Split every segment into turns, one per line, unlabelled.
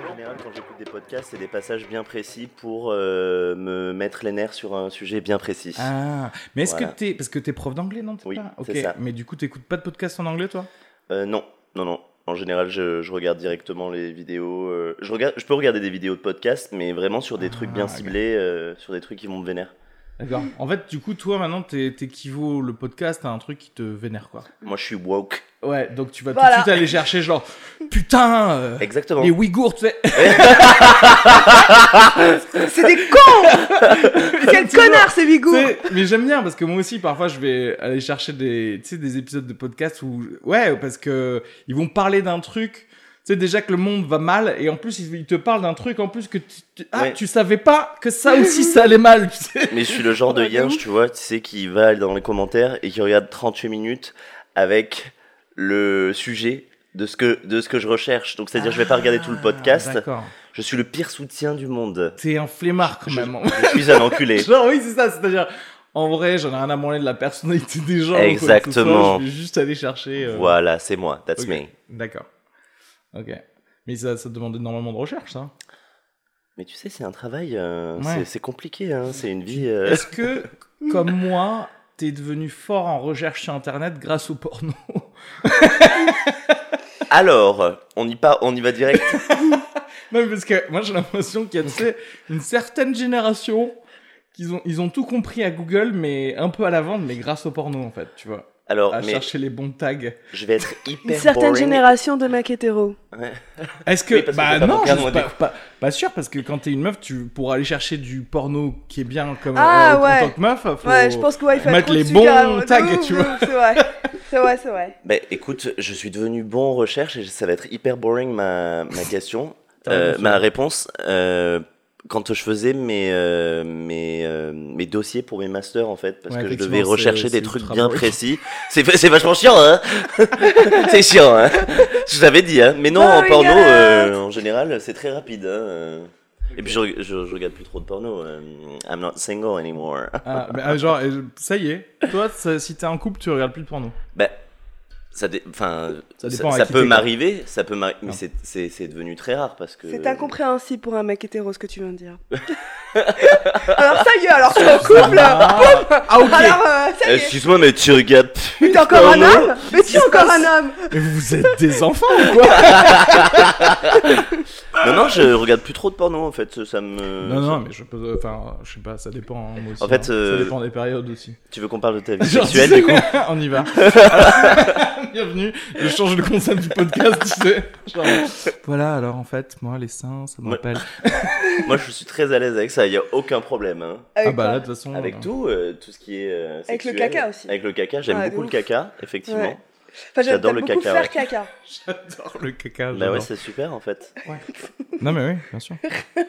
En général, quand j'écoute des podcasts, c'est des passages bien précis pour euh, me mettre les nerfs sur un sujet bien précis.
Ah, mais est-ce
Voilà.
que t'es parce que t'es prof d'anglais non t'es
Oui,
pas
c'est ça.
mais du coup t'écoutes pas de podcast en anglais toi
Euh, non, non, non. En général, je, je regarde directement les vidéos. euh, je, regarde, je peux regarder des vidéos de podcasts, mais vraiment sur des trucs bien
Ah, ok.
ciblés, euh, sur des trucs qui vont me vénère.
D'accord. En fait, du coup, toi maintenant t'es- t'équivaut le podcast à un truc qui te vénère quoi.
Moi, je suis woke.
Ouais, donc tu vas
Voilà.
tout de suite aller chercher genre putain euh,
Exactement.
les Ouïghours, tu sais.
C'est des cons Quel connard ces
Tu
Ouïghours
sais, mais j'aime bien parce que moi aussi parfois je vais aller chercher des tu sais des épisodes de podcast où ouais parce que ils vont parler d'un truc tu sais déjà que le monde va mal et en plus ils ils te parlent d'un truc en plus que tu, tu- ah,
Ouais.
tu savais pas que ça aussi ça allait mal tu sais.
Mais je suis le genre de
Ouais, de
yinche,
ouf.
tu vois, tu sais, qui va dans les commentaires et qui regarde 38 minutes avec le sujet de ce que, de ce que je recherche. Donc, c'est-à-dire, je vais pas regarder tout le podcast.
Ah, D'accord.
Je suis le pire soutien du monde.
T'es un flemmard quand
Je-
même.
Je suis un enculé.
Genre, oui, c'est ça. C'est-à-dire, en vrai, j'en ai rien à branler de la personnalité des gens. ou quoi que ce soit,
Exactement.
Je vais juste aller chercher. euh,
Voilà, c'est moi, that's
Ok.
me.
D'accord. Ok. Mais ça, ça demande énormément de recherche, hein. ça.
Mais tu sais, c'est un travail, euh,
Ouais.
c'est- c'est compliqué, hein, c'est une vie. euh,
Est-ce que, comme moi, t'es devenu fort en recherche sur Internet grâce au porno
euh. Alors, on y, pas, on y va direct.
Non, mais parce que moi, j'ai l'impression qu'il y a, tu sais, une certaine génération. qu'ils ont, ils ont tout compris à Google, mais un peu à la vente, mais grâce au porno, en fait, tu vois.
Alors,
À
mais
chercher les bons tags.
je vais être
Une
hyper
certaine
boring.
génération de mecs hétéros.
Est-ce que
Oui, parce que
bah
c'est pas
non,
mon
je
cas,
suis
moi,
pas,
du
pas, pas sûr parce que quand t'es une meuf, tu pour aller chercher du porno qui est bien comme
Ah,
euh, en
ouais.
tant que meuf, faut
Ouais, je pense que ouais, il faut
mettre
être trop
les
dessus,
bons
carrément. De
tags,
ouf,
tu
de
vois.
ouf, C'est vrai, c'est vrai, c'est vrai.
Bah, écoute, je suis devenu bon en recherche et ça va être hyper boring ma, ma question,
T'as
euh,
raison.
ma réponse. euh, quand je faisais mes, euh, mes, euh, mes dossiers pour mes masters, en fait, parce
Ouais,
que je
effectivement,
devais
c'est-
rechercher
c'est
des trucs
ultra
bien
boring.
précis. C'est c'est vachement chiant, hein C'est chiant, hein Je t'avais dit, hein Mais non,
Bah
en
oui,
porno,
galère.
euh, en général, c'est très rapide, hein euh. Et puis, je, je, je regarde plus trop de porno. euh, I'm not single anymore.
Ah, mais, ah, genre euh, ça y est, toi ça- si t'es en couple, tu regardes plus de porno.
Ben, ça, dé- enfin,
Ça
ça,
dépend à
ça
qui
peut
t'es, quoi.
m'arriver, ça peut m'arriver, mais
Non.
c'est- c'est c'est devenu très rare parce que.
C'est incompréhensible pour un mec hétéro ce que tu viens de dire. alors ça y est, alors tu es en couple
Ah, ah, ok.
Alors euh, ça y est,
Eh, Excuse-moi, mais tu regardes. plus
mais t'es encore un
porno
homme Mais tu es encore un homme
Mais vous êtes des enfants ou quoi
Non, non, je regarde plus trop de porno en fait. Ça me.
Non non,
ça-
mais je peux enfin je sais pas, ça dépend hein, moi aussi.
En fait,
hein.
euh,
ça dépend des périodes aussi.
Tu veux qu'on parle de ta vie
Genre,
sexuelle
tu sais-
du coup
On y va. Bienvenue. Je change le concept du podcast, tu sais. Genre, voilà, alors en fait, moi, les seins, ça me
Ouais.
rappelle.
Moi, je suis très à l'aise avec ça. Il y a aucun problème. hein.
Ah
Avec
bah
quoi
là, de toute façon.
Avec
euh,
tout, euh, tout ce qui est. euh,
Avec le
sexuel.
caca aussi.
Avec le caca, j'aime
Ouais, de
beaucoup le
ouf.
caca, effectivement.
Ouais. Enfin, j'aime
J'adore
j'aime
le
beaucoup
caca,
faire
ouais.
caca.
J'adore le caca.
Bah ouais,
Ah, j'adore.
c'est super en fait.
non, mais oui, bien sûr.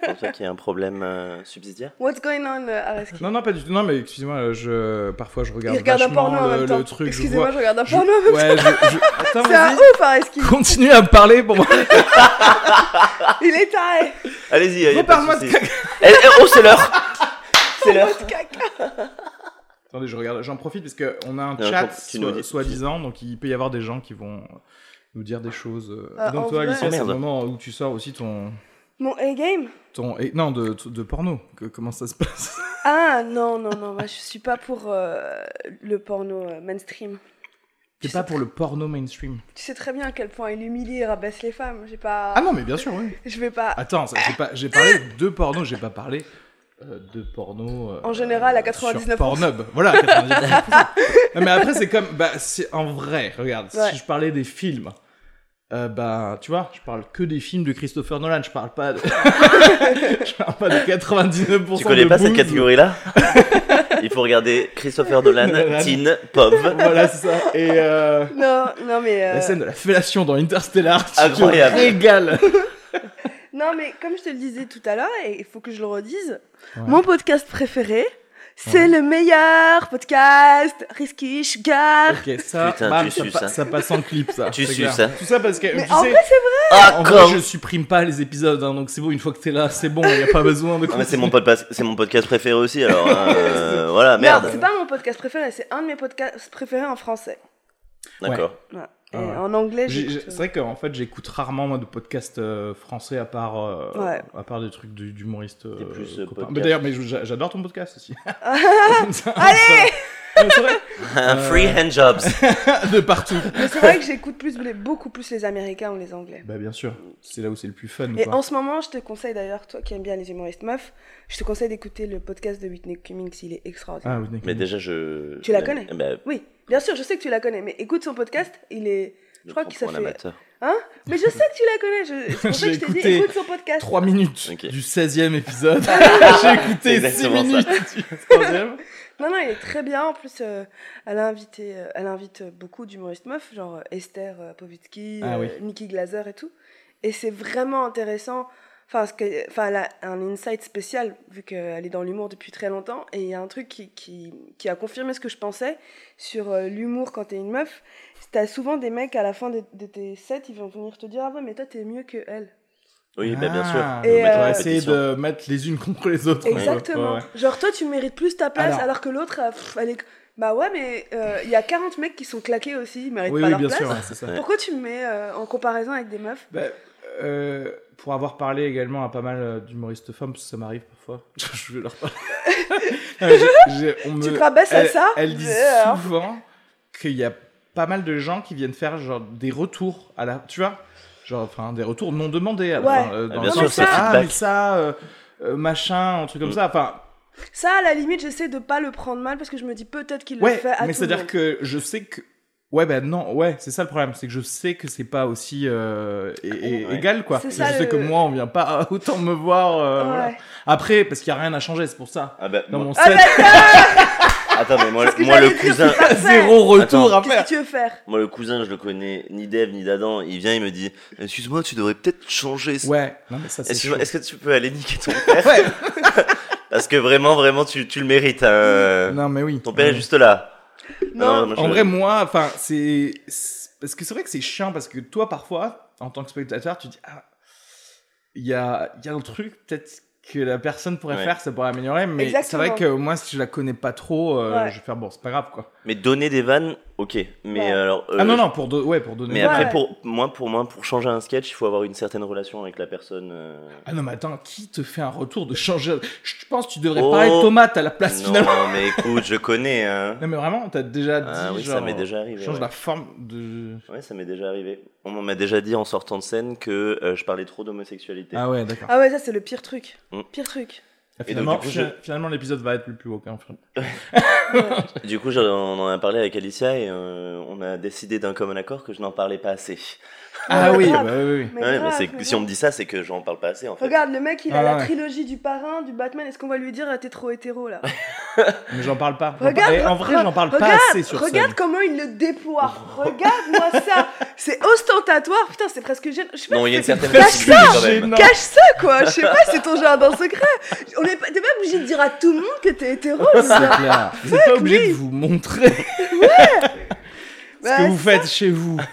Pour toi qui a un problème euh, subsidiaire.
What's going on, euh, Areski
Non, non, pas du tout. Non, mais excusez-moi, euh, je... parfois je
Il
regarde,
regarde un
vachement
porno en
le,
même temps.
le truc. je
Excusez-moi,
vois...
je regarde un
je-
porno en même temps.
Ouais, je. je- Attends,
C'est un
vas-y.
ouf, Areski
Continue à me parler pour moi.
Il est taré
Allez-y, y a pas
Reparle-moi de
souci. Eh, eh, Oh, c'est l'heure C'est l'heure
Votre caca
Attendez, je regarde, j'en profite parce que on a un
Euh,
chat
attends, tu nous
soi-
dis-
soi-disant, donc il peut y avoir des gens qui vont euh, nous dire des choses. euh.
Ah,
donc
en
toi,
vrai.
Alicia,
Oh,
c'est le
merde.
moment où tu sors aussi ton
Mon A-game
ton et non de, de porno. Que- comment ça se passe
Ah non, non, non, moi je suis pas pour euh, le porno euh, mainstream.
T'es
Je
pas
sais
pour le porno mainstream.
Tu sais très bien à quel point il humilie et rabaisse les femmes. J'ai pas.
Ah non, Ah mais bien sûr, oui.
Je vais pas.
Attends, ça, j'ai pas, j'ai parlé de porno, j'ai pas parlé euh, de porno. euh,
En général, à
sur
99%.
Pornhub, voilà. 99%. Non, mais après, c'est comme. Bah, c'est en vrai, regarde,
Ouais.
si je parlais des films. euh, bah, tu vois, je parle que des films de Christopher Nolan, je parle pas de, je parle pas de 99%.
Tu connais
de
pas cette
Booz.
catégorie-là Il faut regarder Christopher Nolan,
Nolan.
Teen, Pov.
Voilà, c'est ça. Et euh,
Non, non, mais. euh,
la scène de la fellation dans Interstellar, tu
Incroyable.
te régales.
Non, mais comme je te le disais tout à l'heure, et il faut que je le redise,
Ouais.
mon podcast préféré, c'est le meilleur podcast, Risky Sugar.
Ok, ça,
Putain,
bam,
tu
ça,
suces,
pa-
hein.
ça passe en clip, ça.
Tu
c'est
suces,
clair.
hein.
Tout ça parce que.
Mais
tu
en
sais,
vrai, c'est
Ah,
en vrai,
comme
je supprime pas les épisodes, hein, donc c'est bon, une fois que t'es là, c'est bon, y a pas besoin de.
Non, Ah, mais c'est mon, podcast, c'est mon podcast préféré aussi, alors. hein, euh, voilà,
vrai. Non,
merde.
c'est pas mon podcast préféré, c'est un de mes podcasts préférés en français.
D'accord.
Voilà.
Ah
Et
ouais.
En anglais,
J'ai- j'ai-
j'écoute.
C'est vrai qu'en fait, j'écoute rarement moi de podcasts euh, français à part euh,
Ouais.
à part des trucs du- d'humoristes. euh,
T'es plus, euh,
copains.
podcast.
Mais d'ailleurs, mais j'a- j'adore ton podcast aussi. Allez.
Un
Euh,
Free hand jobs.
de partout.
Mais c'est vrai que j'écoute plus, les- beaucoup plus les Américains ou les Anglais.
Bah bien sûr, c'est là où c'est le plus fun.
Et
quoi.
en ce moment, je te conseille d'ailleurs, toi qui aimes bien les humoristes meufs, je te conseille d'écouter le podcast de Whitney Cummings, il est extraordinaire.
Ah, oui, d'accord.
Mais déjà, je.
Tu la connais
Bah,
Ah.
Oui, bien sûr, je sais que tu la connais, mais écoute son podcast, il est... Je crois que
prends
ça
pour un
fait-
amateur.
Hein Mais je sais que tu la connais, je... c'est pour ça que
J'ai
je t'ai dit,
écouté
écoute son podcast.
3 minutes
Ok.
du 16e épisode. J'ai écouté 6
Exactement ça.
minutes du 3e.
Non, non, il est très bien. En plus, euh, elle, a invité, euh, elle invite beaucoup d'humoristes meufs, genre euh, Esther euh, Povitsky,
Ah oui.
euh, Nikki Glaser et tout. Et c'est vraiment intéressant. Enfin, ce que- enfin, elle a un insight spécial, vu qu'elle est dans l'humour depuis très longtemps. Et il y a un truc qui, qui, qui a confirmé ce que je pensais sur euh, l'humour quand t'es une meuf. T'as souvent des mecs à la fin de, de tes sets, ils vont venir te dire Ah ouais, mais toi, t'es mieux que elle.
Oui, bah, bien sûr.
Ah.
Et,
Nous mettre
euh,
en
On va essayer
compétition.
de mettre les unes contre les autres. quoi.
Exactement.
Ouais, ouais.
Genre, toi, tu mérites plus ta place, alors,
Alors-
que l'autre, euh, pff, elle est. Bah ouais, mais euh, il y a 40 mecs qui sont claqués aussi, ils méritent
Oui,
pas
oui,
leur
bien
place.
sûr, ouais, c'est ça.
Pourquoi tu me mets euh, en comparaison avec des meufs
Bah, euh, pour avoir parlé également à pas mal euh, d'humoristes femmes, parce que ça m'arrive parfois, je vais leur parler. Non, mais j'ai- j'ai- on
Tu
me-
te rabaisse à
elles-
ça
Elles disent
Euh,
souvent qu'il y a pas mal de gens qui viennent faire genre des retours à la, tu vois, genre enfin des retours non demandés. à la
Ouais.
fin, euh, dans
Ah,
le
bien
sens,
sûr, c'est
ah
feedback.
mais ça, euh, euh, machin, un truc comme
Mm.
ça. Enfin
Ça, à la limite, j'essaie de pas le prendre mal parce que je me dis peut-être qu'il le
ouais,
fait à
mais
tout le
c'est-à-dire
monde.
que je sais que Ouais, ben non, ouais, c'est ça le problème, c'est que je sais que c'est pas aussi euh, é- é-
Ah Ouais.
égal, quoi.
C'est
Je
ça,
sais
le-
que moi, on vient pas autant me voir. euh, voilà.
Ouais.
Après, parce qu'il n'y a rien à changer, c'est pour ça.
Ah, bah,
Dans
moi-
mon
Ah,
set,
Attends, mais moi,
C'est ce que
moi, le
j'allais dire,
cousin.
c'est parfait.
zéro retour
Attends.
à
Qu'est-ce
faire.
que tu veux faire
Moi, le cousin, je le connais ni d'Eve ni d'Adam. Il vient, il me dit Eh, Excuse-moi, tu devrais peut-être changer. ça.
Ouais, non, mais ça, c'est.
Excuse-moi,
chaud.
Est-ce que tu peux aller niquer ton père
Ouais.
Parce que vraiment, vraiment, tu, tu le mérites. hein.
Non, mais oui.
Ton père
Ouais.
est juste là.
Euh,
Non,
moi, je-
En vrai, moi, enfin, c'est. c'est- Parce que c'est vrai que c'est chiant, parce que toi, parfois, en tant que spectateur, tu dis Ah, il y a, il y a un truc, peut-être que la personne pourrait
Ouais.
faire, ça pourrait améliorer, mais c'est
Exactement.
vrai que moi, si je la connais pas trop, euh,
Ouais.
je vais faire Bon, c'est pas grave, quoi.
Mais donner des vannes, ok. Mais
Ouais.
alors. euh,
ah non, non, pour, do- ouais, pour donner.
Mais
Ouais.
après, pour moi, pour moi, pour changer un sketch, il faut avoir une certaine relation avec la personne. euh.
Ah non, mais attends, qui te fait un retour de changer Je pense que tu devrais
Oh.
parler de tomate à la place,
non,
Bah, finalement.
mais écoute, je connais. Hein.
Non, mais vraiment, t'as déjà dit.
Ah oui, ça
genre,
m'est déjà arrivé.
Change
ouais.
la forme de.
Ouais, ça m'est déjà arrivé. On m'a déjà dit en sortant de scène que euh, je parlais trop d'homosexualité.
Ah ouais, d'accord.
Ah ouais, ça, c'est le pire truc.
Mm.
Pire truc.
Finalement,
donc, du coup,
fi- finalement, l'épisode va être le plus woke. Hein, finalement.
Du coup, j'en- on en a parlé avec Alicia et euh, on a décidé d'un commun accord que je n'en parlais pas assez.
ah
Ouais,
oui,
grave.
bah oui, oui.
Mais
ouais, mais
grave,
c'est-
mais
si on me dit ça, c'est que j'en parle pas assez en fait.
Regarde, le mec, il a
Ah
la
ouais.
trilogie du parrain, du Batman. Est-ce qu'on va lui dire ah, t'es trop hétéro là
Mais j'en parle pas. J'en
Regarde,
parle- et en vrai, j'en parle
regarde,
pas assez sur
Regarde
scène.
comment il le déploie. Regarde-moi ça. C'est ostentatoire. Putain, c'est presque gênant. Je sais pas,
Non, il y a une
c'est-
certaine
Cache
facilité
ça
quand même.
Gênant.
Cache ça, quoi. Je sais pas, c'est ton jardin secret. On est pas, t'es pas obligé de dire à tout le monde que t'es hétéro.
C'est
Lucien.
clair. Vous êtes pas obligé
oui.
de vous montrer ce
Bah,
que vous faites chez vous
bah,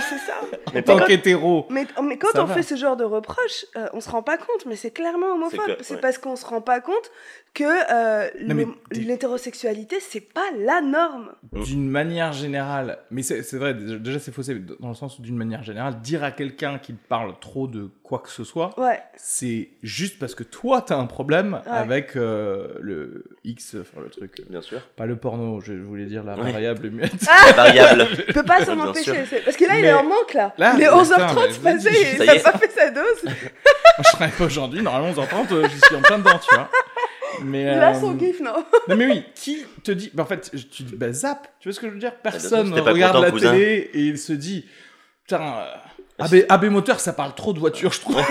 c'est ça.
Mais
en
par
tant
contre,
qu'hétéro.
Mais, oh, mais quand
Ça
on
va.
fait ce genre de reproches, euh, on se rend pas compte. Mais c'est clairement homophobe.
C'est que-
C'est
ouais.
parce qu'on se rend pas compte que euh,
Non, mais
l'hom-
t'es-
l'hétérosexualité, c'est pas la norme.
D'une manière générale, mais c'est c'est vrai, déjà déjà, c'est faussé, mais dans le sens où d'une manière générale, dire à quelqu'un qu'il parle trop de quoi que ce soit,
Ouais.
c'est juste parce que toi, t'as un problème
Ouais.
avec euh, le X, enfin le truc, euh,
bien sûr.
pas le porno, je voulais dire la
Ouais.
variable muette.
La variable.
Je peux pas s'en
Bien
empêcher.
sûr.
c'est- Parce que là, il est
Mais-
en manque, là.
Là,
il est
putain,
11h30,
mais
c'est
je
passé,
l'ai dit,
et ça
ça y
a
est.
pas fait sa dose.
euh, Moi, je travaille pas aujourd'hui, normalement, on s'entend, je suis en plein dedans, tu vois. Mais,
Là,
euh,
son gif, non
Non mais oui, qui te dit bah, En fait, je- tu dis bah zap. Tu vois ce que je veux
Bah,
dire Personne
C'était pas
regarde
content,
la
cousin. Ah,
télé et il se dit putain. euh, AB, AB moteur, ça parle trop de voiture, je trouve.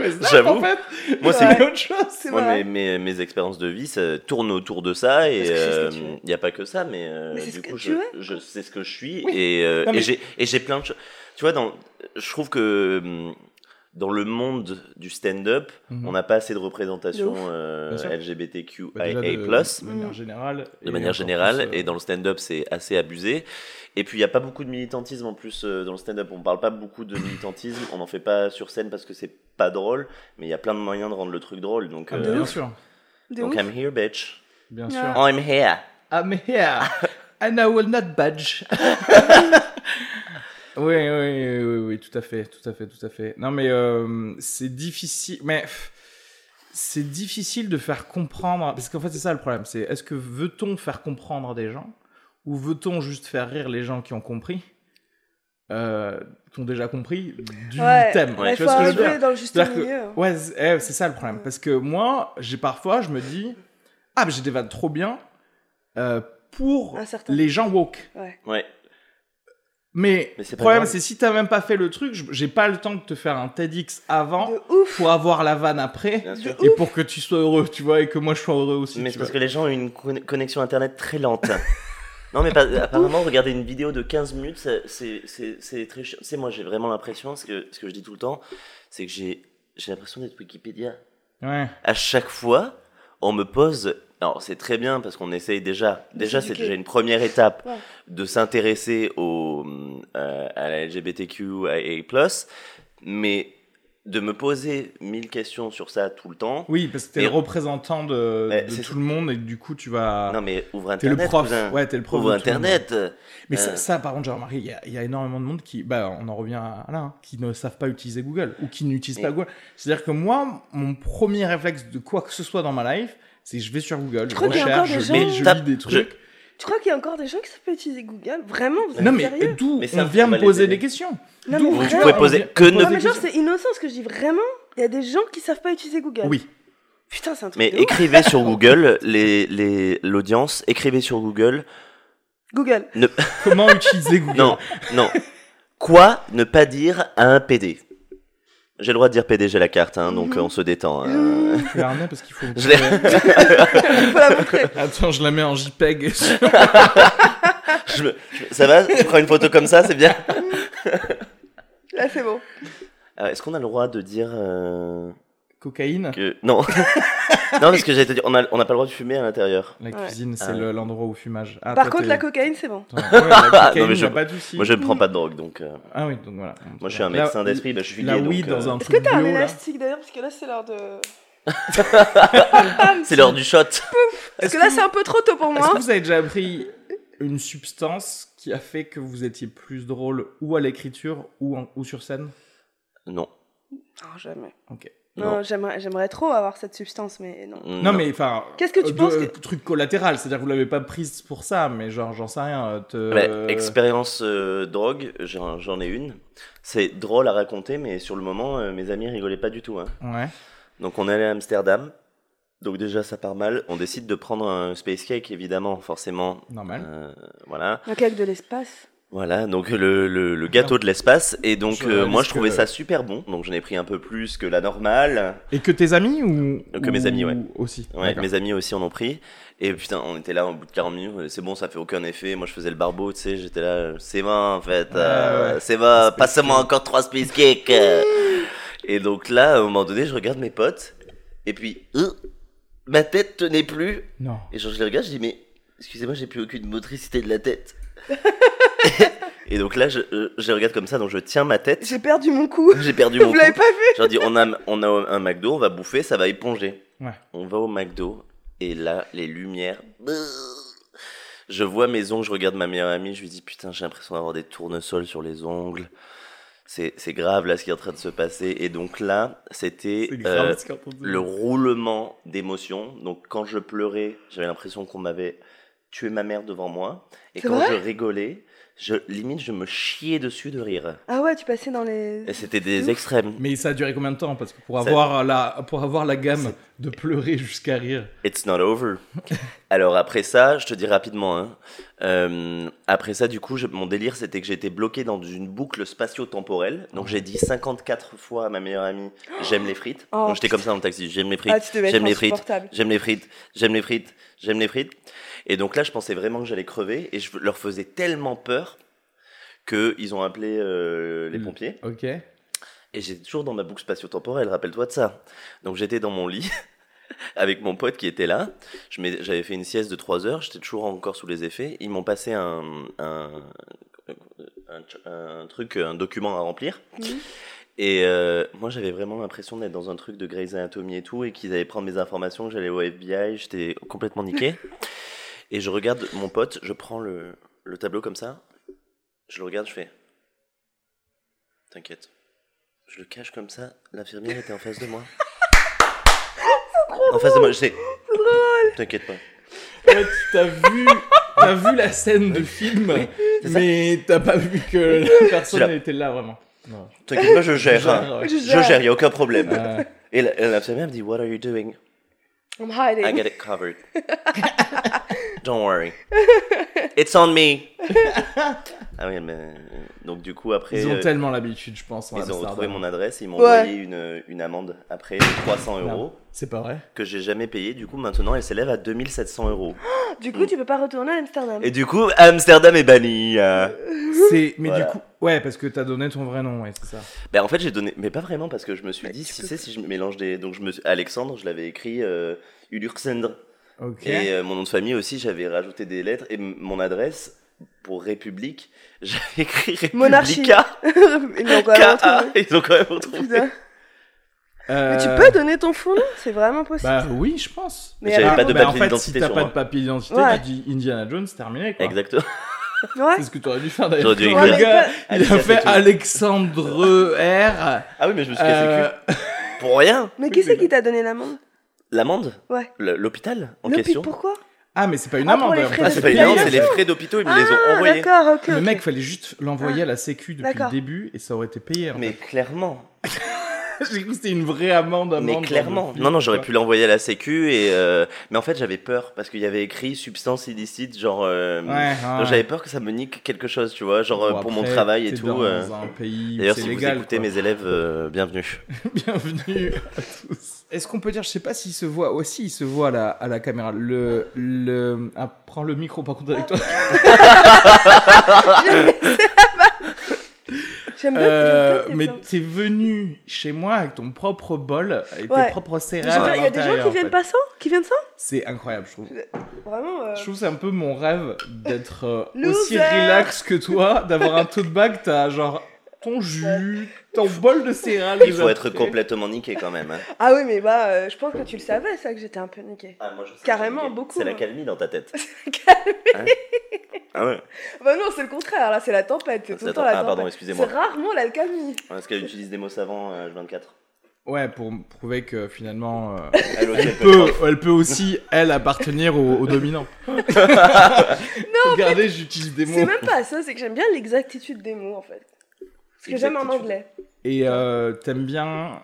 Mais zap,
J'avoue.
En fait,
Moi,
c'est-
autre chose.
C'est
Moi,
vrai.
mes, mes, mes expériences de vie ça tourne autour de ça et
Parce que c'est ce que tu
il
es.
n'y a pas que ça, mais, euh,
Mais c'est
du
ce que
coup,
tu
je,
es.
je sais ce que je suis
Oui.
et, euh,
Non, mais-
et j'ai- et j'ai plein de choses. Tu vois, dans, je trouve que hum, dans le monde du stand-up,
Mhm.
on n'a pas assez de représentation
Mmh. De ouf.
euh,
Bien sûr. Bah,
LGBTQIA+.
déjà, de, de manière
Mm.
générale.
de
et
manière
encore
générale,
plus, euh,
et dans le stand-up, c'est assez abusé. Et puis, il n'y a pas beaucoup de militantisme en plus euh, dans le stand-up. On parle pas beaucoup de militantisme, on n'en fait pas sur scène parce que c'est pas drôle, mais il y a plein de moyens de rendre le truc drôle. Donc,
ah,
euh,
mais bien sûr.
De
donc
ouf.
I'm here, bitch.
Bien
Ouais.
sûr.
Ah.
I'm here.
I'm here. And I will not badge. oui, oui, oui, oui, oui, tout à fait, tout à fait, tout à fait. Non, mais euh, c'est difficile. Mais pff, c'est difficile de faire comprendre. Parce qu'en fait, c'est ça le problème. C'est est-ce que veut-on faire comprendre des gens ou veut-on juste faire rire les gens qui ont compris, euh, qui ont déjà compris du
Ouais.
thème.
Ouais,
Tu
faut
vois ce que je veux dire
arriver dans le juste
C'est-à-dire que-
milieu. hein.
Ouais, c'est eh, c'est ça le problème. Parce que moi, j'ai parfois, je me dis, ah, mais j'ai des vannes trop bien euh, pour
Un certain-
les gens woke.
Ouais.
Mais
Mais c'est
le
pas
problème,
grave.
c'est si t'as même pas fait le truc, je- j'ai pas le temps de te faire un TEDx avant
De ouf.
pour avoir la vanne après
Bien sûr.
De
et
ouf.
pour que tu sois heureux, tu vois, et que moi je sois heureux aussi.
Mais
tu
c'est parce
vois.
que les gens ont une conne- connexion internet très lente. Non mais pas- apparemment regarder une vidéo de 15 minutes ça- c'est c'est- c'est très chiant. Tu sais, moi j'ai vraiment l'impression ce que ce que je dis tout le temps c'est que j'ai j'ai l'impression d'être Wikipédia.
Ouais.
à chaque fois, on me pose. Alors, c'est très bien parce qu'on essaye déjà.
De
Déjà, c'est
s'éduquer.
déjà une première étape
Ouais.
de s'intéresser au, euh, à la LGBTQIA. Mais de me poser mille questions sur ça tout le temps.
Oui, parce que t'es
Et-
le représentant de,
Ouais,
de
c'est
tout
ça.
le monde et que du coup tu vas.
Non, mais ouvre
Ah. T'es le
Internet.
prof.
cousin.
Ouais, t'es le prof.
Ouvre
de tout le monde.
Internet.
Mais
Euh.
ça, ça, par contre, j'ai remarqué, il y, a- il y a énormément de monde qui, bah, on en revient à là, hein, qui ne savent pas utiliser Google ou qui n'utilisent pas
Et-
Google. C'est-à-dire que moi, mon premier réflexe de quoi que ce soit dans ma life, c'est que je vais sur Google, je
crois qu'il y a encore
recherche, je
des gens-
lis, je
Mais
lis des
je-
trucs.
Tu crois qu'il y a encore des gens qui savent pas utiliser Google Vraiment Vous êtes
Non, mais
sérieux
d'où
Mais ça,
on vient
on
me
va les
poser
aider.
des questions
Non, mais
D'où on
Vous
vraiment.
vient
pouvez
me
poser
dire-
que
on pose
neuf
Non, mais
des
genre,
questions.
c'est innocent ce que je dis. Vraiment Il y a des gens qui savent pas utiliser Google.
Oui,
Putain, c'est un truc.
Mais
de ouf.
écrivez sur Google, les- les- l'audience, écrivez sur Google.
Google.
comment utiliser Google
Non, non. Quoi ne pas dire à un PD J'ai le droit de dire PD, j'ai la carte, hein, donc
Mhm.
euh, on se détend. hein.
Mmh,
Je vais la remettre parce qu'il faut.
Je l'ai-
faut la montrer.
Attends, je la mets en JPEG.
Je me- je- Ça va Tu prends une photo comme ça, c'est bien
Là, c'est bon.
Euh, Est-ce qu'on a le droit de dire euh,
Cocaïne.
que... Non. non, parce que j'allais te dire, on n'a on n'a pas le droit de fumer à l'intérieur.
La
Ouais.
cuisine, c'est
Ah.
le- l'endroit au fumage. Ah,
Par
toi,
contre,
t'es-
la cocaïne, c'est bon.
Attends, ouais, la
Non, mais
cocaïne,
je-
y a pas de souci.
Moi, je ne prends pas de drogue, donc... euh,
Ah oui, donc voilà.
Moi, je suis un
Là,
médecin d'esprit, bah, je suis
La
gay,
oui
donc,
dans
euh,
un
Est-ce que
truc
t'as un E
bio, là.
élastique d'ailleurs Parce que là, c'est l'heure de.
C'est l'heure du shot.
Parce que là, c'est un peu trop tôt pour
Est-ce
moi.
que vous avez déjà pris une substance qui a fait que vous étiez plus drôle ou à l'écriture ou, en- ou sur scène
Non.
Non, jamais.
Ok.
Non,
Non.
j'aimerais, j'aimerais trop avoir cette substance, mais non.
Non, mais enfin.
Qu'est-ce que tu
euh, de-
penses que-
euh, Truc collatéral, c'est-à-dire que vous l'avez pas prise pour ça, mais genre, j'en sais rien. euh, Te...
Mais expérience euh, drogue, j'en j'en ai une. C'est drôle à raconter, mais sur le moment, euh, mes amis rigolaient pas du tout. Hein.
Ouais.
Donc on est allé à Amsterdam. Donc déjà ça part mal. On décide de prendre un space cake évidemment, forcément.
Normal.
Euh, voilà,
Un cake de l'espace.
voilà. Donc le, le, le gâteau de l'espace. Et donc
Je
euh,
réalise
moi je trouvais
que-
ça super bon. Donc j'en ai pris un peu plus que la normale.
Et que tes amis ou.
Que
ou-
mes amis, ouais.
Aussi.
Ouais,
D'accord.
mes amis aussi en ont pris. Et putain, on était là au bout de 40 minutes. C'est bon, ça fait aucun effet. Moi je faisais le barbeau, tu sais. J'étais là, euh, c'est bon en fait. euh,
ouais.
C'est bon.
Space
Passe-moi
cake.
encore trois space cakes. euh. et donc là, à un moment donné, je regarde mes potes. Et puis, euh, ma tête tenait plus.
Non.
Et genre, je les regarde, je dis, mais excusez-moi, j'ai plus aucune motricité de la tête. et donc là, je, euh, je les regarde comme ça, donc je tiens ma tête.
J'ai perdu mon coup.
J'ai perdu mon
Vous
cou.
l'avez pas vu
Je leur dis, on a, on a un McDo, on va bouffer, ça va éponger.
Ouais.
On va au McDo, et là, les lumières. Je vois mes ongles, je regarde ma meilleure amie, je lui dis, putain, j'ai l'impression d'avoir des tournesols sur les ongles. C'est c'est grave là ce qui est en train de se passer. Et donc là, c'était
C'est grave,
euh,
ce qu'on peut dire.
le roulement d'émotions. Donc quand je pleurais, j'avais l'impression qu'on m'avait tué ma mère devant moi. Et
C'est
quand
vrai
je rigolais, Je, limite, je me chiais dessus de rire.
Ah ouais, tu passais dans les.
Et c'était des extrêmes.
Mais ça a duré combien de temps Parce que pour
Ça-
avoir, la, pour avoir la gamme de pleurer jusqu'à rire.
It's not over. Alors après ça, je te dis rapidement. hein, euh, après ça, du coup, je- mon délire, c'était que j'étais bloqué dans une boucle spatio-temporelle. Donc j'ai dit 54 fois à ma meilleure amie, j'aime les frites.
Oh,
Donc j'étais comme ça dans le taxi, j'aime les frites.
Ah, tu devais
J'aime
être
les frites.
insupportable.
J'aime les frites, j'aime les frites, j'aime les frites. Et donc là, je pensais vraiment que j'allais crever et je leur faisais tellement peur que ils ont appelé euh, les
Mm.
pompiers.
Ok.
Et j'étais toujours dans ma boucle spatio-temporelle, rappelle-toi de ça. Donc j'étais dans mon lit avec mon pote qui était là. Je m'ai- J'avais fait une sieste de 3 heures, j'étais toujours encore sous les effets. Ils m'ont passé un, un, un ch- un truc, un document à remplir.
Mhm.
Et euh, moi j'avais vraiment l'impression d'être dans un truc de Grey's Anatomy et tout, et qu'ils allaient prendre mes informations, que j'allais au FBI, j'étais complètement niqué. et je regarde mon pote, je prends le, le tableau comme ça, je le regarde, je fais... T'inquiète. Je le cache comme ça, l'infirmière était en face de moi. en face de moi, je sais. T'inquiète pas.
Ouais, tu t'as vu, t'as vu la scène du film,
c'est ça.
mais t'as pas vu que la personne
Je
elle était là vraiment. Non.
T'inquiète pas, je gère. hein.
ouais.
Je
Je
gère.
gère, y a aucun problème.
Euh,
Et la- et l'infirmière me dit, What are you doing?
I'm
I
hiding.
get it covered. Don't worry. It's on me. ah oui, mais donc du coup après,
ils ont
euh,
tellement l'habitude, je pense. en
ils ont
Amsterdam.
retrouvé mon adresse, ils m'ont
Ouais.
envoyé une, euh, une amende après de 300 euros
C'est pas vrai.
que j'ai jamais payée. Du coup maintenant elle s'élève à 2700 euros.
Du coup, tu peux pas retourner à Amsterdam.
Mm. Et du coup Amsterdam est banni. euh.
C'est, mais
Voilà.
du coup, ouais, parce que t'as donné ton vrai nom, ouais, c'est ça.
Ben en fait j'ai donné, mais pas vraiment parce que je me suis
Mais
dit
tu
si
peux
c'est si je mélange des, donc je me suis- Alexandre je l'avais écrit euh, Ulurxendre
Ok.
et euh, mon nom de famille aussi j'avais rajouté des lettres et m- mon adresse pour République j'avais écrit
Monarchie.
Républica
Ils l'ont quand même
K.A..
retrouvé.
ils ont quand même retrouvé.
Putain.
Euh,
Mais tu peux donner ton fond nom C'est vraiment possible.
Bah oui, je pense.
Mais
J'avais
alors-
pas de
Bah, en
papier
fait, si
d'identité
t'as
sur
pas
moi.
de papier d'identité,
Ouais.
tu dis Indiana Jones, terminé quoi.
Exactement.
Ouais.
C'est ce que t'aurais dû faire d'ailleurs.
J'aurais dû
écrire.
Le gars, il a
Alexandre
fait
et tout.
Alexandre R.
Ah oui mais je me suis cassé le
Euh,
cul pour rien.
Mais
Oui,
qui c'est
mais-
qui t'a donné l'amende
L'amende.
Ouais.
Le- L'hôpital en
Non, puis
question.
pourquoi
Ah, mais c'est pas une
Ah, pour
amende.
les
d'ailleurs.
frais
Ah
Ça,
c'est pas une
l'hôpital.
amende, c'est les frais d'hôpitaux ils me les ont
Ah,
envoyés.
d'accord, ok.
Le
ok.
mec, fallait juste l'envoyer à la Sécu depuis le
Ah, D'accord.
début et ça aurait été payé. en
Mais clairement.
fait. J'ai cru que c'était une vraie amende. amende
Mais
genre de
clairement,
flic,
non, non, j'aurais
quoi.
pu l'envoyer à la Sécu et euh, mais en fait j'avais peur parce qu'il y avait écrit substance illicite, genre euh,
Ouais, ouais.
donc j'avais peur que ça me nique quelque chose, tu vois, genre
Bon,
euh, pour mon
après,
travail et
t'es
tout.
Dans
euh.
un pays où
D'ailleurs,
c'est
si vous
légal.
écoutez
quoi.
mes élèves, euh, bienvenue.
Bienvenue à tous. Est-ce qu'on peut dire, je sais pas s'il se voit aussi, il se voit à la, à la caméra. Le, le, ah, prends le micro par contre avec toi.
J'aime bien
Euh,
que tu me
mais
fasses tes
t'es venu chez moi avec ton propre bol et
Ouais.
tes propres
plans.
céréales.
Je veux dire, Il y a des
à
gens qui
l'intérieur,
viennent
en fait.
pas sans Qui viennent sans
C'est incroyable, je trouve.
Vraiment. euh,
Je trouve que c'est un peu mon rêve d'être euh, aussi
Loser.
relax que toi, d'avoir un tote bag, t'as genre ton jus, ton bol de céréales.
Il faut
déjà
être
fait.
complètement niqué quand même. hein.
Ah oui, mais bah, euh, je pense que tu le savais, ça, que j'étais un peu niquée.
Ah, moi, je sais
Carrément,
que j'ai-
beaucoup,
C'est la
hein.
calmie dans ta tête.
bah
Ah ouais.
non, c'est le contraire, là, c'est la tempête. C'est tout le temps la
Ah
tempête.
pardon,
c'est
excusez-moi.
rarement l'alcalmie.
Parce qu'elle utilise des mots savants euh, 24.
Ouais, pour prouver que finalement, euh,
Allô,
elle, peut, elle peut aussi, elle, appartenir au, au dominant. Regardez, j'utilise des
C'est
mots.
même pas ça, c'est que j'aime bien l'exactitude des mots, en fait. Ce que j'aime en
Exactitude.
anglais.
Et euh, t'aimes bien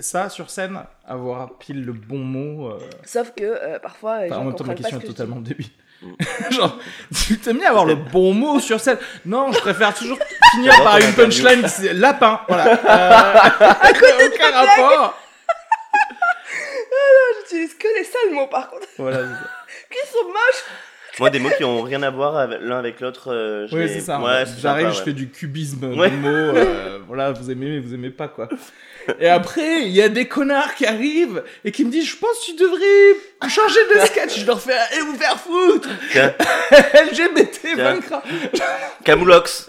ça sur scène Avoir pile le bon mot euh,
Sauf que euh, parfois, euh,
Enfin, en
je
même temps, ma
comprends pas ce
question est
que je dis.
totalement débile.
Mm.
Genre, tu t'aimes bien avoir le bon mot sur scène. Non, je préfère toujours finir
J'adore
par
ton
une punchline qui c'est lapin. Voilà. Euh, aucun rapport.
J'utilise que les sales mots, par contre.
Voilà. c'est ça.
Qui sont moches
Moi, des mots qui ont rien à voir avec- l'un avec l'autre. euh, je
Oui,
les-
c'est ça.
Ouais, c'est
J'arrive,
sympa,
je
ouais.
fais du cubisme
Ouais.
de mots. euh, voilà, vous aimez, mais vous aimez pas quoi. Et après, il y a des connards qui arrivent et qui me disent, je pense que tu devrais changer de sketch. Je leur fais, et vous faire foutre.
Tiens.
LGBT
Tiens.
24.
Euh,
Camoulox.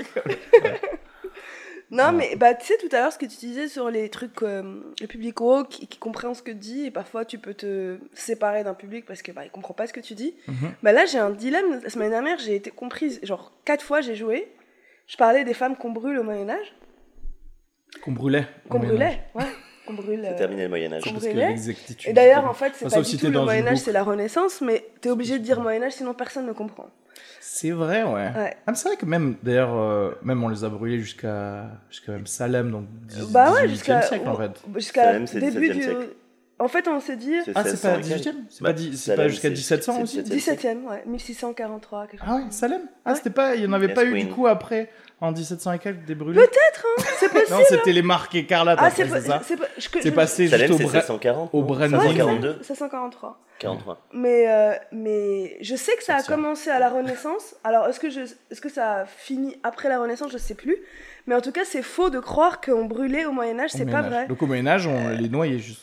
Non, mais bah, tu sais, tout à l'heure, ce que tu disais sur les trucs, euh, le public woke qui, qui comprend ce que tu dis, et parfois tu peux te séparer d'un public parce que bah, il comprend pas ce que tu dis.
Mhm.
Bah là, j'ai un dilemme. La semaine dernière, j'ai été comprise. Genre, quatre fois, j'ai joué. Je parlais des femmes qu'on brûle au Moyen-Âge.
Qu'on brûlait.
Qu'on
Oui,
brûlait, ouais. qu'on brûle.
C'est
euh,
terminé le Moyen-Âge.
qu'on
Parce que
brûlait.
l'exactitude,
Et d'ailleurs,
c'est-
en fait, c'est
Enfin,
pas
sauf
du
si
tout
t'es
le
dans une
Moyen-Âge,
boucle.
c'est la Renaissance, mais t'es obligé de dire Moyen-Âge, sinon personne ne comprend.
C'est vrai, ouais.
Ouais.
Ah, mais c'est vrai que même, d'ailleurs, euh, même on les a brûlés jusqu'à jusqu'à même Salem, donc dix-
Bah ouais,
18e
jusqu'à-
siècle, en fait.
Jusqu'à
même, c'est le
début
17e
du.
siècle.
En fait, on s'est dit
Ah, c'est pas
1600 et quelques.
18e C'est pas,
Bah,
dix- c'est
Salem,
pas jusqu'à
c'est-
1700
c'est
aussi
17e.
17e, ouais, 1643, quelque chose.
Ah ouais, Salem Ah,
Ouais.
c'était pas... Il n'y en avait
Yes,
pas eu,
queen.
du coup, après, en 1700 et quelques, des brûlés
Peut-être, hein, c'est possible.
Non, c'était les marques écarlates,
ah,
après,
c'est
c'est ça
pas. C'est pas- je- que-
C'est
je-
passé juste
Salem,
au
c'est
bras.
740.
au
non
branding.
Ouais, c'est ça,
742,
743.
43.
Mais, euh, mais je sais que ça a
Sorcière.
commencé à la Renaissance. Alors, est-ce que, je, est-ce que ça a fini après la Renaissance Je sais plus. Mais en tout cas, c'est faux de croire qu'on brûlait au Moyen-Âge,
au
c'est pas
Moyen-Âge.
vrai. Euh.
Donc au Moyen-Âge, on les noyait juste.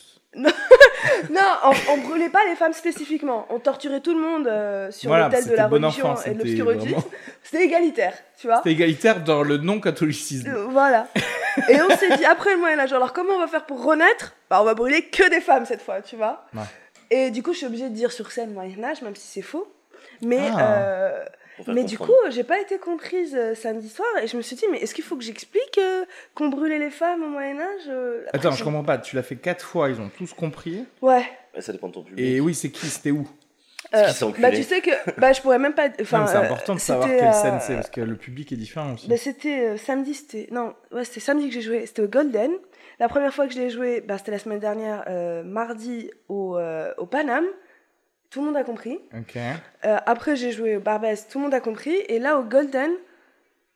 Non, on, on brûlait pas les femmes spécifiquement. On torturait tout le monde euh, sur
Voilà,
l'autel de
c'était
la
bon
religion
enfant,
et de
c'était
l'obscurantisme.
vraiment-
C'était égalitaire, tu vois.
C'était égalitaire dans le non-catholicisme.
Euh, Voilà. Et on s'est dit, après le Moyen-Âge, alors comment on va faire pour renaître Bah, on va brûler que des femmes cette fois, tu vois.
Ouais.
Et du coup, je suis obligée de dire sur scène Moyen-Âge, même si c'est faux. Mais,
Ah.
euh,
Pour faire
mais du coup,
comprendre.
j'ai pas été comprise euh, samedi soir et je me suis dit, mais est-ce qu'il faut que j'explique euh, qu'on brûlait les femmes au Moyen-Âge euh, après,
Attends,
c'est-
je comprends pas. Tu l'as fait quatre fois, ils ont tous compris.
Ouais.
Mais Ça dépend de ton public.
Et oui, c'est qui C'était où
Parce qu'ils sont
bah,
enculés.
tu sais que bah, je pourrais même pas.
Non,
Enfin,
mais C'est
euh,
important de savoir
c'était,
quelle
euh,
scène c'est, parce que le public est différent aussi.
Bah, c'était euh, samedi, c'était. Non, ouais, c'était samedi que j'ai joué, c'était au Golden. La première fois que je l'ai joué, bah, c'était la semaine dernière, euh, mardi, au, euh, au Paname. Tout le monde a compris.
Ok.
Euh, après, j'ai joué au Barbès, tout le monde a compris. Et là, au Golden.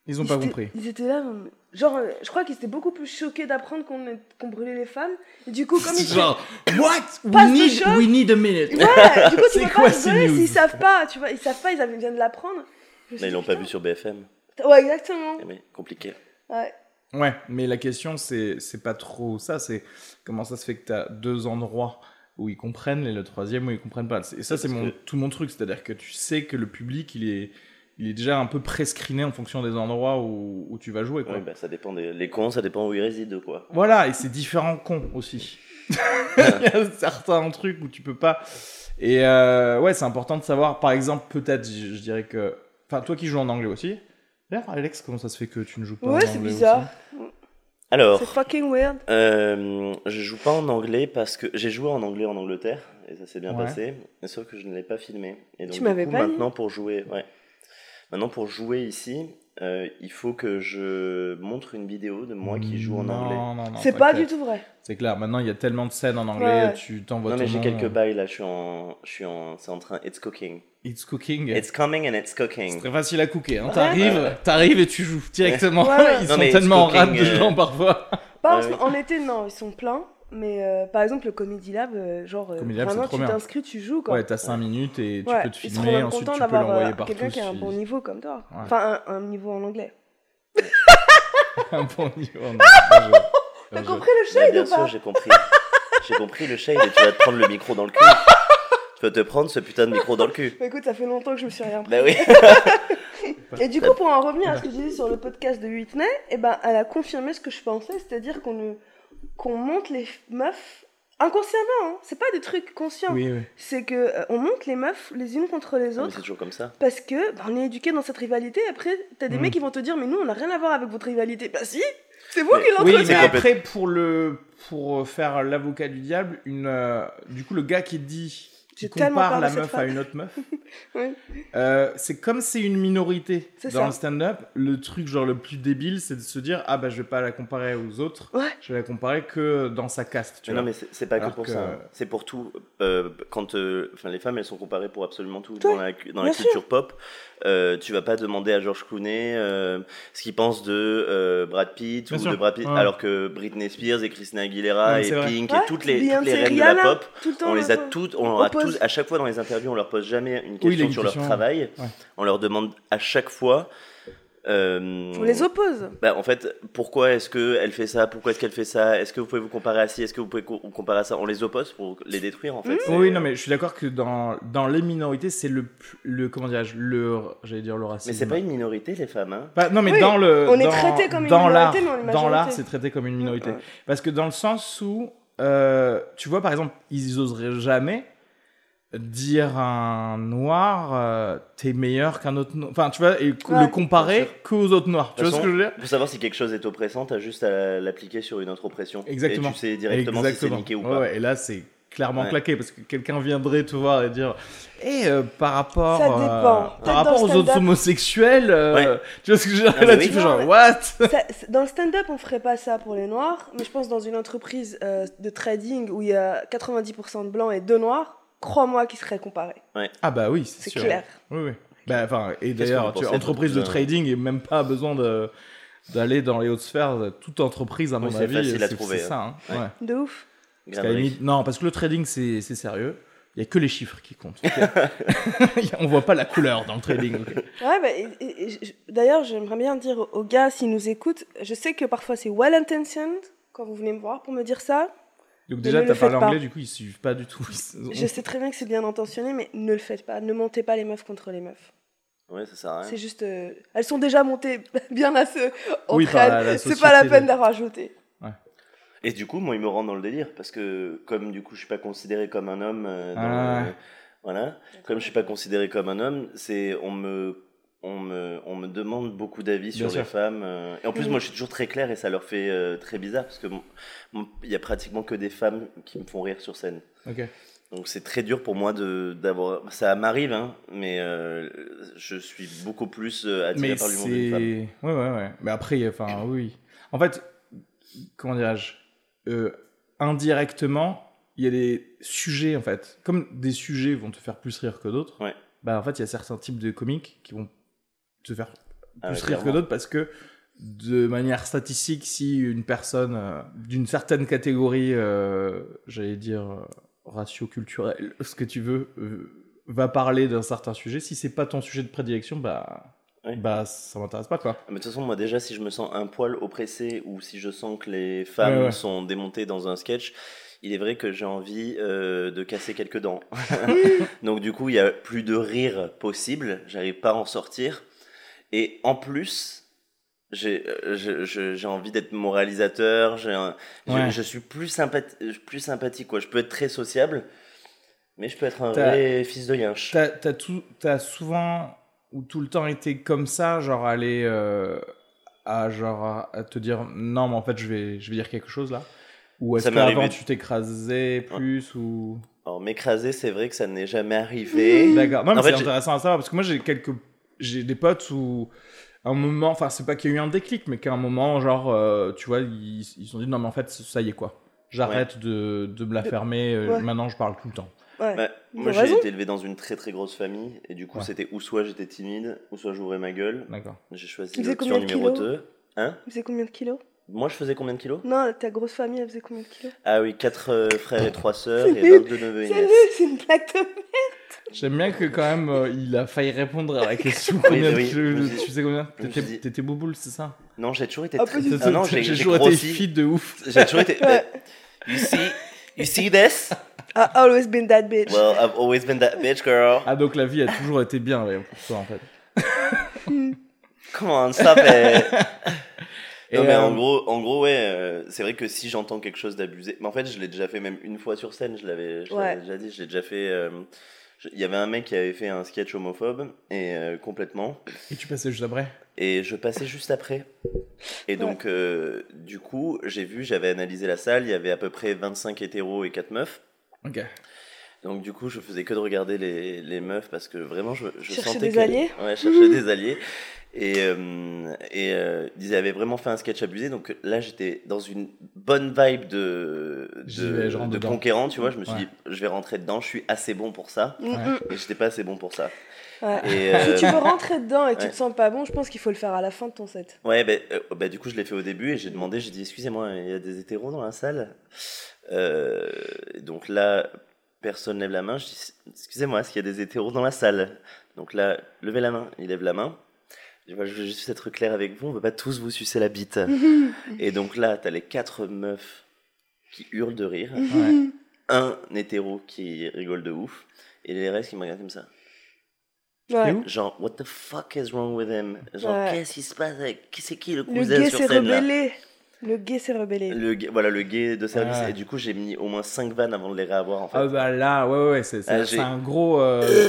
Ils ont pas
étaient-
compris.
Ils étaient là. euh, Genre, euh, je crois qu'ils étaient beaucoup plus choqués d'apprendre qu'on qu'on brûlait les femmes. Et du coup, comme ils.
what
Passe le choc.
need a minute.
Ouais, du coup, tu
C'est
peux
quoi
pas
ces
rigoler
news
s'ils savent pas, tu vois. Ils savent pas, ils avaient- viennent de l'apprendre. Je me suis
Mais ils
dit,
l'ont pas
putain.
vu sur BFM.
Ouais, exactement.
Eh Mais compliqué.
Ouais.
Ouais, mais la question, c'est c'est pas trop ça, c'est comment ça se fait que t'as deux endroits où ils comprennent et le troisième où ils comprennent pas. Et ça, c'est mon, tout mon truc, c'est-à-dire que tu sais que le public, il est, il est déjà un peu prescriné en fonction des endroits où, où tu vas jouer. Quoi.
Ouais, bah, ça dépend des... Les cons, ça dépend où ils résident, quoi.
Voilà, et c'est différents cons aussi. Il y a certains trucs où tu peux pas. Et euh, ouais, c'est important de savoir, par exemple, peut-être, je, je dirais que. Enfin, toi qui joues en anglais aussi. D'ailleurs, Alex, comment ça se fait que tu ne joues pas en
Ouais,
anglais
c'est
aussi
bizarre.
Alors,
C'est fucking weird.
euh, je joue pas en anglais parce que j'ai joué en anglais en Angleterre et ça s'est bien
Ouais.
passé, sauf que je ne l'ai pas filmé. Et donc,
Tu
du
m'avais
coup,
pas dit.
maintenant pour jouer, ouais. Maintenant pour jouer ici, euh, il faut que je montre une vidéo de moi qui joue en
Non,
anglais.
non, non,
C'est pas
t'inquiète.
du tout vrai.
C'est clair, maintenant il y a tellement de scènes en anglais,
Ouais.
tu t'envoies
Non
ton
mais j'ai
nom,
quelques
euh,
bails là, je suis en, je suis en, c'est en train, it's cooking,
It's cooking.
it's coming and it's
C'est
cooking.
très facile à cooker. Hein.
Ouais.
T'arrives, t'arrives et tu joues directement.
Ouais, ouais.
Ils
Non,
sont
mais it's
tellement en rade
cooking,
de
euh,
gens parfois.
Pas en,
Ouais,
ce-
oui.
en été, non, ils sont pleins. Mais euh, par exemple, le Comedy Lab, euh, genre, euh,
Comedy Lab,
vraiment,
c'est trop
tu
bien.
t'inscris, tu joues. Quoi.
Ouais, t'as 5 minutes et tu
Ouais,
peux te
ils seront
filmer,
même
ensuite
contents
tu peux
d'avoir,
l'envoyer
euh,
partout.
Quelqu'un qui a un
si-
bon niveau comme toi.
Ouais.
Enfin, un, un niveau en anglais.
un Ah bon niveau, non, bien joué.
T'as
Bien joué.
compris le
Mais
shade
bien
ou pas
sûr, j'ai compris. j'ai compris le shade et tu vas te prendre le micro dans le cul. tu vas te prendre ce putain de micro dans le cul.
Bah, Écoute, ça fait longtemps que je me suis rien pris.
Bah oui.
Et du coup, pour en revenir à ce que je disais sur le podcast de Whitney, eh ben, elle a confirmé ce que je pensais, c'est-à-dire qu'on ne- qu'on monte les meufs inconsciemment. hein. C'est pas des trucs conscients.
Oui, oui.
C'est que euh, on monte les meufs les unes contre les
Ah, mais
autres.
c'est toujours comme ça.
Parce que bah, on est éduqué dans cette rivalité. Après, t'as
Hmm.
des
Mm.
mecs qui vont te dire mais nous on n'a rien à voir avec votre rivalité. Bah si, c'est vous
Mais-
qui l'entretenez.
Oui, mais
c'est complète-
après, pour, le, pour euh, faire l'avocat du diable, une, euh, du coup, le gars qui dit
J'ai
qu'il
tellement peur
compare
de
la
cette
meuf à
phrase.
une autre meuf,
Oui.
euh, c'est comme c'est une minorité
C'est
dans
ça.
le stand-up, le truc genre le plus débile, c'est de se dire Ah bah je vais pas la comparer aux autres,
Ouais.
je vais la comparer que dans sa caste. Tu
Mais
vois.
non, mais c'est c'est pas que
Alors
pour
que-
ça. hein. C'est pour tout. Euh, quand, euh, enfin, les femmes, elles sont comparées pour absolument tout.
Toi,
dans la, cu- dans la
bien sûr.
culture pop, euh, tu vas pas demander à George Clooney euh, ce qu'il pense de euh, Brad Pitt
Bien
ou
sûr.
de Brad Pitt,
Ouais.
alors que Britney Spears et Christina Aguilera
Ouais,
et
c'est vrai.
Pink
Ouais,
et toutes les, toutes
Beyoncé,
les reines de la
Rihanna,
pop,
tout le temps,
on les a
euh,
toutes, on leur a
pose.
tous, à chaque fois dans les interviews, on leur pose jamais une
Oui,
question
les
sur leur
questions,
travail.
ouais.
On leur demande à chaque fois. euh,
On les oppose.
bah, en fait, pourquoi est-ce qu'elle fait ça Pourquoi est-ce qu'elle fait ça Est-ce que vous pouvez vous comparer à ci Est-ce que vous pouvez co- vous comparer à ça On les oppose pour les détruire, en fait.
Mmh.
C'est- euh,
Oui, non, mais je suis d'accord que dans, dans les minorités, c'est le, p- le. Comment dirais-je le, J'allais dire le racisme.
Mais c'est pas une minorité, les femmes. Hein
Bah, non, mais
Oui,
dans le.
on est
dans-
traité comme une
dans
minorité,
l'art-
mais on est
Dans l'art,
majorité.
c'est traité comme une minorité.
Ouais.
Parce que dans le sens où, euh, tu vois, par exemple, ils oseraient jamais dire à un noir, euh, t'es meilleur qu'un autre noir. Enfin, tu vois, et co-
Ouais.
le comparer
Bien sûr.
qu'aux autres noirs. Tu
De
vois ce
toute
que je veux dire
Pour savoir si quelque chose est oppressant, t'as juste à l'appliquer sur une autre oppression.
Exactement.
Et tu sais directement si c'est niqué ou
Ouais,
pas.
ouais, et là, c'est clairement
Ouais.
claqué parce que quelqu'un viendrait te voir et dire et par rapport
Ça
euh,
dépend. Peut-être dans
par rapport
le
aux autres
stand-up.
homosexuels euh,
Ouais. Ah,
tu vois ce que je veux dire
mais
là
oui.
tu fais genre
Non, mais-
what
Ça- c'est- dans le stand-up, on ferait pas ça pour les noirs, mais je pense dans une entreprise euh, de trading où il y a 90% de blancs et 2 noirs, crois-moi qu'ils seraient comparés.
ah bah oui c'est
C'est
sûr
clair.
oui, oui. Bah, enfin et
Qu'est-ce que
d'ailleurs
vous
tu
pensez
vois,
de
entreprise
tout
de
ça
trading et même pas besoin de d'aller dans les hautes sphères toute entreprise à mon
Oui, c'est
avis
facile à trouver,
c'est ça hein.
Ouais.
Ouais.
De ouf.
Parce qu'à la
Grimeric.
limite- non, parce que le trading, c'est c'est sérieux. Il n'y a que les chiffres qui comptent. On voit pas la couleur dans le trading. ok.
Ouais, bah, et- et- et je- d'ailleurs, j'aimerais bien dire aux- aux gars s'ils nous écoutent, je sais que parfois c'est well intentioned quand vous venez me voir pour me dire ça.
Donc
Mais
déjà,
ne
tu as
le
parlé
faites pas.
anglais, du coup, ils suivent pas du tout. Ils-
Je sais très bien que c'est bien intentionné, mais ne le faites pas. Ne montez pas les meufs contre les meufs.
Ouais, ça sert à rien.
C'est juste. euh, elles sont déjà montées bien assez entre
Oui, par
bah,
la- la
elles. C'est pas la
société.
peine d'en rajouter.
Et du coup, moi, il me rend dans le délire parce que comme du coup, je suis pas considéré comme un homme. euh, dans
Ah.
le- Voilà. Comme je suis pas considéré comme un homme, c'est on me on me on me demande beaucoup d'avis sur
Bien sûr.
les femmes. euh, Et en plus,
Mhm.
moi, je suis toujours très clair et ça leur fait euh, très bizarre parce que mon- mon- il y a pratiquement que des femmes qui me font rire sur scène.
Ok.
Donc c'est très dur pour moi de d'avoir. Ça m'arrive, hein, mais euh, je suis beaucoup plus euh, attiré
Mais
par l'humour
c'est...
d'une femme.
Ouais, ouais, ouais. Mais après, enfin, oui. En fait, comment dirais-je Euh, Indirectement, il y a des sujets, en fait. Comme des sujets vont te faire plus rire que d'autres,
Ouais.
bah, en fait, il y a certains types de comiques qui vont te faire
Ah ouais,
plus rire que
clairement.
d'autres parce que de manière statistique, si une personne euh, d'une certaine catégorie, euh, j'allais dire euh, ratio culturel, ce que tu veux, euh, va parler d'un certain sujet, si c'est pas ton sujet de prédilection, bah,
Ouais.
bah ça m'intéresse pas quoi.
Ah, Mais de toute façon, moi déjà, si je me sens un poil oppressé ou si je sens que les femmes
Ouais, ouais.
sont démontées dans un sketch, il est vrai que j'ai envie euh, de casser quelques dents. Donc du coup, il y a plus de rire possible. J'arrive pas à en sortir. Et en plus, j'ai euh, je- je- j'ai envie d'être moralisateur. j'ai un- je-
Ouais.
je, suis plus, sympathi- plus sympathique. Quoi. Je peux être très sociable, mais je peux être un
T'as-
vrai fils de yinche.
T'as t'as tout- t'as souvent ou tout le temps été comme ça, genre aller euh, à genre à, à te dire non mais en fait je vais je vais dire quelque chose là. Ou est-ce
Ça m'est
qu'avant
arrivé.
tu t'écrasais plus ou
Alors m'écraser, c'est vrai que ça n'est jamais arrivé.
D'accord. Non, mais
En fait,
c'est
j'ai-
intéressant à savoir parce que moi j'ai quelques j'ai des potes où à un moment, enfin c'est pas qu'il y a eu un déclic, mais qu'à un moment genre euh, tu vois ils ils se sont dit non mais en fait ça y est quoi. J'arrête de, de me la
De-
fermer, euh,
ouais.
maintenant je parle tout le temps.
Ouais.
Bah,
Ils
moi,
ont
j'ai
raison.
été élevé dans une très très grosse famille et du coup,
Ouais.
c'était ou soit j'étais timide, ou soit j'ouvrais ma gueule.
D'accord.
J'ai choisi
Tu faisais
l'option
combien de
numéro
kilos
2. Hein
Vous faisiez combien de kilos
Moi, je faisais combien de kilos
Non, ta grosse famille, elle faisait combien de kilos
Ah oui, 4 frères et 3 sœurs
C'est
et 22 neveux et
C'est nul,
nièces.
c'est une blague de.
J'aime bien que quand même euh, il a failli répondre à la question
Oui,
combien de
oui,
kilos-
je me suis-
tu sais combien
je me
T'étais-
suis dit-
T'étais bouboule, c'est ça
Non, j'ai toujours été
Ah,
très.
peut-être.
Ah non, j'ai
J'ai
j'ai
toujours été
grossi.
fit de ouf.
J'ai toujours été.
Ouais.
You see, you see this
I've Ah, always been that bitch.
Well, I've always been that bitch girl.
Ah donc la vie a toujours été bien ouais, pour toi en fait.
Mm,
Come on, stop it. Non,
Et,
mais
euh,
en gros, en gros, ouais, euh, c'est vrai que si j'entends quelque chose d'abusé, mais en fait, je l'ai déjà fait même une fois sur scène, je l'avais je
Ouais.
l'avais déjà dit, je l'ai déjà fait. euh, je- Il y avait un mec qui avait fait un sketch homophobe, et euh, complètement,
Et tu passais juste après
et je passais juste après. Et donc, euh, du coup, j'ai vu, j'avais analysé la salle, il y avait à peu près 25 hétéros et 4 meufs.
Ok.
Donc du coup, je faisais que de regarder les, les meufs parce que vraiment, je, je
Chercher
sentais
des
que-
alliés
Ouais, chercher des alliés. Et, euh, et euh, ils avaient vraiment fait un sketch abusé. Donc là, j'étais dans une bonne vibe de
J'y
de,
vais, je rentre
de
dedans.
conquérant, tu vois. Je me suis
Ouais.
dit, je vais rentrer dedans. Je suis assez bon pour ça.
Mm,
Ouais.
mm,
Et j'étais pas assez bon pour ça.
ouais.
Et
Si
euh,
tu veux rentrer dedans et que
ouais.
tu te sens pas bon, je pense qu'il faut le faire à la fin de ton set.
Ouais, bah, euh, bah, du coup, je l'ai fait au début et j'ai demandé, j'ai dit, excusez-moi, il y a des hétéros dans la salle Euh, et Donc là, personne lève la main. Je dis, excusez-moi, est-ce qu'il y a des hétéros dans la salle Donc là, levez la main. Il lève la main. Je dis, Voilà, je veux juste être clair avec vous, on va pas tous vous sucer la bite. et donc là, t'as les quatre meufs qui hurlent de rire,
Ouais.
un hétéro qui rigole de ouf, et les restes qui me regardent comme ça.
Ouais.
où
Genre, what the fuck is wrong with him Genre,
Ouais.
qu'est-ce qui se passe avec- C'est qui le
Le
cousin
gay
sur
s'est
scène là
rebellé. Le gay s'est rebellé.
Le, gay- voilà, le gay de service.
Ah.
Et du coup, j'ai mis au moins 5 vannes avant de les réavoir, en fait.
Ah bah là, ouais, ouais, c'est c'est-
Ah, j'ai-
c'est un gros. euh,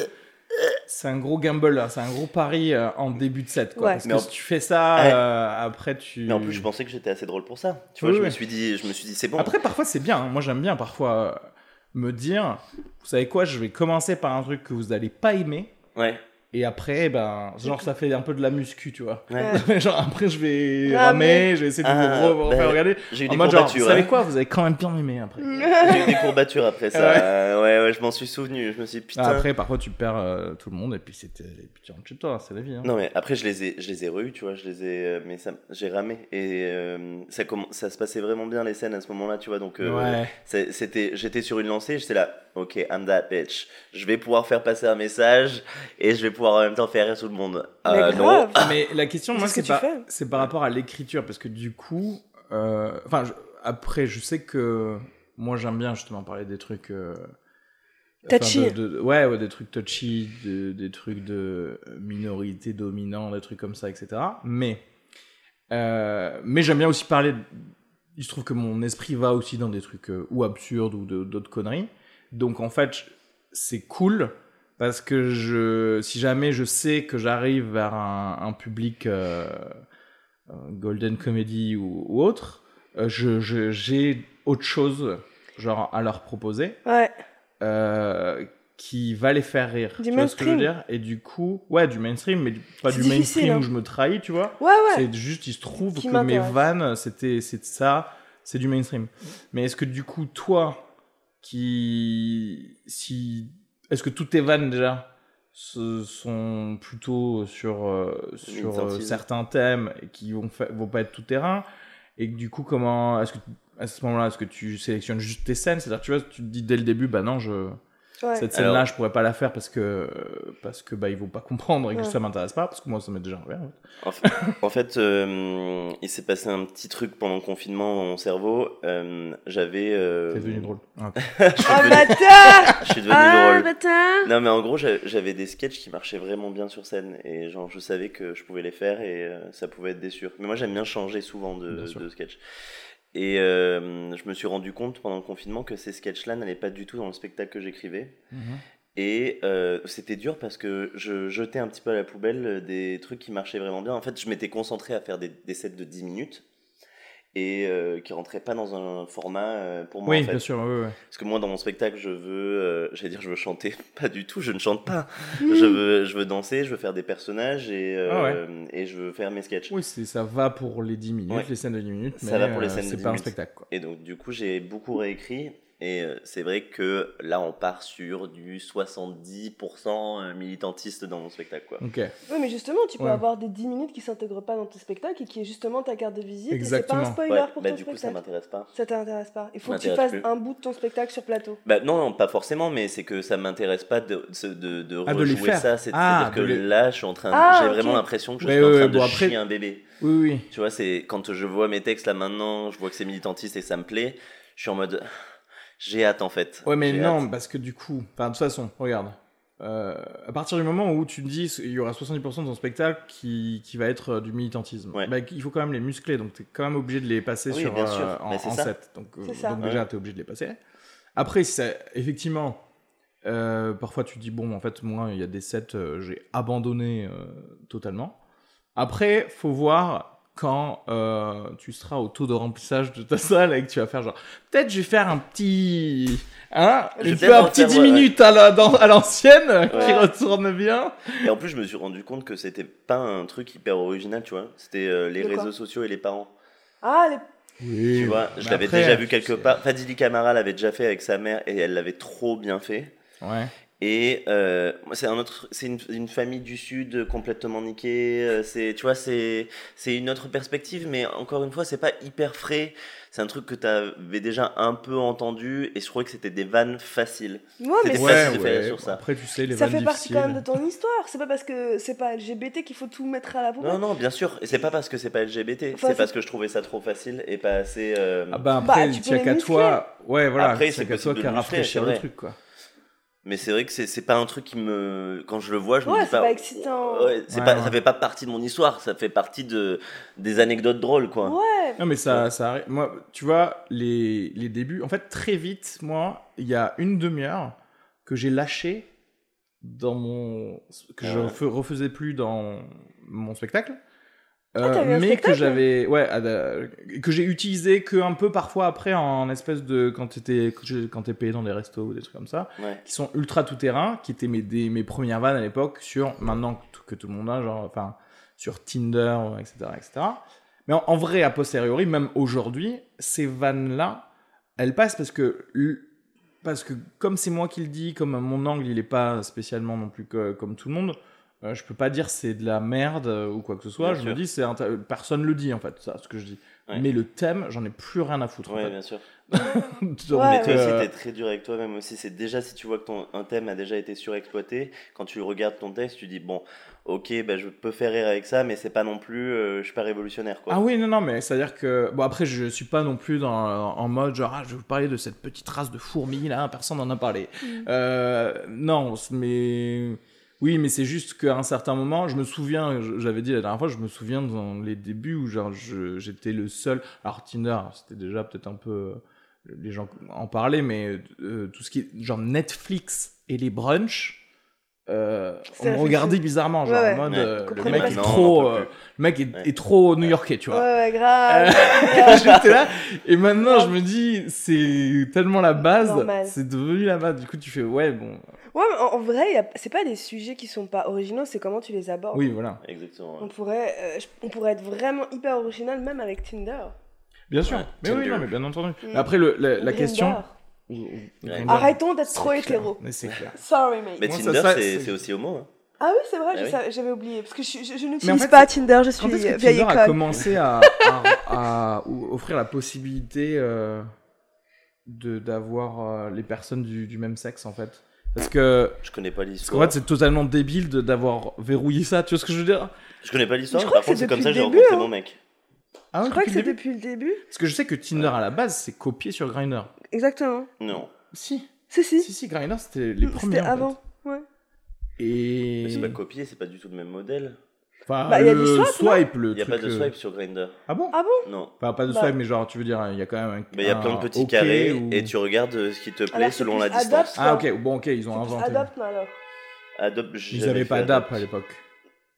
c'est un gros gamble, là, c'est un gros pari euh, en début de set. Quoi,
Ouais.
Parce
Mais
que
en-
si tu fais ça,
Ouais.
euh, après tu.
Mais en plus, je pensais que j'étais assez drôle pour ça. Tu
Oui,
vois, je, Me
oui.
suis dit, je me suis dit, c'est bon.
Après, parfois, c'est bien. hein. Moi, j'aime bien parfois euh, me dire vous savez quoi, je vais commencer par un truc que vous n'allez pas aimer.
Ouais.
Et après, ben, genre, ça fait un peu de la muscu, tu vois.
ouais.
Ouais.
genre, après, je vais
Ah, mais-
ramer, je vais essayer de
Ah,
vous re-
bah,
refaire regarder.
J'ai eu
En
des
mode, genre, vous
courbatures. hein.
savez quoi, vous avez quand même bien aimé après.
Mm.
J'ai eu des courbatures après ça.
Ouais.
Euh, Ouais, ouais, je m'en suis souvenu. Je me suis dit, putain.
Ah, Après, parfois, tu perds euh, tout le monde et puis, c'était- et puis tu rentres chez toi, c'est la vie. hein.
Non, mais après, je les ai, je les ai reus, tu vois. Je les ai, euh, mais ça, j'ai ramé. Et euh, ça, comm- ça se passait vraiment bien les scènes à ce moment-là, tu vois. Donc, euh,
ouais.
c'est- c'était, j'étais sur une lancée. J'étais là, ok, I'm that bitch. Je vais pouvoir faire passer un message et je vais pouvoir en même temps faire rire tout le monde.
Mais
Euh, non.
grave.
Mais la question, moi,
Ah. Qu'est-ce que tu
c'est par,
fais
c'est par rapport à l'écriture, parce que du coup, euh, enfin, je- après, je sais que moi, j'aime bien justement parler des trucs. euh, enfin,
Touchy.
de- de- ouais, ouais, des trucs touchy, de- des trucs de euh, minorité dominant, des trucs comme ça, etc. Mais, euh, mais j'aime bien aussi parler. de- Il se trouve que mon esprit va aussi dans des trucs euh, ou absurdes ou de- d'autres conneries. Donc en fait, je- c'est cool parce que je, si jamais je sais que j'arrive vers un, un public euh, euh, golden comedy ou, ou autre, euh, je- je- j'ai autre chose genre à leur proposer
Ouais,
euh, qui va les faire rire.
Du
tu vois ce que je veux
mainstream.
dire Et du coup, ouais, du mainstream, mais du- pas
C'est
du
difficile,
mainstream
hein.
où je me trahis, tu vois.
ouais, ouais.
C'est juste, il se trouve
Qui
que mes
m'intéresse.
vannes, c'était c'est ça, c'est du mainstream. Mais est-ce que du coup, toi, qui. Si. Est-ce que toutes tes vannes déjà se- sont plutôt sur, euh, sur euh,
sortie.
certains thèmes et qui vont, fa- vont pas être tout terrain Et que du coup, comment. Est-ce que à ce moment-là, est-ce que tu sélectionnes juste tes scènes C'est-à-dire, tu vois, tu te dis dès le début, bah non, je
ouais.
cette scène-là,
Alors-
je pourrais pas la faire parce que parce que bah ils vont pas comprendre et que
Ouais.
ça m'intéresse pas parce que moi ça m'est déjà arrivé. hein.
En fait, en fait, euh, il s'est passé un petit truc pendant le confinement dans mon cerveau. Euh, j'avais. euh,
C'est devenu drôle. Ah,
je suis
Ah,
devenu-
bâtard
je suis devenu
Ah,
drôle.
bâtard
Non, mais en gros, j'a- j'avais des sketchs qui marchaient vraiment bien sur scène. Et genre, je savais que je pouvais les faire et euh, ça pouvait être des sûrs. Mais moi, j'aime bien changer souvent de,
Bien sûr.
de sketch. Et euh, je me suis rendu compte pendant le confinement que ces sketchs-là n'allaient pas du tout dans le spectacle que j'écrivais.
Mhm.
Et euh, c'était dur parce que je jetais un petit peu à la poubelle euh, des trucs qui marchaient vraiment bien. En fait, je m'étais concentré à faire des, des sets de 10 minutes et euh, qui rentraient pas dans un format euh, pour moi.
Oui,
en fait.
bien sûr. ouais, ouais, ouais.
Parce que moi, dans mon spectacle, je veux, euh, j'allais dire, je veux chanter. Pas du tout, je ne chante pas.
Hmm.
Je veux, je veux danser, je veux faire des personnages et, euh,
Mm. Ah
et je veux faire mes sketchs.
Oui, c'est ça va pour les 10 minutes,
Ouais.
les scènes de 10 minutes,
Ça va
mais
pour les
euh,
scènes de
c'est
10
pas un
minutes.
spectacle quoi.
Et donc, du coup, j'ai beaucoup réécrit. Et euh, c'est vrai que là, on part sur du 70% euh, militantiste dans mon spectacle, quoi.
Ok.
Oui, mais justement, tu peux
Ouais.
avoir des 10 minutes qui s'intègrent pas dans ton spectacle et qui est justement ta carte de visite. et C'est pas
Exactement.
un spoiler
Ouais,
pour
bah,
ton
du coup, ça
spectacle.
m'intéresse pas.
ça t'intéresse pas. Il faut que tu
M'intéresse
fasses
plus.
un bout de ton spectacle sur plateau.
Bah, non, non, pas forcément, mais c'est que ça m'intéresse pas de, de, de, de
Ah, de les
rejouer
faire.
ça. C'est-
Ah,
C'est-à-dire que
de les-
là, je suis en train, de-
Ah,
j'ai
ok.
vraiment l'impression que je
Ouais,
suis en
ouais,
train
ouais,
de
bon,
chier
après-
un bébé.
Oui, oui.
Tu vois, c'est quand je vois mes textes là maintenant, je vois que c'est militantiste et ça me plaît, je suis en mode j'ai hâte en fait.
Ouais, mais
J'ai
non,
hâte.
parce que du coup, enfin, de toute façon, regarde. Euh, à partir du moment où tu te dis il y aura 70% de ton spectacle qui, qui va être euh, du militantisme,
Ouais.
bah, il faut quand même les muscler, donc tu es quand même obligé de les passer
Oui,
sur,
bien
euh,
sûr,
en,
mais c'est
en
ça.
set. Donc, euh,
C'est ça.
donc déjà, tu es obligé de les passer. Après, si ça- effectivement, euh, parfois tu te dis bon, en fait, moi, il y a des sets, euh, j'ai abandonné euh, totalement. Après, faut voir quand euh, tu seras au taux de remplissage de ta salle et que tu vas faire genre peut-être je vais faire un petit hein
Je vais
un
peut-être en
petit
faire,
10
ouais, ouais.
minutes à la- dans- à l'ancienne euh, qui
Ouais.
retourne bien
Et en plus, je me suis rendu compte que c'était pas un truc hyper original, tu vois. C'était euh, les
De quoi
réseaux sociaux et les parents.
Ah, les...
oui
Tu vois, je l'avais déjà vu quelque part. Fadili Camara l'avait déjà fait avec sa mère et elle l'avait trop bien fait.
ouais
Et euh, moi, c'est un autre, c'est une, une famille du sud complètement niquée. euh, C'est, tu vois, c'est, c'est une autre perspective, mais encore une fois, c'est pas hyper frais. C'est un truc que t'avais déjà un peu entendu, et je trouvais que c'était des vannes faciles.
Ouais, mais
C'était
ça-
Ouais, facile de faire sur ça.
après tu sais les
ça
vannes
fait partie quand même de
difficiles.
ton histoire. C'est pas parce que c'est pas LGBT qu'il faut tout mettre à la poubelle.
Non, non, bien sûr. Et c'est pas parce que c'est pas LGBT.
Enfin,
c'est
c'est-
parce que je trouvais ça trop facile et pas assez. euh,
ah bah
Bah,
après
tu
il
peux
n'y a
les
qu'à toi ouais voilà
Après,
il
c'est
n'y a qu'à
possible
toi
de
qu'à
le muscler, c'est
rafraîchir le
vrai.
truc quoi
Mais c'est vrai que c'est, c'est pas un truc qui me, quand je le vois, je me
Ouais,
dis
c'est
pas.
pas excitant.
Ouais, c'est
Ouais,
pas,
ouais.
ça fait pas partie de mon histoire. Ça fait partie de des anecdotes drôles, quoi.
Ouais,
Non, mais ça, ça arrive. Moi, tu vois, les, les débuts, en fait, très vite, moi, il y a une demi-heure que j'ai lâché dans mon. que je
Ouais.
refais- refaisais plus dans mon spectacle. euh,
Ah, t'avais un
mais que
spectacle hein
j'avais ouais à la- que j'ai utilisé que un peu parfois après en espèce de quand t'étais quand t'es payé dans des restos ou des trucs comme ça
Ouais.
qui sont ultra tout terrain, qui étaient mes, des- mes premières vannes à l'époque sur maintenant que tout, que tout le monde a, genre enfin sur Tinder, euh, etc., etc. Mais en, en vrai, a posteriori, même aujourd'hui, ces vannes là, elles passent parce que l- parce que comme c'est moi qui le dis, comme mon angle il est pas spécialement non plus que- comme tout le monde. euh, je peux pas dire c'est de la merde euh, ou quoi que ce soit.
Bien
je
sûr.
me dis c'est un ta- personne le dit en fait ça ce que je dis.
Ouais.
Mais le thème j'en ai plus rien à foutre. en
Ouais,
fait.
bien sûr.
Donc,
Ouais,
mais toi
euh,
aussi, t'es très dur avec toi-même aussi. C'est déjà si tu vois que ton un thème a déjà été surexploité, quand tu regardes ton texte, tu dis bon, ok, bah, je peux faire rire avec ça, mais c'est pas non plus, euh, je suis pas révolutionnaire quoi.
Ah oui, non, non, mais c'est-à-dire que... Bon, après, je suis pas non plus dans, en mode genre, ah, je vais vous parler de cette petite race de fourmis, là, personne n'en a parlé.
Mm.
Euh, non, c- mais... Oui, mais c'est juste qu'à un certain moment, je me souviens, je- j'avais dit la dernière fois, je me souviens dans les débuts où genre je- j'étais le seul... Alors, Tinder, c'était déjà peut-être un peu... Les gens en parlaient, mais euh, tout ce qui est genre Netflix et les brunchs, euh,
C'est
on me
réfléchi.
regardait bizarrement, genre
Ouais, ouais.
en mode
Ouais,
euh, le
complètement.
mec est
Maintenant, on
trop...
en peut
euh,
plus.
le mec est,
Ouais.
est trop new-yorkais, tu
Ouais,
vois.
ouais, grave.
Euh, J'étais là. Et maintenant, je me dis, c'est tellement la base.
Normal.
C'est devenu la base. Du coup, tu fais, ouais, bon.
Ouais, mais en, en vrai, y a- c'est pas des sujets qui sont pas originaux, c'est comment tu les abordes.
Oui, voilà.
Exactement.
On pourrait, euh, je- on pourrait être vraiment hyper original, même avec Tinder.
Bien sûr.
Ouais,
mais oui,
Tinder.
non, mais bien entendu.
Mm.
Mais Après, le, la, la
Grindr.
question.
Arrêtons d'être
C'est
trop
clair.
hétéro.
Mais c'est clair.
Sorry, mate.
Mais
Moi, ça,
Tinder,
ça,
c'est
c'est-
c'est aussi homo. Hein.
Ah oui, c'est vrai,
Ah
je
oui.
savais- j'avais oublié. Parce que je, je- je
Mais en
n'utilise
fait,
pas Tinder, je suis
Quand est-ce que
euh, vieille
Tinder a
école.
commencé à, à- à ou- offrir la possibilité euh, de d'avoir euh, les personnes du, du même sexe, en fait Parce que.
Je connais pas
Parce qu'en
l'histoire.
fait, c'est totalement débile de- d'avoir verrouillé ça. Tu vois ce que je veux dire
Je connais pas
Je
l'histoire.
crois
Par
que
contre,
c'est
c'est comme
depuis
ça que
le
j'ai
début,
rencontré
hein.
mon mec.
Ah,
Je crois que c'est depuis le début.
Parce que je sais que Tinder à la base c'est copié sur Grindr.
Exactement.
Non.
Si,
Si, si.
si, si, Grindr c'était les
Mm,
premiers.
C'était
en fait.
avant. Ouais.
Et.
Mais C'est pas copié, c'est pas du tout le même modèle.
Enfin,
Bah, y a
le
du swipe, non
swipe, le
Il y a
truc,
pas de
euh,
swipe sur Grinder.
Ah bon
Ah bon
Non.
Enfin, pas de
Bah.
swipe, mais genre, tu veux dire, il y a quand même un.
Mais il y a
un
plein de petits
Ah, OK
carrés
ou-
et tu regardes euh, ce qui te plaît
Alors, c'est plus
selon la
adapte.
distance.
Ah, ok, bon, ok, ils ont inventé.
Adopte, non, alors.
Adobe, j'ai
Ils
jamais
avaient
fait
pas d'app
Adobe.
à l'époque.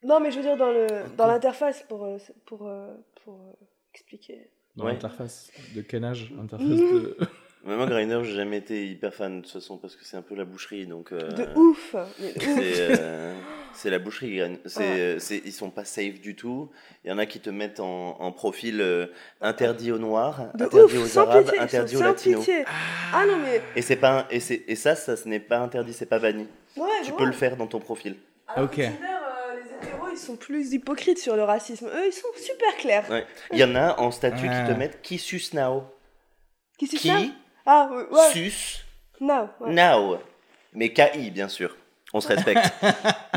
Non, mais je veux dire dans
Ah,
le dans l'interface pour euh, c'est- pour euh, pour euh, expliquer.
Dans
Ouais.
l'interface de canage, interface
Mhm.
de.
Mais Moi, Grinder, j'ai jamais été hyper fan de toute façon parce que c'est un peu la boucherie. Donc, euh,
De ouf. mais de ouf.
C'est euh, c'est la boucherie. Grind- C'est, euh, c'est- ils sont pas safe du tout. Il y en a qui te mettent en, en profil euh, interdit aux noirs,
De
interdit
ouf,
aux
sans
arabes,
pitié, ils sont
interdit aux
sans
latinos.
pitié. Ah non mais
Et c'est pas un- et c'est et ça, ça ce n'est pas interdit, c'est pas banni.
ouais,
Ah,
Ah
Tu
ouais.
peux le faire dans ton profil.
Alors que
Ok.
Tinder, euh, les hétéros, ils sont plus hypocrites sur le racisme. Eux, ils sont super clairs.
Ouais. Il y en a en statut
Ah.
qui te mettent qui suce now.
Qui c'est ça
Qui
Ah ouais, ouais.
suce
Non, ouais.
now. Mais KI bien sûr. On se respecte.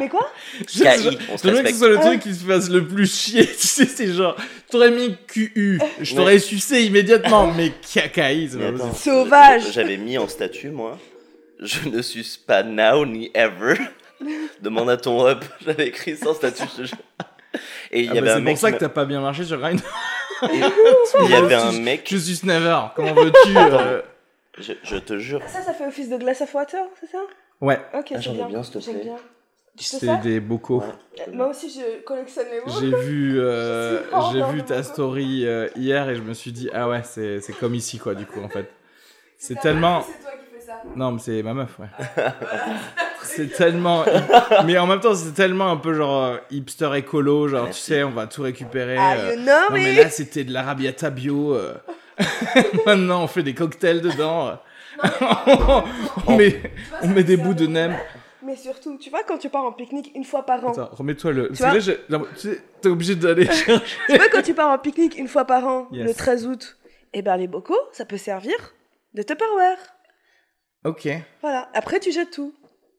Mais quoi
KI, on se
C'est bien que ce
respecte.
soit le
Ah.
truc qui se fasse le plus chier, tu sais, c'est genre, t'aurais mis QU, je t'aurais sucé immédiatement, mais KKI, c'est
Mais
pas
attends,
possible.
Sauvage.
je- J'avais mis en statut, moi. Je ne suce pas now ni ever. Demande à ton up. J'avais écrit sans statut. je te jure. Et il
Ah
y avait
bah,
un
C'est
mec.
pour ça
qui
que t'as pas bien marché sur Grindr.
m'a- Il y avait un mec.
Je suis Snaver, comment veux-tu euh,
Je, je te jure.
Ah, Ça, ça fait office de glace à water, c'est ça
Ouais,
Ok,
Ah, j'en
c'est
ai
bien.
bien, s'il te
J'aime
plaît.
bien. Tu sais
c'est
ça
des bocaux.
Ouais.
Euh, Moi aussi, je collectionne les mots.
J'ai vu, euh,
Je suis pas
j'ai
encore
vu
de
ta
bocaux.
story euh, hier et je me suis dit, ah ouais, c'est c'est comme ici, quoi, du coup, en fait. C'est tellement.
Ah, C'est toi qui fais ça.
Non, mais c'est ma meuf, ouais. c'est tellement. Mais en même temps, c'est tellement un peu genre euh, hipster écolo, genre,
Merci.
tu sais, on va tout récupérer.
Ah,
euh,
you know
Non, mais
me
là, c'était de l'arabiata bio. euh. Maintenant, on fait des cocktails dedans. euh. on, met, on met des bouts de nem.
Mais surtout, tu vois, quand tu pars en pique-nique une fois par an,
Attends, remets-toi le.
Tu
parce que là, j'ai- non, tu sais, t'es obligé d'aller chercher.
tu vois, quand tu pars en pique-nique une fois par an,
Yes.
le 13 août, et ben les bocaux, ça peut servir de Tupperware.
Ok.
Voilà. Après, tu jettes tout.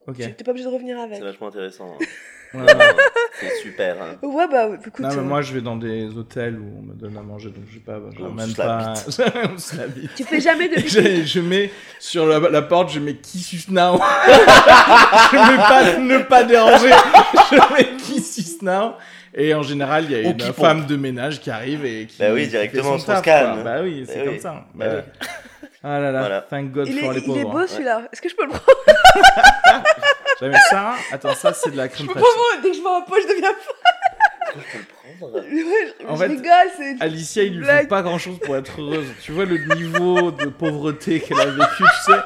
Ok.
Tu- T'es pas obligé de revenir avec.
C'est vachement intéressant. hein.
Ouais,
Non,
ouais.
non, c'est super. hein.
Ouais, bah écoute.
Non, mais
euh,
moi je vais dans des hôtels où on me donne à manger, donc je sais pas, bah, je
On
ramène
se la
pas. On se la bite.
Tu fais jamais de.
Et Je, je mets sur la, la porte, je mets qui suce now. je mets pas ne pas déranger. Je mets qui suce now. Et en général, il y a
Ou
une
qui pompe.
femme de ménage qui arrive et qui.
Bah oui,
qui fait
directement, on
son
se
taf,
calme.
quoi. Bah oui, c'est
Bah
comme
oui.
ça.
Bah
Bah oui. Ah là là,
Voilà.
thank God
Il
for
est,
les
il
pauvres.
est beau
hein.
celui-là. Est-ce que je peux le prendre
J'avais ça. Attends, ça c'est de la
Je
crème
peux
fraîche.
pas moi, Dès que je vois un pot, je deviens fou.
Est-ce que je peux le prendre
Ouais, je
En
je
fait,
rigole, c'est.
Alicia, il lui
Blague.
faut pas grand chose pour être heureuse. Tu vois le niveau de pauvreté qu'elle a vécu, tu sais.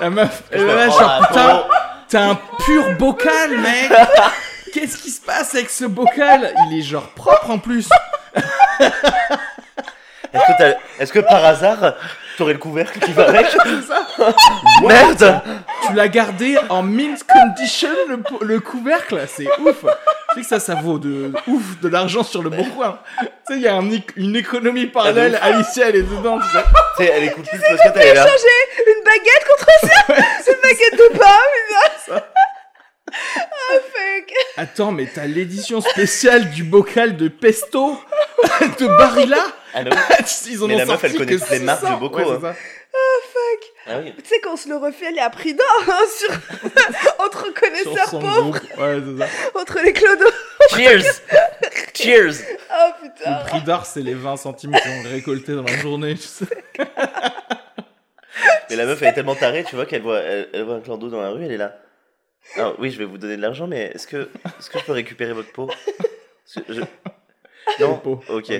La meuf, elle est là,
Oh,
genre,
la
putain,
pauvre.
T'as un pur bocal, mec Qu'est-ce qui se passe avec ce bocal Il est genre propre en plus
Est-ce que, t'as- est-ce que par hasard, t'aurais le couvercle qui va avec Merde
Tu l'as gardé en mint condition, le, po- le couvercle C'est ouf Tu sais que ça, ça vaut de ouf de l'argent sur le bon coin Tu sais, il y a un éc- une économie parallèle,
Ah,
Alicia, elle est dedans, tu sais.
Tu sais, elle écoute plus parce que t'es là.
Une baguette contre ça C'est une baguette de pommes Ah, fuck
Attends, mais t'as l'édition spéciale du bocal de pesto de Barilla
Ah, bah oui.
Ils en
Mais
ont
la meuf,
sorti
elle connaît
que
toutes les marques de
600.
bocaux,
Ouais, c'est
hein.
ça.
Ah oui.
Tu sais qu'on se le refait, elle est à prix d'or hein, sur... entre
Sur
connaisseurs
son
pauvres,
groupe. Ouais, c'est ça.
entre les clodos.
Cheers Cheers
Oh
Le
putain
prix d'or, c'est les 20 centimes qu'on récoltait dans la journée. tu sais.
Mais la meuf, elle est tellement tarée, tu vois, qu'elle voit, elle, elle voit un clan d'eau dans la rue, elle est là. Alors oui, je vais vous donner de l'argent, mais est-ce que, est-ce que je peux récupérer votre pot Parce que je- Non
Le pot.
Ok.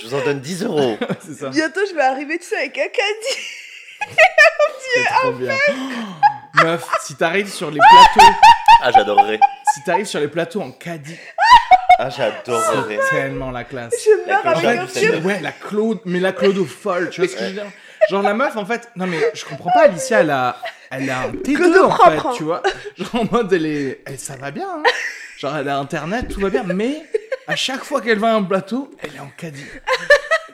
Je vous en donne 10 euros.
C'est ça.
Bientôt je vais arriver tu sais avec un caddie
C'est trop bien. Oh, Meuf, si t'arrives sur les plateaux,
Ah, j'adorerais.
si t'arrives sur les plateaux en caddie,
Ah, j'adorerais.
c'est tellement la classe.
Je meurs
D'accord,
avec
j'arrive,
un
ça
tu sais,
vieux
me-
ouais, la Claude, mais la Claude au folle, tu vois ce que je veux dire Genre la meuf, en fait, non mais je comprends pas, Alicia, elle a, elle a un T2
Claude
en
propre, hein.
fait, tu vois Genre en mode, elle est, elle- ça va bien, hein. genre elle a internet, tout va bien, mais à chaque fois qu'elle va à un plateau, elle est en caddie.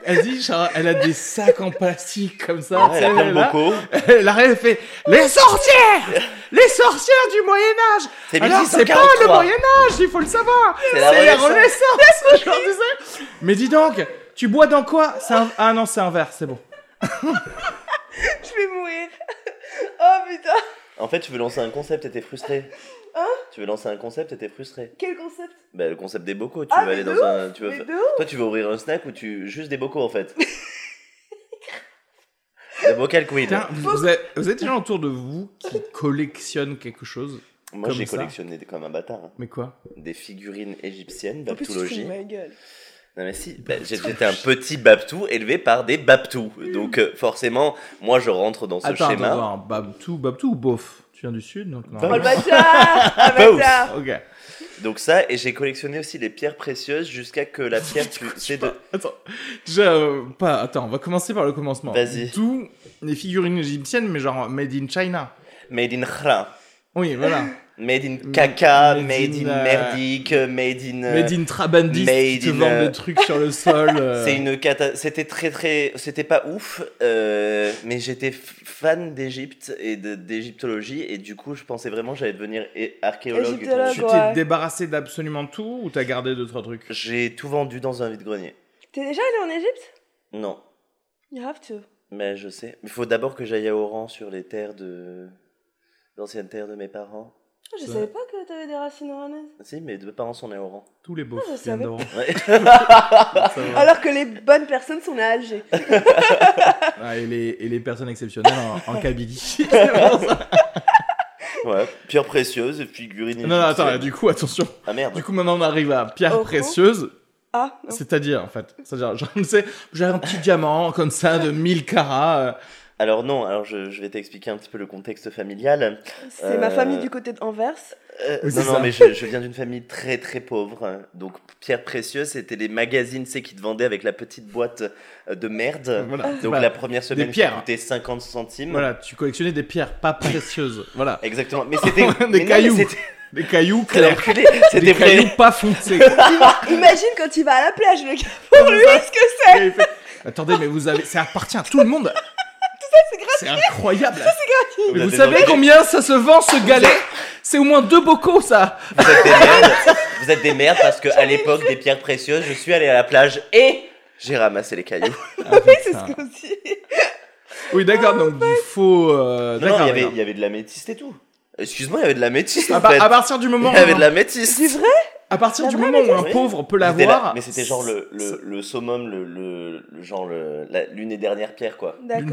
Elle dit, genre, elle a des sacs en plastique comme ça.
Ah Ouais, elle a
tu sais,
plein de
elle est là.
bocaux.
Elle arrive, elle fait Les sorcières Les sorcières du Moyen-Âge
C'est
Alors, c'est pas le
1643.
Moyen-Âge, il faut le savoir
C'est la
C'est la
Renaissance.
Renaissance genre, tu sais. Mais dis donc, tu bois dans quoi C'est un- Ah non, c'est un verre, c'est bon.
Je vais mourir Oh putain
En fait, tu veux lancer un concept et t'es frustré.
Hein
Tu veux lancer un concept et t'es frustré.
Quel concept
Bah, le concept des bocaux, tu
Ah,
veux
mais
aller
de
dans un. Tu veux...
Mais
fa-
de ouf
Toi, tu veux ouvrir un snack ou tu. Juste des bocaux en fait Le bocal queen.
Tiens, vous, vous êtes, vous êtes des gens autour de vous qui collectionnent quelque chose
Moi,
comme
j'ai
ça.
collectionné des- comme un bâtard. hein.
Mais quoi
Des figurines égyptiennes,
En plus tu te fous de
baptologie.
ma gueule
Non, mais si, bah, j'ai- j'étais un petit baptou élevé par des baptous.
Mm.
Donc, euh, forcément, moi, je rentre dans ce
Attends,
schéma.
attends, attends, Babtou, Babtou ou Bof Tu viens du sud donc non.
Oh le bâtard Ah,
Bah ouf.
bâtard
Ok.
Donc, ça, et j'ai collectionné aussi les pierres précieuses jusqu'à que la pierre. tu sais de...
Attends, déjà, euh, pas. Attends, on va commencer par le commencement.
Vas-y.
Tout les figurines égyptiennes, mais genre made in China.
Made in khra.
Oui, voilà.
Made in caca,
Made
made
in,
in
euh,
merdique, made in. euh,
Made in Trabandis,
Made
qui te
in,
vendent
euh,
des trucs sur le sol. euh,
C'est une cata- C'était très très. C'était pas ouf, euh, mais j'étais f- fan d'Égypte et de- d'égyptologie et du coup je pensais vraiment que j'allais devenir é- archéologue.
Égyptologue.
Tu
Donc,
t'es
Ouais.
débarrassé d'absolument tout ou t'as gardé deux trois trucs
J'ai tout vendu dans un vide grenier.
T'es déjà allé en Égypte
Non,
You have to
mais je sais. Il faut d'abord que j'aille à Oran sur les terres de l'ancienne terre de mes parents.
Ah, Je
Ça-
savais pas que t'avais des racines oranaises
Si, mes deux parents sont nés à Oran.
Tous les beaux.
Ah, je
viennent
savais.
d'Oran.
Ouais.
Ça va.
Alors que les bonnes personnes sont nées à Alger
Ah, et, les, et les personnes exceptionnelles en, en Kabylie. C'est vraiment ça.
ouais. Pierres précieuses, figurines.
non, non, attends,
égyptiennes.
du coup, attention.
Ah merde.
Du coup, maintenant, on arrive à pierre
Oran.
précieuse.
Ah non.
C'est-à-dire, en fait. C'est-à-dire, genre, tu sais, j'ai un petit diamant comme ça de 1000 carats. euh,
Alors non, alors je, je vais t'expliquer un petit peu le contexte familial.
C'est
Euh,
ma famille du côté d'Anvers.
Euh,
Oui,
non,
c'est
non,
ça.
mais je, je viens d'une famille très très pauvre. hein. Donc, Pierre Précieuse, c'était les magazines, c'est qui te vendaient avec la petite boîte euh, de merde.
Voilà.
Donc,
Voilà.
la première semaine,
Mhm. Bah, Des
ça
pierres.
coûtait 50 centimes.
Voilà, tu collectionnais des pierres pas précieuses. Voilà.
Exactement. Mais c'était.
Des
mais non, mais
cailloux.
c'était-
Des cailloux
Quel
clairs.
enculé. C'était
Des
vrai.
cailloux pas foncés.
Imagine quand il va à la plage, le gars, pour lui, ce que c'est
Et il fait, Attendez, mais vous avez. Ça appartient à tout le monde. Tout ça, c'est grâce C'est incroyable.
Vous
Mais
êtes
vous
des
savez
enragés.
combien ça se vend ce galet C'est au moins deux bocaux ça.
Vous êtes des merdes. Vous êtes des merdes parce que à l'époque des pierres précieuses, je suis allé à la plage et j'ai ramassé les cailloux.
Oui, c'est
Ah.
ce qu'on dit.
Oui d'accord donc du faux. euh,
Non, non,
d'accord,
il y avait,
d'accord. Ah
il y avait de la métiste et tout. Excuse-moi, il y avait de la métiste
À,
en
par-
fait.
bah, à partir du moment,
Il y avait de la
C'est
métiste.
vrai
à partir
La
du
vraie
moment où un
métisse.
pauvre peut
C'était la-
l'avoir.
mais c'était genre le, le, le summum, le, le, le genre le- la- l'une et dernière pierre quoi.
D'accord.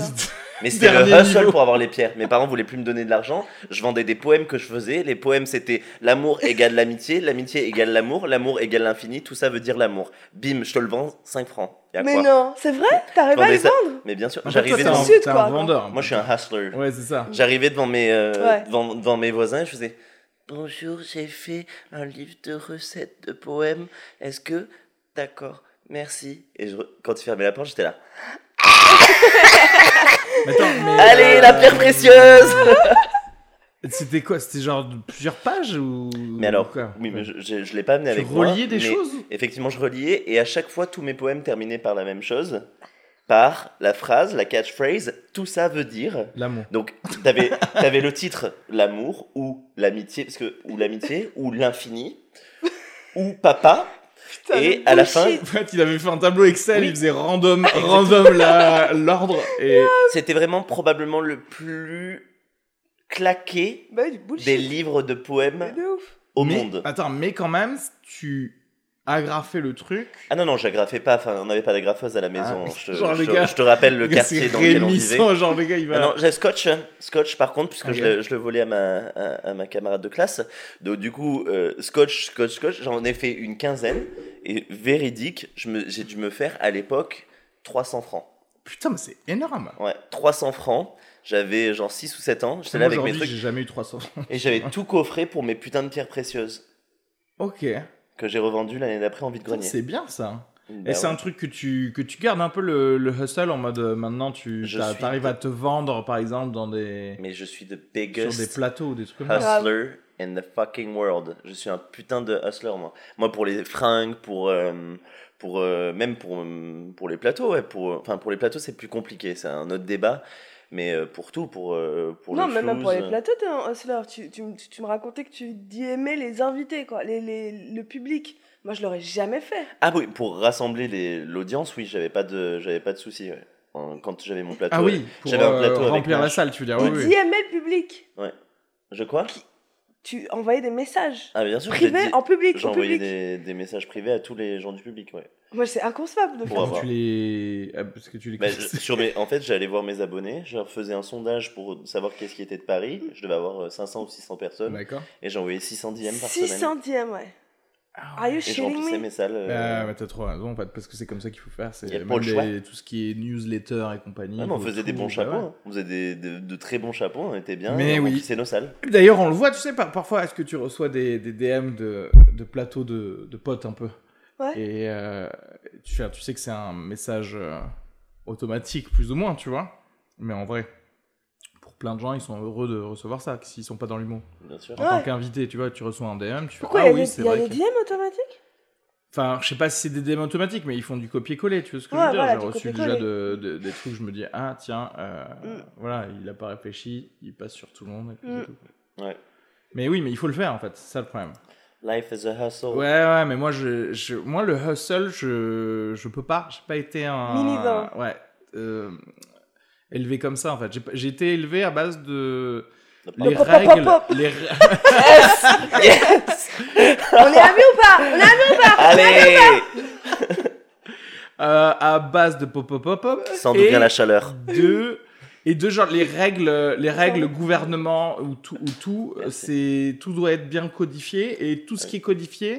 Mais c'était le
Dernier
hustle
niveau.
pour avoir les pierres. Mes parents voulaient plus me donner de l'argent. Je vendais des poèmes que je faisais. Les poèmes c'était l'amour égale l'amitié, l'amitié égale l'amour, l'amour égale l'infini. Tout ça veut dire l'amour. Bim, je te le vends 5 francs. Y a
Mais
quoi
non, c'est vrai T'arrives à
Attendez,
le
ça-
vendre
Mais bien sûr,
En fait,
j'arrivais
t'as
toi,
devant.
envie-
t'es un- t'es
Sud, quoi,
un
quoi.
vendeur.
Moi, je suis un hustler.
Ouais, c'est ça.
J'arrivais devant mes, euh,
Ouais.
devant, devant mes voisins et je faisais Bonjour, j'ai fait un livre de recettes de poèmes. Est-ce que. D'accord, merci. Et je re- quand il fermait la porte, j'étais là.
Mais attends, mais,
Allez,
euh,
la pierre précieuse
C'était quoi C'était genre de plusieurs pages ou
Mais alors,
quoi
oui, mais je, je, je l'ai pas amené
tu
avec moi.
reliais des
mais
choses
Effectivement, je reliais et à chaque fois, tous mes poèmes terminaient par la même chose. Par la phrase, la catchphrase, tout ça veut dire.
L'amour.
Donc, t'avais, t'avais le titre l'amour ou l'amitié, parce que ou l'amitié ou l'infini ou papa.
Putain,
Et
le
à la
bullshit.
En fait, il avait fait un tableau Excel,
Oui.
il faisait random, random la- l'ordre et
C'était vraiment probablement le plus claqué
Bah oui, du bullshit.
des livres de
Mais
poèmes
de ouf.
au
Mais- Ah.
monde.
Attends, mais quand même, tu agrafais le truc.
Ah non non, j'agrafais pas. Enfin, on n'avait pas d'agrafeuse à la maison.
Ah,
je, te,
genre,
je
les
te-
gars,
je te rappelle le
gars,
quartier
c'est
dans lequel on vivait.
réminiscent, genre le gars, il va.
Ah non, j'ai scotch, hein. scotch par contre, puisque
Ah, Ok.
je, le, je le volais à ma, à, à ma camarade de classe. Donc du coup, euh, scotch, scotch, scotch, j'en ai fait une quinzaine. Et véridique, je me- j'ai dû me faire à l'époque 300 francs.
Putain, mais c'est énorme.
Ouais, 300 francs. J'avais genre 6 ou 7 ans. J'étais là
Moi,
avec mes
aujourd'hui,
trucs.
J'ai jamais eu 300.
Et j'avais tout coffré pour mes putains de pierres précieuses
ok.
que j'ai revendues l'année d'après en vide-grenier.
C'est bien ça.
Bah
et c'est
ouais.
un truc que tu, que tu gardes un peu le, le hustle en mode euh, maintenant tu
Je
t'as-
suis-
t'arrives à te vendre par exemple dans des.
Mais je suis the
sur des
biggest
plateaux ou des trucs comme
Ah,
ça.
hustler in the fucking world. Je suis un putain de hustler, moi. Moi, pour les fringues, pour. euh, pour euh, même pour, euh, pour les plateaux, ouais, pour, euh, enfin, pour les plateaux, c'est plus compliqué, c'est un autre débat. Mais euh, pour tout, pour, euh, pour
Non,
le
mais même
flouze,
pour les
euh,
plateaux, t'es un hustler. Tu, tu, me- tu, tu me racontais que tu dis aimer les invités, quoi, les, les, le public. Moi, je l'aurais jamais fait.
Ah oui, pour rassembler les- l'audience, oui, j'avais pas de, j'avais pas de souci. ouais. En- Quand j'avais mon plateau,
Ah oui, pour
j'avais un
euh,
plateau avec
remplir
ma-
la salle, tu veux dire.
Tu
Ah oui,
dis
oui.
aimer le public.
je crois.
Tu envoyais des messages.
Ah bien sûr, j'ai
Privés,
dit-
en public,
j'ai
au
envoyé
public.
des, des messages privés à tous les gens du public. Ouais.
Moi, c'est inconcevable de
Pour
faire
avoir-
ça.
Tu les. ah, parce que tu les.
Bah, je- sur mes- en fait, j'allais voir mes abonnés, je leur faisais un sondage pour savoir qu'est-ce qui était de Paris. Je devais avoir euh, 500 ou 600 personnes
D'accord.
et j'envoyais 600 DM par semaine.
600 DM, ouais.
Ah
Are you
Et je
shitting
remplissais
me
mes salles. euh,
Bah, bah, t'as trop raison, en fait, parce que c'est comme ça qu'il faut faire. C'est
Y a
même
pas le choix.
les- tout ce qui est newsletter et compagnie.
ouais, mais on
faut
faisait des
tout-
bons
bah
chapeaux,
ouais.
hein. on faisait des, de, de très bons chapeaux, on était bien,
Mais
on
oui.
remplissait nos salles.
D'ailleurs, on le voit, tu sais, par- parfois, est-ce que tu reçois des, des DM de, de plateaux de, de potes un peu
Ouais.
Et euh, tu, fais- tu sais que c'est un message euh, automatique, plus ou moins, tu vois. Mais en vrai, pour plein de gens, ils sont heureux de recevoir ça, que s'ils sont pas dans l'humour.
Bien sûr.
En tant
Ouais.
qu'invité, tu vois, tu reçois un DM, tu fais
Pourquoi
Ah
il y a,
oui,
des,
c'est
il y a
vrai.
des
que-
DM automatiques
Enfin, je sais pas si c'est des DM automatiques, mais ils font du copier-coller, tu vois ce que
Ouais,
je veux dire
voilà,
J'ai
du
reçu déjà
copier-coller.
de, de- des trucs, je me dis, ah tiens, euh,
Mm.
voilà, il a pas réfléchi, il passe sur tout le monde, et puis
Mm.
c'est tout.
Ouais.
Mais oui, mais il faut le faire, en fait, c'est ça le problème.
Life is a hustle.
Ouais, ouais, mais moi, je, je- moi le hustle, je, je peux pas, j'ai pas été un...
Minivan.
Ouais, euh, élevé comme ça, en fait. J'ai pas- J'ai été élevé à base de...
De
Les
pop, pop,
règles,
pop,
les rè-
Yes
On est amis ou pas On est amis
Allez
euh, à base de pop pop pop pop
Sans
et-
doute bien la chaleur.
deux et deux genre les règles les règles gouvernement ou tout ou tout euh,
Merci.
c'est tout doit être bien codifié et tout ce qui est codifié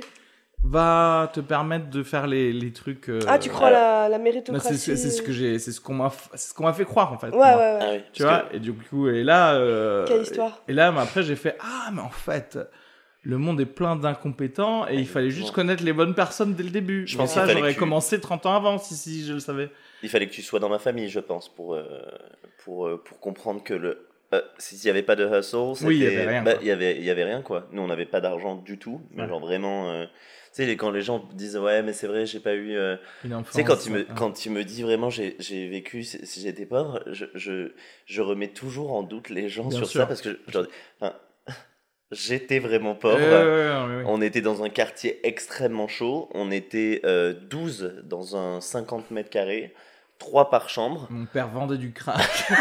va te permettre de faire les, les trucs euh,
Ah, tu crois à la, la
non,
méritocratie
c'est c'est- c'est ce que j'ai c'est ce qu'on m'a f- c'est ce qu'on m'a fait croire en fait
Ouais,
moi.
ouais,
Ah
ouais.
oui,
tu
parce
vois et du coup et là euh,
Quelle histoire.
et là mais après j'ai fait ah mais en fait le monde est plein d'incompétents
Ah,
et il fallait juste
Exactement.
connaît connaître les bonnes personnes dès le début.
Je
Mais
pense qu'il
ça,
fallait
j'aurais
que tu-
commencé 30 ans avant si, si je le savais.
que Il fallait que tu sois dans ma famille, je pense, pour, euh, pour, euh, pour comprendre que le Euh, S'il n'y avait pas de hustle,
Oui, il y
c'était-
avait rien,
bah,
quoi.
il y avait, il y avait rien quoi. Nous, on n'avait pas d'argent du tout. Mais
Ouais.
Genre vraiment. euh, Tu sais, les- quand les gens disent ouais, mais c'est vrai, j'ai pas eu. euh, Tu
Une
sais,
enfance,
quand, il me-
hein.
quand il me dit vraiment j'ai j'ai vécu si si j'étais pauvre, je, je, je remets toujours en doute les gens
Bien
sur
sûr.
ça parce que je- genre, enfin, j'étais vraiment pauvre.
Euh, ouais, ouais, ouais, ouais.
On était dans un quartier extrêmement chaud. On était euh, 12 dans un 50 mètres carrés, 3 par chambre.
Mon père vendait du crack.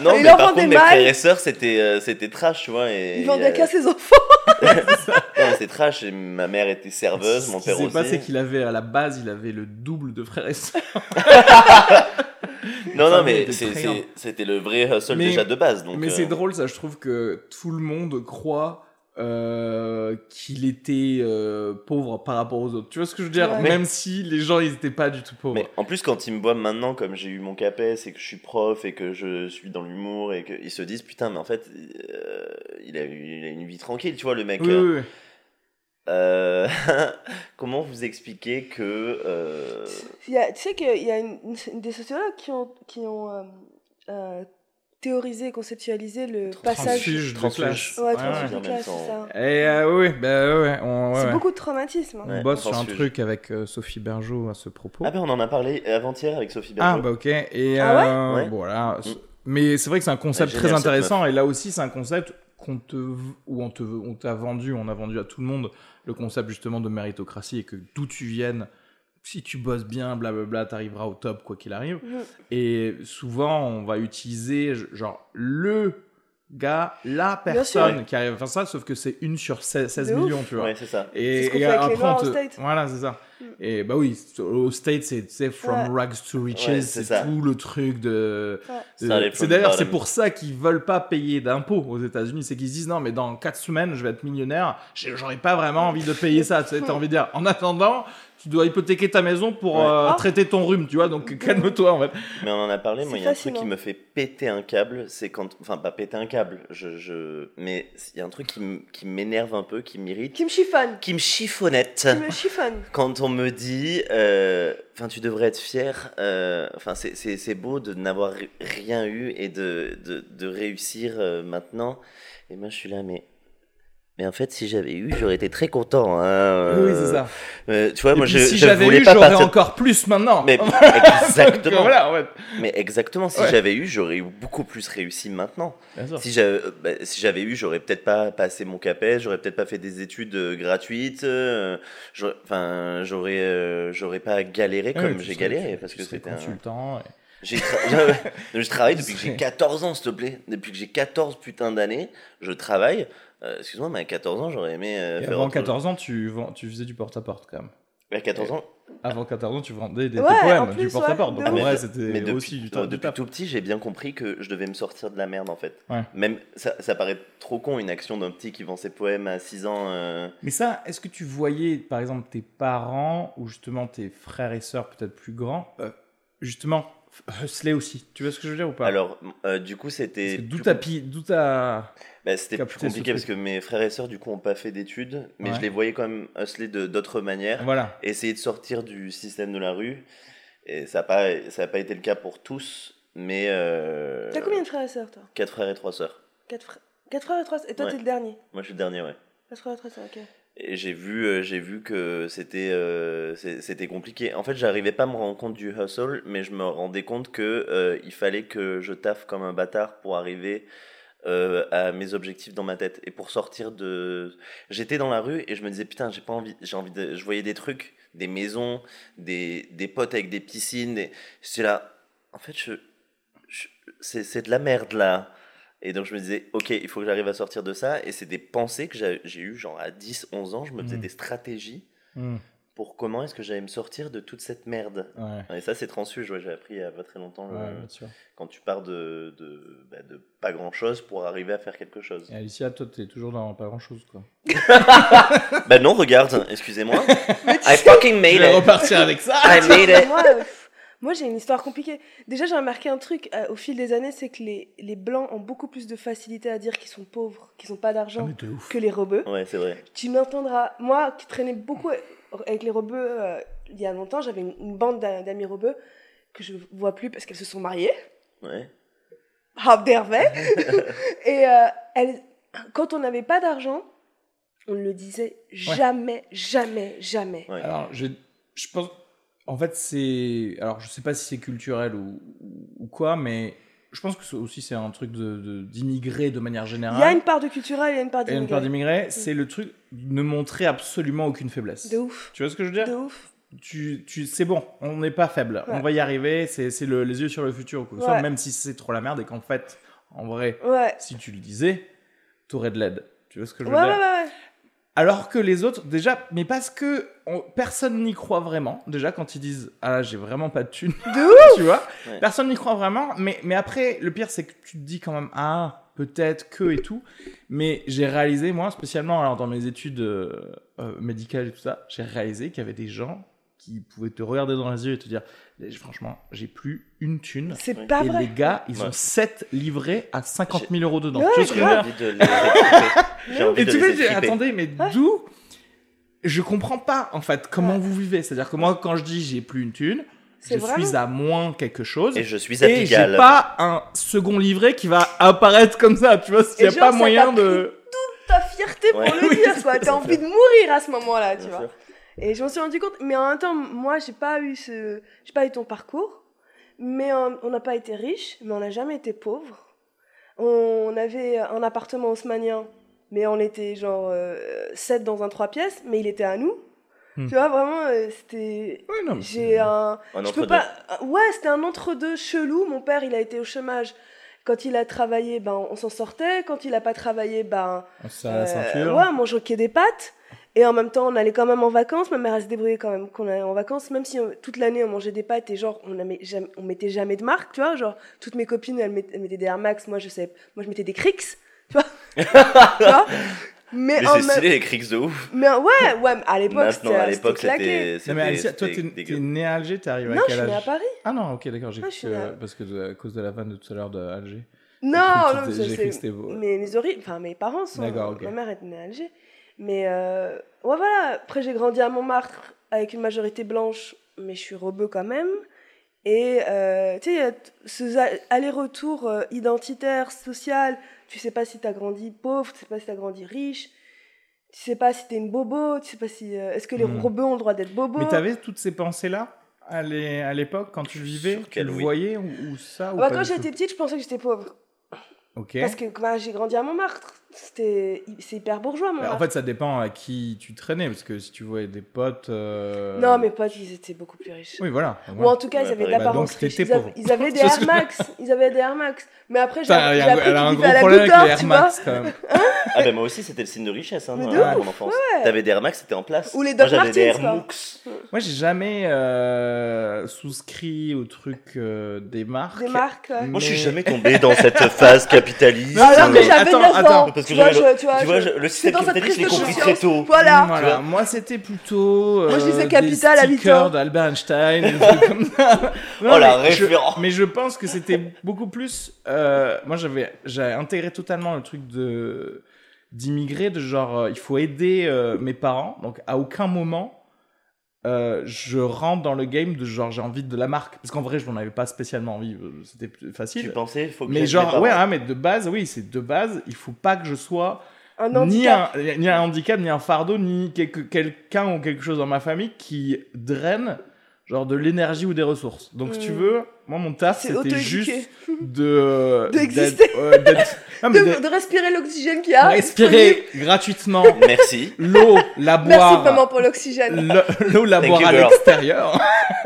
Non,
Et
mais
il en
par
vendait
contre, mes
mal.
frères et sœurs, c'était euh, c'était trash, tu vois. Et,
Il vendait
euh,
qu'à ses enfants.
non, c'est trash. Et ma mère était serveuse, Ah, bah, mon
Ce qui
père
s'est
aussi.
passé, qu'il avait à la base, il avait le double de frères et sœurs.
Non,
Enfin,
non,
il
mais
était
c'est-
très grand.
c'est- c'était le vrai hustle
Mais-
déjà de base. Donc,
Mais c'est
euh,
drôle, ça, je trouve que tout le monde croit euh, qu'il était euh, pauvre par rapport aux autres. Tu vois ce que je veux dire
Ouais.
Même si les gens, ils étaient pas du tout pauvres.
Mais en plus, quand ils me voient maintenant, comme j'ai eu mon CAPES et que je suis prof et que je suis dans l'humour et qu'ils se disent putain, mais en fait, euh, il, a eu, il a une vie tranquille, tu vois, le mec.
Oui,
euh,
oui, oui.
euh, comment vous expliquer que. euh,
Il y a- tu sais qu'il y a une- une- des sociologues qui ont, qui ont euh, euh, théorisé, conceptualisé le passage.
Transfuge de
transfuge.
classe.
Ouais,
Ouais,
transfuge
ouais.
de classe,
En même
c'est ça.
Et euh, oui, bah, ouais, ouais, on, ouais,
C'est
ouais.
beaucoup de traumatisme. hein.
On
Ouais,
bosse
on
sur un
transfuge.
truc avec euh, Sophie Bergeau à ce propos.
Ah ben, on en a parlé avant-hier avec Sophie
Ah
Bergeau.
bah ok. Et
Ah
euh,
ouais Ouais.
voilà.
Mm.
Mais c'est vrai que c'est un concept
Elle est
très
géniale, cette
intéressant. Et là aussi, c'est un concept qu'on te v- ou on te on t'a vendu, on a vendu à tout le monde le concept justement de méritocratie et que d'où tu viennes, si tu bosses bien, blablabla, t'arriveras au top quoi qu'il arrive.
Mm.
Et souvent, on va utiliser je- genre le gars, la
Bien sûr.
personne qui arrive à faire ça, sauf que c'est une sur 16,
De ouf.
millions, tu vois.
ouais, c'est ça.
C'est
Et,
ce qu'on
et
fait avec les
après,
Noirs
on
aux
te-
States.
Voilà, c'est ça.
Mm.
Et bah oui, c'est- au State, c'est tu sais, from rags to riches,
Ouais, c'est
c'est
ça.
tout le truc de.
Ouais.
Ça, les
de- C'est
from
d'ailleurs,
bottom.
c'est pour ça qu'ils veulent pas payer d'impôts aux États-Unis. C'est qu'ils se disent non, mais dans 4 semaines, je vais être millionnaire, j'ai- j'aurais pas vraiment envie de payer ça. Tu sais,
Mm.
t'as envie de dire, en attendant, tu dois hypothéquer ta maison pour
Ouais.
euh,
Ah. Mm.
traiter ton rhume, tu vois, donc
De-
calme-toi en fait.
Mais on en a parlé, moi,
C'est
il y a un truc
fascinant.
qui me fait péter un câble, c'est quand. Enfin, pas péter un câble, je. je... Mais il y a un truc qui m- qui m'énerve un peu, qui m'irrite,
Kim chiffonne.
qui me chiffonnette.
Kim me chiffonne.
quand on me dit, euh, enfin, tu devrais être fier. euh, Enfin, c'est- c'est c'est beau de n'avoir ri- rien eu et de de, de réussir euh, maintenant. Et moi, je suis là, mais. Mais en fait, si j'avais eu, j'aurais été très content. Hein.
oui,
euh,
c'est ça.
euh, tu vois, moi,
et
je,
puis, si
je
j'avais
voulais
eu,
pas
j'aurais
partir-
encore plus maintenant.
Mais
Donc,
exactement.
voilà, en fait.
Mais exactement. Si
Ouais.
j'avais eu, j'aurais eu beaucoup plus réussi maintenant.
Bien sûr.
Si j'avais, euh, bah, si j'avais eu, j'aurais peut-être pas passé mon CAPES, j'aurais peut-être pas fait des études euh, gratuites, euh, j'aurais- enfin, j'aurais, euh, j'aurais pas galéré
Ouais,
comme
tu
j'ai
serais-
galéré
tu-
parce
tu
que
serais
c'était un.
consultant. et-
J'ai tra- je travaille
Tu
depuis que j'ai
serais-
14 ans, s'il te plaît. Depuis que j'ai 14 putains d'années, je travaille. Euh, excuse-moi, mais à 14 ans, j'aurais aimé euh,
Et
faire.
avant
autre chose.
14 ans, tu, vends- tu faisais du porte-à-porte quand même.
À 14 ans.
Avant 14 ans, tu vendais des,
Ouais,
tes
en
poèmes,
plus,
du porte-à-porte.
ouais,
donc
de
en
ouf.
vrai,
Mais
c'était
depuis,
aussi du
euh,
temps du
depuis
taf.
tout petit, j'ai bien compris que je devais me sortir de la merde en fait.
Ouais.
Même ça, ça paraît trop con une action d'un petit qui vend ses poèmes à 6 ans. euh,
Mais ça, est-ce que tu voyais, par exemple, tes parents ou justement tes frères et sœurs peut-être plus grands, euh, justement, f- hustler aussi Tu vois ce que je veux dire ou pas
Alors, euh, du coup,
Parce
c'était
que D'où
plus
ta... pi- d'où ta-
Bah, c'était plus
Capter ce
compliqué parce
truc.
que mes frères et sœurs, du coup, ont pas fait d'études, mais
Ouais.
je les voyais quand même hustler de- d'autres manières,
Voilà.
essayer de sortir du système de la rue. Et ça n'a pas, ça a pas été le cas pour tous, mais. Euh,
T'as combien de frères et sœurs, toi
4 frères et 3 sœurs.
Quatre frères. Quatre frères et trois sœurs. Et toi,
Ouais.
t'es le dernier.
Moi, je suis le dernier, ouais.
Quatre frères et trois sœurs, ok.
Et j'ai vu, euh, j'ai vu que c'était euh, c'est- c'était compliqué. En fait, j'arrivais pas à me rendre compte du hustle, mais je me rendais compte que euh, il fallait que je taffe comme un bâtard pour arriver euh, à mes objectifs dans ma tête et pour sortir de. J'étais dans la rue et je me disais putain, j'ai pas envie, j'ai envie de. Je voyais des trucs, des maisons, des des potes avec des piscines. Des... J'étais là. En fait, je, je- c'est c'est de la merde là. Et donc je me disais, ok, il faut que j'arrive à sortir de ça. Et c'est des pensées que j'ai j'ai eues genre à 10, 11 ans. Je me faisais
Mm.
des stratégies
Hmm,
pour comment est-ce que j'allais me sortir de toute cette merde.
Ouais.
Et ça, c'est transfuge. ouais, j'ai appris il y a pas très longtemps le-
Ouais, bien sûr.
quand tu pars de, de, bah, de pas grand-chose pour arriver à faire quelque chose.
Et Alicia, toi, t'es toujours dans pas grand-chose, quoi.
bah non, regarde, excusez-moi.
Mais tu
I fucking
Je
made
vais
it.
repartir avec ça
I made it.
Moi, euh, pff, moi, j'ai une histoire compliquée. Déjà, j'ai remarqué un truc euh, au fil des années, c'est que les, les blancs ont beaucoup plus de facilité à dire qu'ils sont pauvres, qu'ils n'ont pas
Ah,
d'argent,
mais de ouf.
que les rebeux.
Ouais, c'est vrai.
Tu m'entendras. Moi, qui traînais beaucoup avec les rebeux euh, il y a longtemps, j'avais une, une bande d'a- d'amis rebeux que je vois plus parce qu'elles se sont mariées.
Ouais.
Rob d'Hervé. et euh, elle, quand on n'avait pas d'argent, on ne le disait jamais, jamais, jamais.
Ouais.
Alors, je, je pense. En fait, c'est. Alors, je sais pas si c'est culturel ou, ou quoi, mais je pense que c'est aussi c'est un truc d'immigrés de, d'immigrés de manière
Il y a
générale.
une part de culturel, il y a une part
Et une part
d'immigré. Mm.
d'immigrés, c'est le truc de ne montrer absolument aucune faiblesse.
De ouf,
Tu vois ce que je veux dire
de ouf.
tu, tu, c'est bon, on n'est pas faible,
Ouais.
on va y arriver, c'est c'est le- les yeux sur le futur, ou quoi que ce soit,
Ouais.
même si c'est trop la merde et qu'en fait, en vrai,
Ouais.
si tu le disais, t'aurais de l'aide. Tu vois ce que je
Ouais,
veux
ouais,
dire
ouais, ouais.
Alors que les autres, déjà, mais parce que on- personne n'y croit vraiment, déjà quand ils disent Ah là, j'ai vraiment pas de thunes, tu vois,
Ouais.
personne n'y croit vraiment, mais, mais après, le pire, c'est que tu te dis quand même Ah, peut-être que et tout, mais j'ai réalisé, moi, spécialement, alors dans mes études euh, euh, médicales et tout ça, j'ai réalisé qu'il y avait des gens qui pouvaient te regarder dans les yeux et te dire Eh, Franchement, j'ai plus une thune.
C'est
Ouais.
pas
Et
vrai.
les gars, ils
Ouais.
ont 7 livrés à 50 000 euros dedans.
Ouais,
Tu vois ce que je veux
J'ai
dire
envie de les équiper. J'ai envie
et
de
tu
les
vois, j'ai-
équiper.
attendez, mais
Ouais.
d'où Je comprends pas, en fait, comment
Ah. Ouais.
vous vivez. C'est-à-dire que moi, quand je dis j'ai plus une thune, je
C'est vraiment.
suis à moins quelque chose.
Et je suis à
Et j'ai
Pigalle.
pas un second livret qui va apparaître comme ça, tu vois, s'il n'y
Et
a
genre,
pas
ça
moyen
t'a
de...
ta fierté pour
Ouais.
le
Oui,
dire, quoi. T'as
ça.
envie de mourir à ce moment-là, tu
Bien
vois.
sûr.
Et je m'en suis rendu compte. Mais en même temps, moi, j'ai pas eu ce, j'ai pas eu ton parcours. Mais euh, on n'a pas été riche, mais on n'a jamais été pauvre. On avait un appartement haussmanien, mais on était genre 7 dans un 3 pièces, mais il était à nous.
Hmm.
Tu vois, vraiment, euh, c'était.
Ouais, non, mais
J'ai
c'est-
un.
Un
Je peux
entre-deux.
pas. euh, Ouais, c'était un entre-deux chelou. Mon père, il a été au chômage. Quand il a travaillé, ben, on s'en sortait. Quand il a pas travaillé, ben,
On se serre la
euh,
ceinture.
ouais, on mangeait au quai des pâtes. Et en même temps, on allait quand même en vacances. Ma mère, elle se débrouillait quand même qu'on allait en vacances. Même si euh, toute l'année, on mangeait des pâtes et genre, on, n'aimait jamais- on mettait jamais de marque, tu vois. Genre, toutes mes copines, elles met- elles mettaient, des Air Max. Moi, je sais, moi, je mettais des Crix, tu vois. Tu vois Oh, mais,
Mais
en
c'est
même-
stylé, les crics de ouf.
mais en- ouais, ouais, mais à l'époque,
Maintenant,
c'était
à
à
l'époque, c'était.
Non, mais Alicia, toi,
c'était
t'es t'es
dégueu.
née à Alger, t'es arrivée
Non,
à
je
quel
suis née à
âge
Paris.
Ah non, ok, d'accord, j'ai
Ah,
cru
je suis
que-
née à-
Parce que de- à cause de la vanne de tout à l'heure d'Alger.
Non, non,
J'ai cru
je
que c'était- j'ai
sais.
cru que c'était beau.
Mais mes origines, enfin mes parents sont.
D'accord, ok.
Ma mère est née à Alger. Mais euh, ouais, voilà. Après, j'ai grandi à Montmartre avec une majorité blanche, mais je suis rebeu quand même. Et euh, tu sais, il y a t- ce za- aller-retour euh, identitaire, social. Tu sais pas si t'as grandi pauvre, tu sais pas si t'as grandi riche. Tu sais pas si t'es une bobo, tu sais pas si. euh, Est-ce que les
Hmm.
rebeux ont le droit d'être bobos
Mais t'avais toutes ces pensées-là à l'é- à l'époque, quand tu le vivais,
Sur
tu
quel
le
oui.
voyais ou, ou ça
Ah
ou
bah,
pas
quand
du tout
j'étais petite, je pensais que j'étais pauvre.
Ok.
Parce que bah, j'ai grandi à Montmartre. C'était, c'est hyper bourgeois,
Bah,
Montmartre.
en fait, ça dépend à qui tu traînais, parce que si tu voyais des potes. euh,
Non, mes potes, ils étaient beaucoup plus riches.
Oui, voilà.
Ou en tout cas, ils
Ouais,
avaient de
pareil.
l'apparence
Bah, donc,
riche.
t'étais
Ils, avaient-
pauvre.
ils avaient des
C'est
Air
sûr.
Max. Ils avaient des Air Max. Mais après, j'ai
Putain,
appris
elle
j'ai
a un-
appris
elle a un
qu'ils
gros
vivaient à la
problème avec
Goutte d'Or,
les Air
tu vois.
Max, quand même.
Ah, bah, moi aussi, c'était le signe de richesse, hein,
Mais
dans
de
dans mon
ouf,
enfance.
ouais.
T'avais des Air Max, c'était en place.
Ou les
Moi,
Doc
j'avais des Air
Martens, quoi.
Mooks.
Moi, j'ai jamais euh, souscrit au truc euh, des marques.
Des marques. ouais. Ah,
Moi, je suis
Mais-
jamais tombé dans cette phase capitaliste.
Non,
Alors que
Mm. Ah, mais
j'avais
attends,
9
attends,
ans.
parce que
tu vois,
j'avais-
je- tu vois,
Tu vois,
je-
je- le
c'est
système
dans cette
capitaliste,
prise
je l'ai
de
compris
conscience.
très tôt.
Voilà.
Mmh, Mm, Voilà,
tu vois.
moi c'était plutôt euh,
Moi, je disais
des
Capital à huit
stickers
ans.
d'Albert Einstein, des trucs comme ça. Non,
Oh, la
mais je-
référence.
Mais je pense que c'était beaucoup plus. euh, moi j'avais j'avais intégré totalement le truc de d'immigré, de genre euh, il faut aider euh, mes parents. Donc à aucun moment euh, je rentre dans le game de genre j'ai envie de la marque parce qu'en vrai je n'en avais pas spécialement envie, euh, c'était plus
Tu
facile.
pensais, il faut que
Mais
j'aide mes
genre
parents.
ouais hein, mais de base oui c'est de base il faut pas que je sois
Un
ni
handicap.
un, ni un handicap, ni un fardeau, ni quelque- quelqu'un ou quelque chose dans ma famille qui draine genre de l'énergie ou des ressources. Donc si tu
Mm.
veux, moi mon taf
C'est
ah, c'était
auto-éduqué.
juste de
D'exister.
d'être- ouais, d'être- non, mais
De,
d'être-
de respirer l'oxygène qu'il y a.
respirer gratuitement
Merci.
l'eau, la
Merci
boire,
maman pour l'oxygène.
le- l'eau la
Thank
boire
you,
à
girl.
l'extérieur.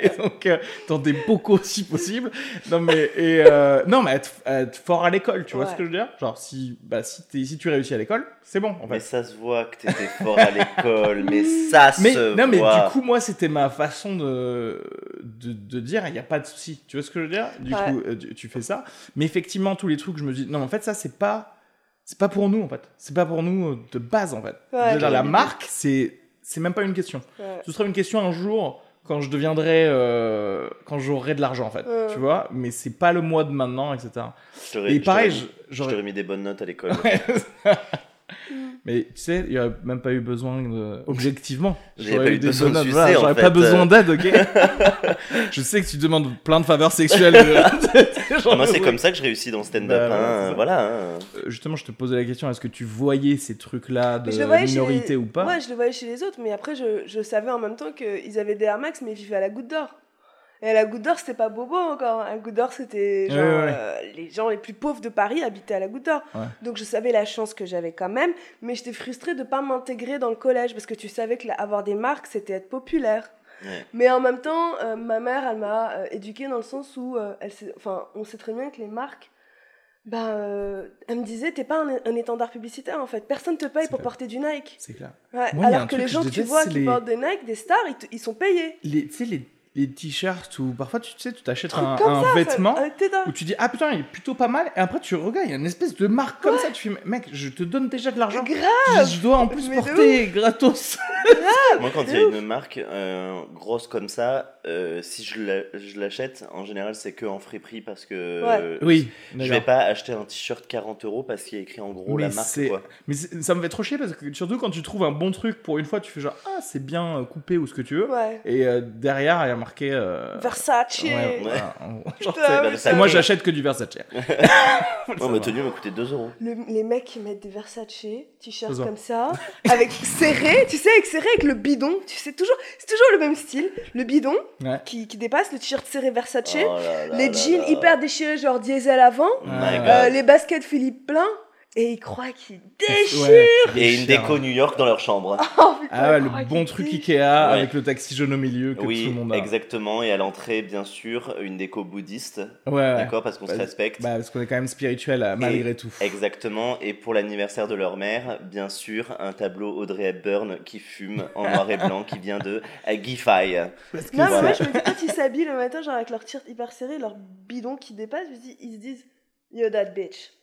et donc euh, dans des bocaux si possible. Non mais et euh, non mais être, être fort à l'école, tu vois
Ouais.
ce que je veux dire Genre si bah si t'es- si tu réussis à l'école, c'est bon en fait.
Mais ça se voit que t'étais fort à l'école, mais ça
Mais
se
non, mais
voit.
du coup, moi, c'était ma façon de, de, de dire, il n'y a pas de souci. Tu vois ce que je veux dire Du
Ouais.
coup, euh, tu, tu fais ça. Mais effectivement, tous les trucs, je me dis, non, en fait, ça, c'est pas, c'est pas pour nous, en fait. C'est pas pour nous euh, de base, en fait.
Ouais.
Je veux dire, la marque, c'est, c'est même pas une question.
Ouais.
Ce sera une question un jour quand je deviendrai, euh, quand j'aurai de l'argent, en fait.
Ouais.
Tu vois Mais c'est pas le mois de maintenant, etc.
Je t'aurais-
Et
je
pareil,
t'aurais-
je-
je
j'aurais.
t'aurais mis des bonnes notes à l'école.
Mais tu sais, il n'y aurait même pas eu besoin de... objectivement.
J'avais
J'aurais
pas eu
des
besoin de
bonhommes,
sucer,
voilà,
en
J'aurais
fait,
pas besoin
euh.
d'aide, ok Je sais que tu demandes plein de faveurs sexuelles. de-
Ah, moi, c'est comme ça que je réussis dans le stand-up.
Bah, ouais,
hein,
c'est ça.
voilà. hein.
Euh, Justement, je te posais la question, est-ce que tu voyais ces trucs-là de
Mais je le voyais chez
minorité
les-
ou pas
Ouais, je le voyais chez les autres, mais après, je, je savais en même temps qu'ils avaient des Air Max, mais ils vivaient à la goutte d'or. Et à la goutte d'or, c'était pas bobo encore. À la goutte d'or, c'était genre.
Ouais, ouais, ouais.
euh, les gens les plus pauvres de Paris habitaient à la goutte d'or.
Ouais.
Donc je savais la chance que j'avais quand même, mais j'étais frustrée de pas m'intégrer dans le collège parce que tu savais que la- avoir des marques, c'était être populaire.
Ouais.
Mais en même temps, euh, ma mère, elle m'a euh, éduquée dans le sens où euh, elle sait- enfin, on sait très bien que les marques, bah, euh, elle me disait, t'es pas un, un étendard publicitaire en fait. Personne te paye
C'est
pour
vrai.
porter du Nike.
C'est clair.
Ouais,
Moi, il y a un
alors que
truc
les
que
gens
je
que tu
déteste,
vois
c'est
qui
les-
portent des Nike, des stars, ils, te- ils sont payés.
Les- Tu sais, les, les t-shirts ou parfois tu sais, tu t'achètes
Truc
un,
comme
un vêtement
Enfin, euh, t'es dingue.
où tu dis ah putain, il est plutôt pas mal, et après tu regardes, il y a une espèce de marque comme ça, tu fais mec, je te donne déjà de l'argent.
Grave,
Tu dis, Je dois en plus
Mais de
porter gratos. Ah,
Moi, quand
de
il y a
ouf.
une marque euh, grosse comme ça, euh, si je la- je l'achète, en général, c'est que en friperie parce que
Ouais.
euh,
Oui,
je vais pas acheter un t-shirt 40 euros parce qu'il y a écrit en gros la
Mais
marque.
c'est-
Quoi.
Mais c'est- ça me fait trop chier parce que surtout quand tu trouves un bon truc pour une fois, tu fais genre ah c'est bien euh, coupé ou ce que tu veux,
Ouais.
et euh, derrière il y a marqué. euh,
Versace.
ouais,
Ouais.
voilà, en-
Putain,
genre, c'est-
bah,
mais
ça-
ça-
Moi j'achète que du Versace. Faut le
Moi,
savoir.
ma tenue m'a coûté 2 euros.
Le- les mecs qui mettent des Versace, t-shirts
Faisons.
comme ça, avec serré, tu sais, avec serré, avec le bidon, tu sais, toujours, c'est toujours le même style, le bidon
Ouais.
qui, qui dépasse, le t-shirt serré Versace,
Oh là là
les
là
jeans
là. Oh
hyper déchirés, genre diesel avant,
My
Euh,
God.
euh, les baskets Philippe plein, et ils croient qu'ils déchirent.
Ouais, tu
Et une
déchires.
déco New York dans leur chambre.
Oh, putain,
Ah ouais,
ils
le
croient
bon
qu'ils
truc
déchirent.
Ikea avec le taxi jaune au milieu que tout
oui,
le monde a.
exactement. Et à l'entrée, bien sûr, une déco bouddhiste.
Ouais, ouais.
D'accord Parce qu'on se
Bah,
respecte.
Bah, parce qu'on est quand même spirituel euh, malgré tout.
Exactement, et pour l'anniversaire de leur mère, bien sûr, un tableau Audrey Hepburn qui fume en noir et blanc qui vient de Gify.
Parce que
Non, mais
Voilà.
moi, je me dis, quand ils s'habillent le matin, genre avec leur t-shirt hyper serré, leur bidon qui dépasse, je me dis, ils se disent, Yo, that bitch.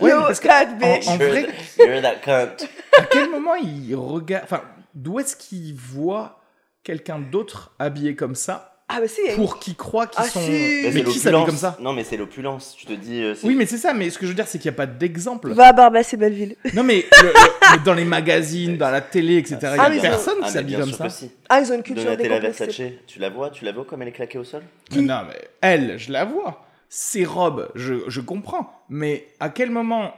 Ouais,
Yo,
mais parce que
that
en-
bitch.
en vrai,
You're that cunt.
à quel moment il regarde. Enfin, d'où est-ce qu'il voit quelqu'un d'autre habillé comme ça
Ah, bah si, il y a une-
pour qu'il croit qu'ils
Ah,
sont.
si.
Mais
Mais,
c'est
qui s'habille
l'opulence.
comme ça
Non, mais c'est l'opulence, tu te dis. euh, c'est-
Oui, mais c'est ça, mais ce que je veux dire, c'est qu'il n'y a pas d'exemple.
va à Barbès et Belleville.
Non, mais le- le- dans les magazines, dans la télé, etc., il
Ah,
n'y
mais
a
ils
personne
Ah, mais
qui s'habille
bien
comme
sûr
ça.
que si.
Ah, ils ont une culture
Donatella
décomplexée.
Versace, tu la vois, tu la vois comme elle est claquée au sol
Qui
Non, mais elle, je la vois. Ses robes, je, je comprends. Mais à quel moment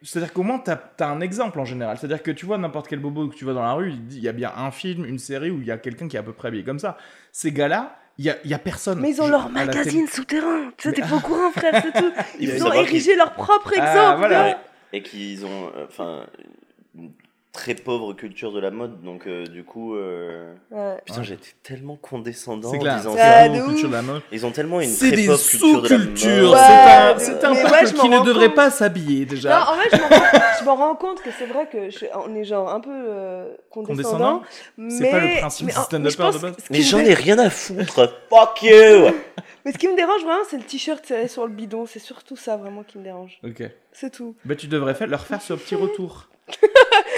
C'est-à-dire qu'au moins, t'as t'as un exemple en général. C'est-à-dire que tu vois n'importe quel bobo que tu vois dans la rue, il dit- il y a bien un film, une série où il y a quelqu'un qui est à peu près habillé comme ça. Ces gars-là, il y a, il y a personne.
Mais ils ont
Je-
leur
à la télé.
magazine souterrain. Tu sais,
Mais-
t'es pas au courant, frère, c'est tout.
Il
Ils
faut
ont
savoir
érigé leur propre
Ah,
exemple.
voilà.
hein.
Et qu'ils ont. euh, Enfin. une très pauvre culture de la mode, donc euh, du coup. euh,
Ouais.
Putain,
Ouais.
j'étais tellement condescendant
C'est
en
clair.
disant
c'est
ça.
Ah,
vraiment
de
une
ouf.
culture de la mode.
Ils ont tellement une
C'est
très
des
pauvre culture de la mode.
sous-cultures.
Ouais,
c'est un,
de-
c'est un
mais
peuple
ouais, je m'en
qui ne
rends
devrait
compte.
pas s'habiller déjà.
Non, en vrai, je m'en rends- je m'en rends compte que c'est vrai que je- on est genre un peu euh, condescendant.
Condescendant
mais
C'est pas le principe
mais
du
en-
stand-upper
je pense
de base.
que ce qui
Mais
me
j'en
dé-
ai rien à foutre. Fuck you.
Mais ce qui me dérange vraiment, c'est le t-shirt serré sur le bidon. C'est surtout ça vraiment qui me dérange.
Ok.
C'est tout.
Bah, tu devrais faire, leur faire ce petit retour.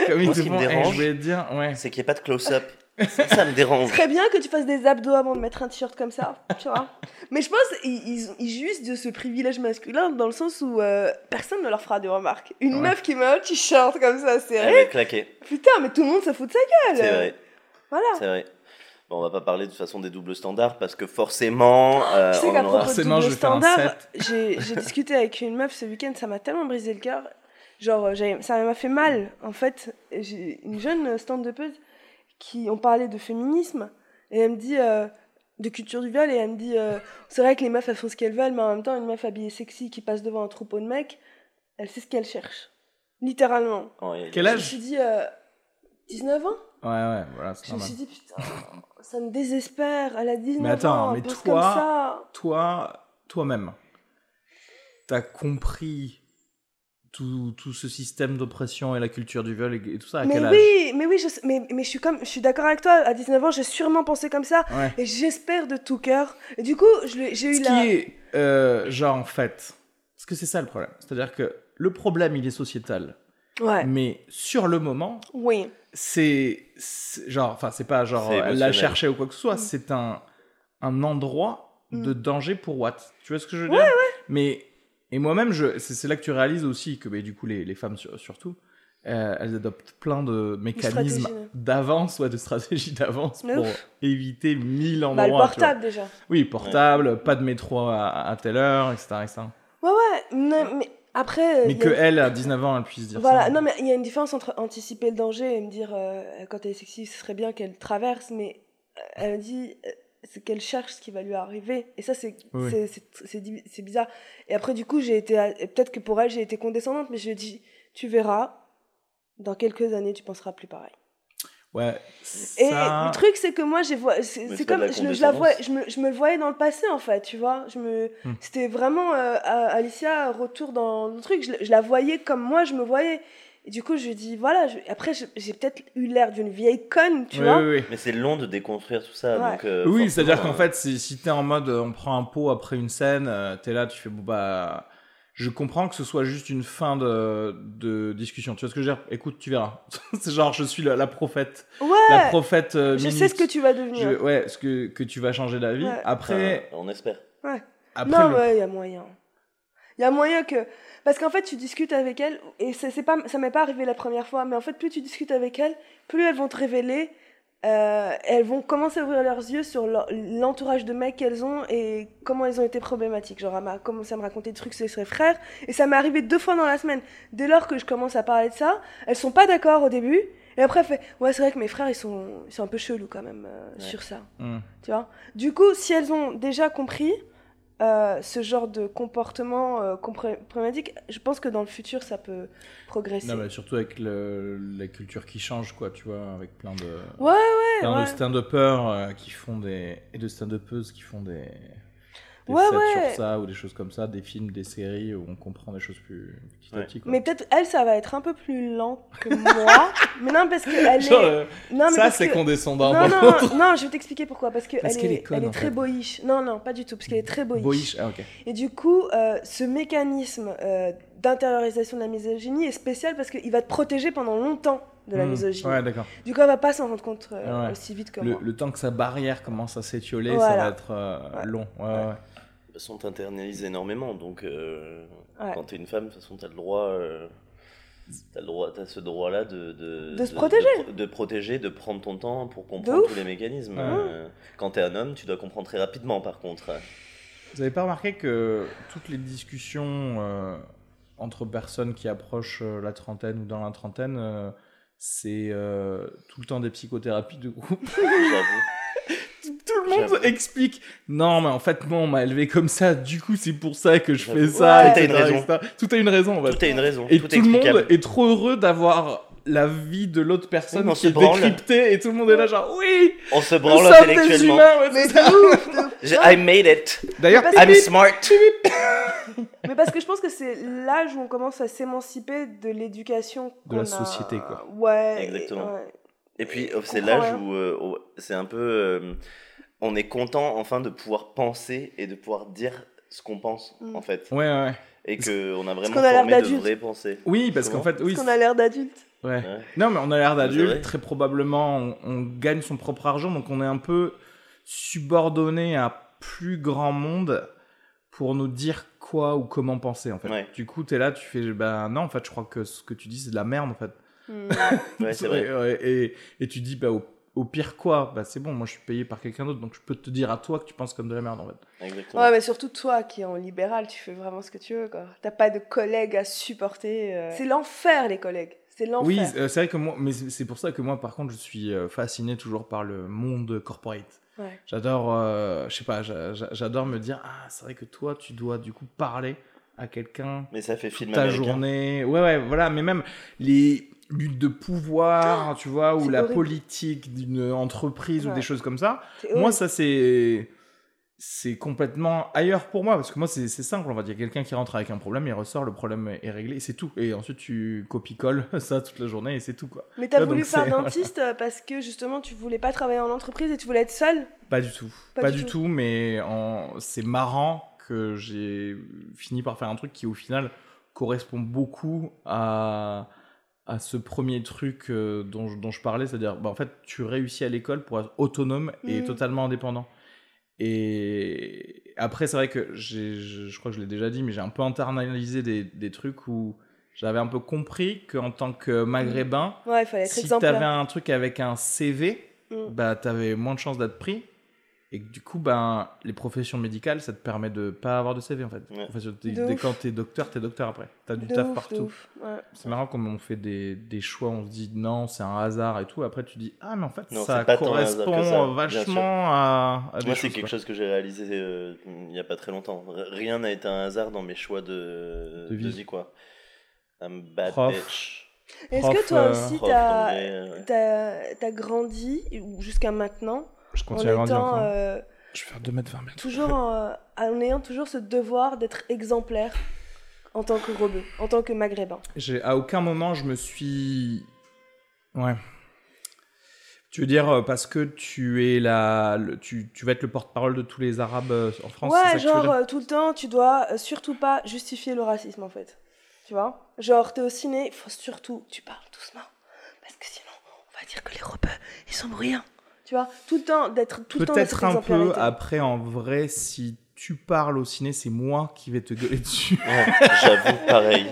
Comme ils
Moi,
te
ce qui me
font, Eh, je
dérange,
voulais te dire, ouais.
C'est qu'il n'y ait pas de close-up. ça, ça me dérange.
Très bien que tu fasses des abdos avant de mettre un t-shirt comme ça, tu vois. Mais je pense ils, ils, ils jouissent de ce privilège masculin dans le sens où euh, personne ne leur fera de remarques. Une
Ouais.
meuf qui met un t-shirt comme ça
Elle
serré,
est claquée.
putain, mais tout le monde se fout de sa gueule.
C'est vrai.
Voilà.
C'est vrai. Bon, on va pas parler de toute façon des doubles standards parce que forcément, euh,
Tu sais
on
qu'à
en aura-
propos de
Forcément, je
double
vais faire un
standard, j'ai j'ai discuté avec une meuf ce week-end, ça m'a tellement brisé le cœur. Genre, euh, j'avais- ça m'a fait mal. En fait, j'ai une jeune stand-upeuse qui, on parlait de féminisme, et elle me dit, euh, de culture du viol, et elle me dit, euh, c'est vrai que les meufs, elles font ce qu'elles veulent, mais en même temps, une meuf habillée sexy qui passe devant un troupeau de mecs, elle sait ce qu'elle cherche. Littéralement.
Oh, il y a-
Quel
Je me
âge
suis dit, euh, 19 ans
Ouais, ouais, voilà, c'est
Je me
normal.
suis dit, putain, ça me désespère, elle a 19
attends,
ans, elle
Ah bah. mais
bosse
toi,
comme ça.
Toi, toi-même, t'as compris tout, tout ce système d'oppression et la culture du viol et, et tout ça à
mais
quel âge
oui, mais oui, je, sais- mais, mais je suis comme, je suis d'accord avec toi. À 19 ans, j'ai sûrement pensé comme ça,
Ouais.
et j'espère de tout cœur. Et du coup, je l'ai- j'ai
Ce
eu la.
qui est, euh, genre, en fait, parce que c'est ça le problème. C'est-à-dire que le problème, il est sociétal.
Ouais.
Mais sur le moment,
Oui.
c'est c'est- genre enfin c'est pas genre
C'est
euh, la
émotionnel.
chercher ou quoi que ce soit
Mm.
c'est un un endroit de danger pour Watt tu vois ce que je veux dire mais et moi-même je c'est c'est là que tu réalises aussi que mais du coup les, les femmes sur- surtout euh, elles adoptent plein de mécanismes
stratégie, ouais.
d'avance, ouais, de stratégies d'avance
Mais
pour éviter mille
Bah,
endroits.
le
tu vois.
portable déjà.
Oui, portable, pas de métro à, à telle heure, etc. etc.
Ouais, ouais. Non, mais après. euh,
Mais
il y
que
a-
elle, à 19 ans, elle puisse dire
Voilà,
ça.
non, mais il y a une différence entre anticiper le danger et me dire euh, quand elle est sexy, ce serait bien qu'elle traverse, mais euh, elle dit euh, c'est qu'elle cherche ce qui va lui arriver. Et ça, c'est
Oui.
c'est- c'est- c'est di- c'est bizarre. Et après, du coup, j'ai été. à- et Peut-être que pour elle, j'ai été condescendante, mais je lui ai dit tu verras, dans quelques années, tu penseras plus pareil.
Ouais.
Et
ça-
le truc, c'est que moi, j'ai vois- c'est
Mais
c'est
c'est pas de
comme
la
je, le- je la vois,
condescendance.
je me, je me le voyais dans le passé en fait, tu vois. Je me,
Hmm.
c'était vraiment euh, à- Alicia retour dans le truc. Je, la- je la voyais comme moi, je me voyais. Et du coup, je dis voilà. je- après, je- j'ai peut-être eu l'air d'une vieille conne, tu
Oui,
vois.
oui, oui.
Mais c'est long de déconstruire tout ça.
Ouais.
donc, euh,
Oui,
forcément,
c'est-à-dire qu'en
euh,
fait, si, si t'es en mode euh, on prend un pot après une scène, euh, t'es là, tu fais bon bah. Je comprends que ce soit juste une fin de, de discussion. Tu vois ce que je veux dire Écoute, tu verras. c'est genre, je suis la, la prophète. La
Ouais.
prophète. euh,
Je sais
minute.
ce que tu vas devenir.
Je- ouais, ce que, que tu vas changer d'avis.
Ouais.
Après,
enfin, on espère.
après
non,
le-
ouais, il y a moyen. Il y a moyen que. Parce qu'en fait, tu discutes avec elle, et c'est c'est pas, ça m'est pas arrivé la première fois, mais en fait, plus tu discutes avec elle, plus elles vont te révéler, euh, elles vont commencer à ouvrir leurs yeux sur leur- l'entourage de mecs qu'elles ont et comment ils ont été problématiques. Genre, elle m'a commencé à me raconter des trucs sur ses frères, et ça m'est arrivé deux fois dans la semaine. Dès lors que je commence à parler de ça, elles sont pas d'accord au début, et après, elle fait Ouais, c'est vrai que mes frères, ils sont, ils sont un peu chelous quand même euh,
Ouais.
sur ça.
Hmm.
Tu vois Du coup, si elles ont déjà compris euh, ce genre de comportement euh, compré- problématique, je pense que dans le futur, ça peut progresser.
Non, mais surtout avec le- la culture qui change, quoi, tu vois, avec plein de,
Ouais,
plein
ouais.
de stand-uppers euh, qui font des. et de stand-uppeuses qui font des. des
Ouais,
sets
ouais.
sur ça ou des choses comme ça, des films, des séries où on comprend des choses plus petit à
Ouais.
petit, quoi.
Mais peut-être elle, ça va être un peu plus lent que moi. mais non, parce qu'elle est.
Genre, euh,
Non, mais
ça,
parce
c'est
que-
condescendant.
Non,
par
non,
contre.
non, non, je vais t'expliquer pourquoi. Parce qu'elle
Parce
est,
qu'elle est conne,
elle
en
est
fait.
très boyiche. Non, non, pas du tout, parce qu'elle est très boyiche.
Boyish, ah, ok.
Et du coup, euh, ce mécanisme euh, d'intériorisation de la misogynie est spécial parce qu'il va te protéger pendant longtemps de la
Hmm.
misogynie.
Ouais, d'accord.
Du coup, elle va pas s'en rendre compte euh,
Ouais.
aussi vite que
Le,
moi.
le temps que sa barrière commence à s'étioler, ça
Voilà.
va être euh,
Ouais.
long. Ouais,
Ouais.
ouais.
De toute façon, t'internalises énormément. Donc, euh,
Ouais.
quand t'es une femme, de toute façon, t'as le droit. euh, T'as, le droit, t'as ce droit-là de, de,
De se protéger.
De, pro- de protéger, de prendre ton temps pour comprendre
ouf.
tous les mécanismes.
Ouais.
Euh, quand t'es un homme, tu dois comprendre très rapidement, par contre. euh,
Vous avez pas remarqué que toutes les discussions euh, entre personnes qui approchent euh, la trentaine ou dans la trentaine, euh, c'est euh, tout le temps des psychothérapies de groupe.
J'avoue.
tout tout le monde
J'avoue.
explique. Non, mais en fait, moi, on m'a élevé comme ça. Du coup, c'est pour ça que je
J'avoue.
fais ça.
Ouais.
etc.,
Tout a une raison.
etc.. Tout a une raison. en fait.
Tout a une raison.
Et
tout,
tout,
est
le
explicable.
monde est trop heureux d'avoir la vie de l'autre personne
Oui, on
qui
se
est
branle.
décryptée. Et tout le monde est là genre oui,
On se
nous
branle
sommes des
intellectuellement.
humains. ouais, c'est ça.
J'ai- I made it.
D'ailleurs,
Mais parce
I'm smart.
Mais parce que je pense que c'est l'âge où on commence à s'émanciper de l'éducation.
De
qu'on
la
a-
société, quoi.
Ouais.
Exactement.
ouais.
Et puis,
Je
oh, c'est
comprends
l'âge
rien.
où euh, oh, c'est un peu. euh, on est content enfin de pouvoir penser et de pouvoir dire ce qu'on pense
Mm.
en fait.
ouais, ouais.
Et qu'on a vraiment
qu'on a l'air
formé de
d'adulte.
vraies pensées.
Oui, parce
Comment
qu'en fait, oui,
Parce qu'on a l'air d'adulte.
Ouais.
Ouais.
Non, mais on a l'air
C'est vrai.
d'adulte. Très probablement, on, on gagne son propre argent, donc on est un peu subordonné à plus grand monde pour nous dire quoi ou comment penser, en fait.
Ouais.
Du coup, t'es là, tu fais, bah non, en fait, je crois que ce que tu dis, c'est de la merde, en fait.
Hmm.
Ouais, c'est vrai.
Et, ouais, et, et tu dis, bah au, au pire quoi Bah c'est bon, moi je suis payé par quelqu'un d'autre, donc je peux te dire à toi que tu penses comme de la merde, en fait.
Exactement.
Ouais, mais surtout toi qui es en libéral, tu fais vraiment ce que tu veux, quoi. T'as pas de collègues à supporter. euh. C'est l'enfer, les collègues. C'est l'enfer.
Oui, euh, c'est vrai que moi, mais c'est c'est pour ça que moi, par contre, je suis euh, fasciné toujours par le monde corporate.
Ouais.
J'adore, euh, je sais pas, j'a- j'a- j'adore me dire ah c'est vrai que toi tu dois du coup parler à quelqu'un
Mais ça fait film
ta
américain.
journée, ouais ouais voilà, mais même les luttes de pouvoir, tu vois, ou
Ah, c'est
la
horrible.
politique d'une entreprise ou
Ouais.
des choses comme ça.
C'est
Moi
horrible.
ça c'est c'est complètement ailleurs pour moi parce que moi c'est c'est simple on va dire quelqu'un qui rentre avec un problème il ressort le problème est réglé c'est tout et ensuite tu copie colles ça toute la journée et c'est tout quoi
mais t'as
Ouais,
voulu
donc
faire
c'est-
dentiste euh, parce que justement tu voulais pas travailler en entreprise et tu voulais être seule.
Pas du tout. Pas, du, tout, mais en- c'est marrant que j'ai fini par faire un truc qui, au final, correspond beaucoup à, à ce premier truc euh, dont, je- dont je parlais, c'est-à-dire, bah, en fait, tu réussis à l'école pour être autonome et
Mm.
totalement indépendant. Et après, c'est vrai que j'ai- je, je crois que je l'ai déjà dit, mais j'ai un peu internalisé des, des trucs où j'avais un peu compris qu'en tant que maghrébin,
Ouais, il fallait être
si
exemplaire.
t'avais un truc avec un CV,
Bah, Mm.
bah t'avais moins de chances d'être pris. Et que du coup, ben, les professions médicales, ça te permet de pas avoir de CV en fait.
Ouais.
Profession-
De
dès- dès
ouf.
quand t'es docteur, t'es docteur après. T'as du
De
taf
ouf, de
partout.
ouf, ouais.
C'est marrant comme on fait des, des choix, on se dit non, c'est un hasard et tout. Après, tu dis ah, mais en fait,
Non,
ça
c'est pas tant un hasard que ça,
correspond euh,
bien sûr.
vachement à, à des
Moi, c'est
choses,
quelque
quoi.
chose que j'ai réalisé euh, il n'y a pas très longtemps. R- Rien n'a été un hasard dans mes choix de,
De vie.
quoi. I'm bad
Prof.
bitch.
Est-ce
Prof,
que toi
euh,
aussi,
Prof
t'as
d'anglais, euh, ouais.
t'as- t'as grandi, ou jusqu'à maintenant,
Je
en
continue à grandir
étant,
encore.
euh,
Je vais faire 2m20 mètres.
toujours en, euh, en ayant toujours ce devoir d'être exemplaire en tant que rebeu, en tant que maghrébin
J'ai- à aucun moment je me suis ouais tu veux dire euh, parce que tu es la le- tu, tu vas être le porte-parole de tous les arabes euh, en France c'est ça
ouais,
que tu veux
genre
dire
euh, tout le temps, tu dois euh, surtout pas justifier le racisme en fait. Tu vois Genre, t'es au ciné, il faut surtout que tu parles doucement. Parce que sinon, on va dire que les rebeux, ils sont bruyants. Tu vois Tout le temps, d'être tout le temps dans cette
peut-être un peu
exemplarité.
après en vrai si tu parles au ciné c'est moi qui vais te gueuler dessus
Ouais, J'avoue, pareil.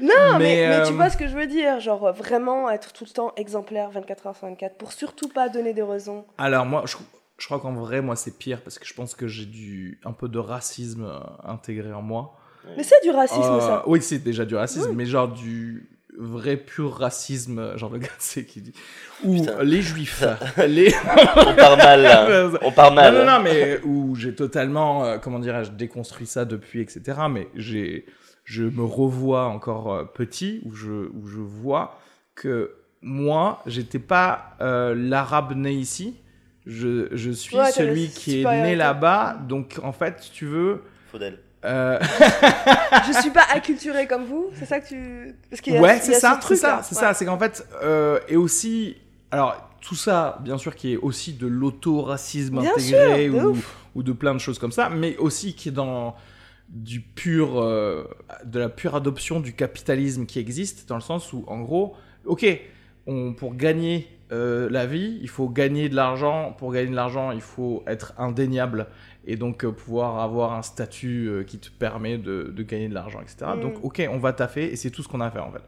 Non, mais,
Mais,
mais tu
euh,
vois ce que je veux dire. Genre, euh, vraiment être tout le temps exemplaire 24 h sur 24 pour surtout pas donner des raisons.
alors moi je, je crois qu'en vrai moi c'est pire parce que je pense que j'ai du un peu de racisme euh, intégré en moi
Mais c'est du racisme,
Euh,
ça.
Oui, c'est déjà du racisme, mais genre du vrai pur racisme, genre le gars, c'est qui dit. Ou
Putain.
les juifs. les...
On part mal, là.
non,
On part mal.
non, non, mais où j'ai totalement, euh, comment dirais-je, déconstruit ça depuis, etc. Mais j'ai, je me revois encore euh, petit, où je, où je vois que moi, j'étais pas euh, l'arabe né ici. Je, je suis
Ouais, t'as
celui
la
qui est né
supériorité.
là-bas. Donc, en fait, si tu veux.
Faut d'elle.
euh,
je suis pas acculturée comme vous, c'est ça que tu. Parce qu'il y a- il y
ouais,
a
c'est
ce hein.
ça, c'est
truc-là.
ça, c'est
Ouais.
ça. C'est qu'en fait, euh, et aussi, alors tout ça, bien sûr, qui est aussi de l'auto-racisme
Bien
intégré
sûr, de
ou, ou de plein de choses comme ça, mais aussi qui est dans du pur, euh, de la pure adoption du capitalisme qui existe, dans le sens où, en gros, ok, on, pour gagner euh, la vie, il faut gagner de l'argent. Pour gagner de l'argent, il faut être indéniable et donc euh, pouvoir avoir un statut euh, qui te permet de, de gagner de l'argent, etc.
Mm.
Donc, ok, on va taffer et c'est tout ce qu'on a à faire en fait.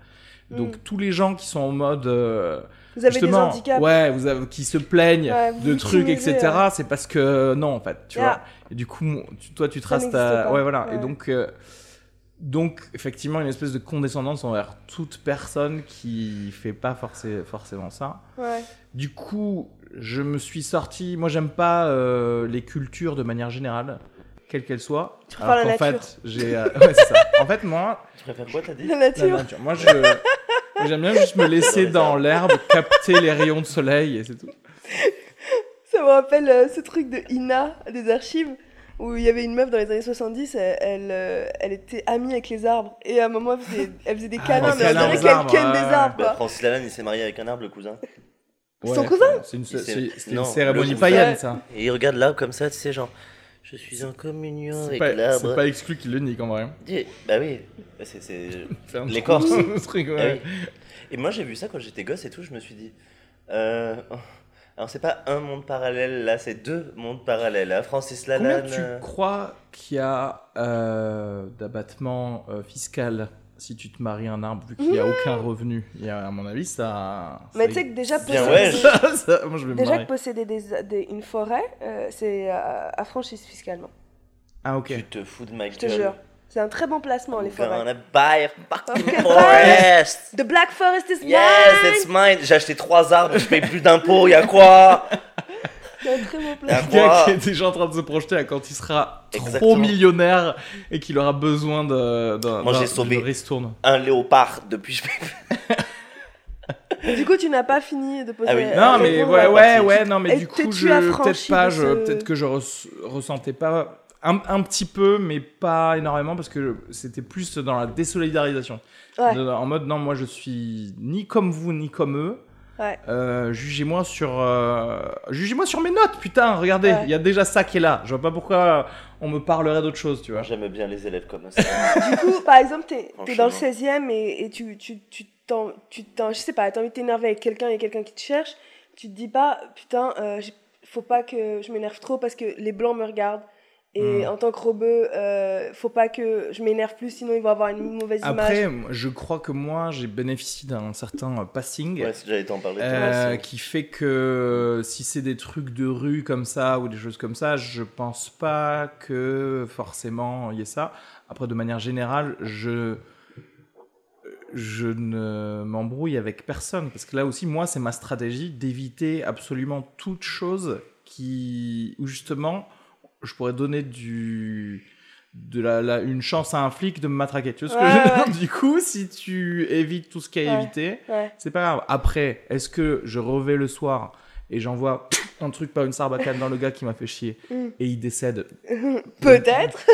Donc,
Mm.
tous les gens qui sont en mode. euh,
Vous avez
justement,
des handicaps.
ouais, vous avez, qui se plaignent
Ouais, vous
de trucs,
victimisez,
etc., c'est parce que euh, non, en fait, tu
Yeah.
vois. Et du coup, mon- tu- toi, tu traces
n'existe
ta.
pas.
Ouais, voilà.
Ouais.
Et donc. euh, donc, effectivement, une espèce de condescendance envers toute personne qui fait pas forcé- forcément ça.
Ouais.
Du coup, je me suis sorti. Moi, j'aime pas euh, les cultures de manière générale, quelles qu'elles soient.
Tu préfères la
qu'en
nature.
fait, j'ai. euh, ouais, c'est ça. En fait, moi,
Tu préfères quoi, t'as dit
La
la
nature.
nature. Moi, je. moi, J'aime bien juste me laisser dans l'herbe, capter les rayons de soleil et c'est tout.
Ça me rappelle euh, ce truc de Ina des archives où il y avait une meuf dans les années 70, elle, elle, euh, elle était amie avec les arbres et à un moment elle faisait, elle faisait des
Ah,
câlins,
des
mais on
câlins
dirait
aux
qu'elle
arbres,
ken
ouais,
des
ouais.
arbres
bah,
quoi.
Francis Lalanne, il s'est marié avec un arbre, le cousin.
Son cousin
C'est une,
Il s'est-
c'est- c'était une
non,
cérémonie
le-
païenne, ça.
Et il regarde l'arbre comme ça, tu sais, genre, je suis en communion
C'est
avec
pas, c'est
l'arbre.
pas exclu qu'il le nique en vrai.
Dieu. Bah oui, c'est. c'est-
C'est un
Les
truc-
Corses.
un truc, ouais.
Ah oui. Et moi, j'ai vu ça quand j'étais gosse et tout, je me suis dit. euh, Alors, c'est pas un monde parallèle là, c'est deux mondes parallèles. Hein. Francis
Combien
Lalanne.
tu
euh,
crois qu'il y a euh, d'abattement euh, fiscal si tu te maries un arbre, vu qu'il n'y a aucun revenu Il y a, À mon avis, ça.
Mmh. Mais
ça-
tu sais que déjà
Bien,
posséder,
ouais, je-
ça, ça- moi, je vais me
déjà
marier.
que posséder des, des- une forêt, euh, c'est euh, affranchi fiscalement.
Ah, ok.
Tu te fous de ma gueule.
Je te jure. C'est un très bon placement les
Gonna
forêts.
buy a fucking
Fucking
forest.
The Black Forest is
Yes,
mine
it's mine. J'ai acheté trois arbres, je paye plus d'impôts, y'a quoi
C'est un très bon
Le
placement.
gars
Moi-
qui est déjà en train de se projeter à quand il sera trop
Exactement.
millionnaire et qu'il aura besoin de. d'un-
Moi, j'ai
d'un-
sauvé.
d'une ristourne.
Un léopard depuis je paye plus.
Du coup, tu n'as pas fini de poser.
Ah oui.
euh,
Non,
Elle
mais
répondre
ouais,
à-
ouais, ouais, non, mais
Elle
du
te
coup,
tue
je.
affranchie
Peut-être pas,
de
je.
ce-
Peut-être que je res- ressentais pas. Un, un petit peu, mais pas énormément, parce que c'était plus dans la désolidarisation.
Ouais.
De- en mode non moi je suis ni comme vous ni comme eux
Ouais.
Euh, jugez-moi sur euh, jugez-moi sur mes notes putain regardez il
Ouais.
y a déjà ça qui est là je vois pas pourquoi on me parlerait d'autre chose tu vois
J'aime bien les élèves comme ça.
Du coup, par exemple, t'es es dans
Franchement.
le 16 e et, et tu tu tu t'en tu t'en je sais pas, t'as envie de t'énerver avec quelqu'un et quelqu'un qui te cherche, tu te dis pas putain, euh, j'ai- faut pas que je m'énerve trop parce que les blancs me regardent Et
Mm.
en tant que robeux, euh, faut pas que je m'énerve plus, sinon ils vont avoir une mauvaise
Après,
image.
moi, je crois que moi, j'ai bénéficié d'un certain euh, passing.
Ouais, c'est- j'allais t'en parler. toi,
euh,
aussi.
qui fait que euh, si c'est des trucs de rue comme ça ou des choses comme ça, je pense pas que forcément il y ait ça. Après, de manière générale, je je ne m'embrouille avec personne parce que là aussi, moi, c'est ma stratégie d'éviter absolument toute chose qui où justement je pourrais donner du de la, la- une chance à un flic de me matraquer. Tu vois ce que
Ouais,
je veux
ouais.
dire Du coup, si tu évites tout ce qui est
Ouais.
évité,
Ouais.
c'est pas grave. Après, est-ce que je revais le soir et j'envoie un truc par une sarbacane dans le gars qui m'a fait chier
Mm.
et il décède
Peut-être.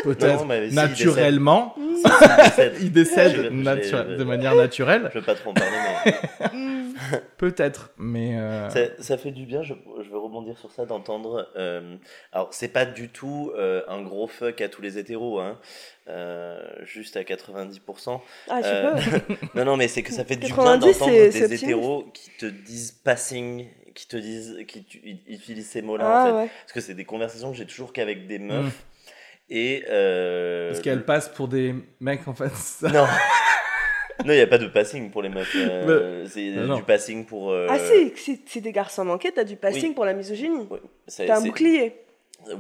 peut-être
Non, mais si, il
naturellement
Mm,
décède.
il décède
Je- je-
nature-
je-
de manière naturelle
Je veux pas trop en parler, mais
mm.
peut-être mais euh,
ça, ça fait du bien, je, je veux rebondir sur ça, d'entendre. euh, alors, c'est pas du tout euh, un gros fuck à tous les hétéros, hein, euh, juste à 90%.
Ah, tu
Euh,
peux.
non, non, mais c'est que ça fait du bien
90,
d'entendre
c'est-
des
c'est optimiste.
hétéros qui te disent passing, qui te disent, qui tu- ils- ils utilisent ces mots-là en fait.
Ah, ouais.
Parce que c'est des conversations que j'ai toujours qu'avec des meufs. Et. Euh,
Mm. parce qu'elle passe pour des mecs en face
Non! Non, il n'y a pas de passing pour les meufs. euh, c'est
Mais non.
du passing pour. euh,
Ah, si, si, si des garçons manquaient, t'as du passing
oui.
pour la misogynie.
ouais, c'est-
T'as un
c'est-
bouclier.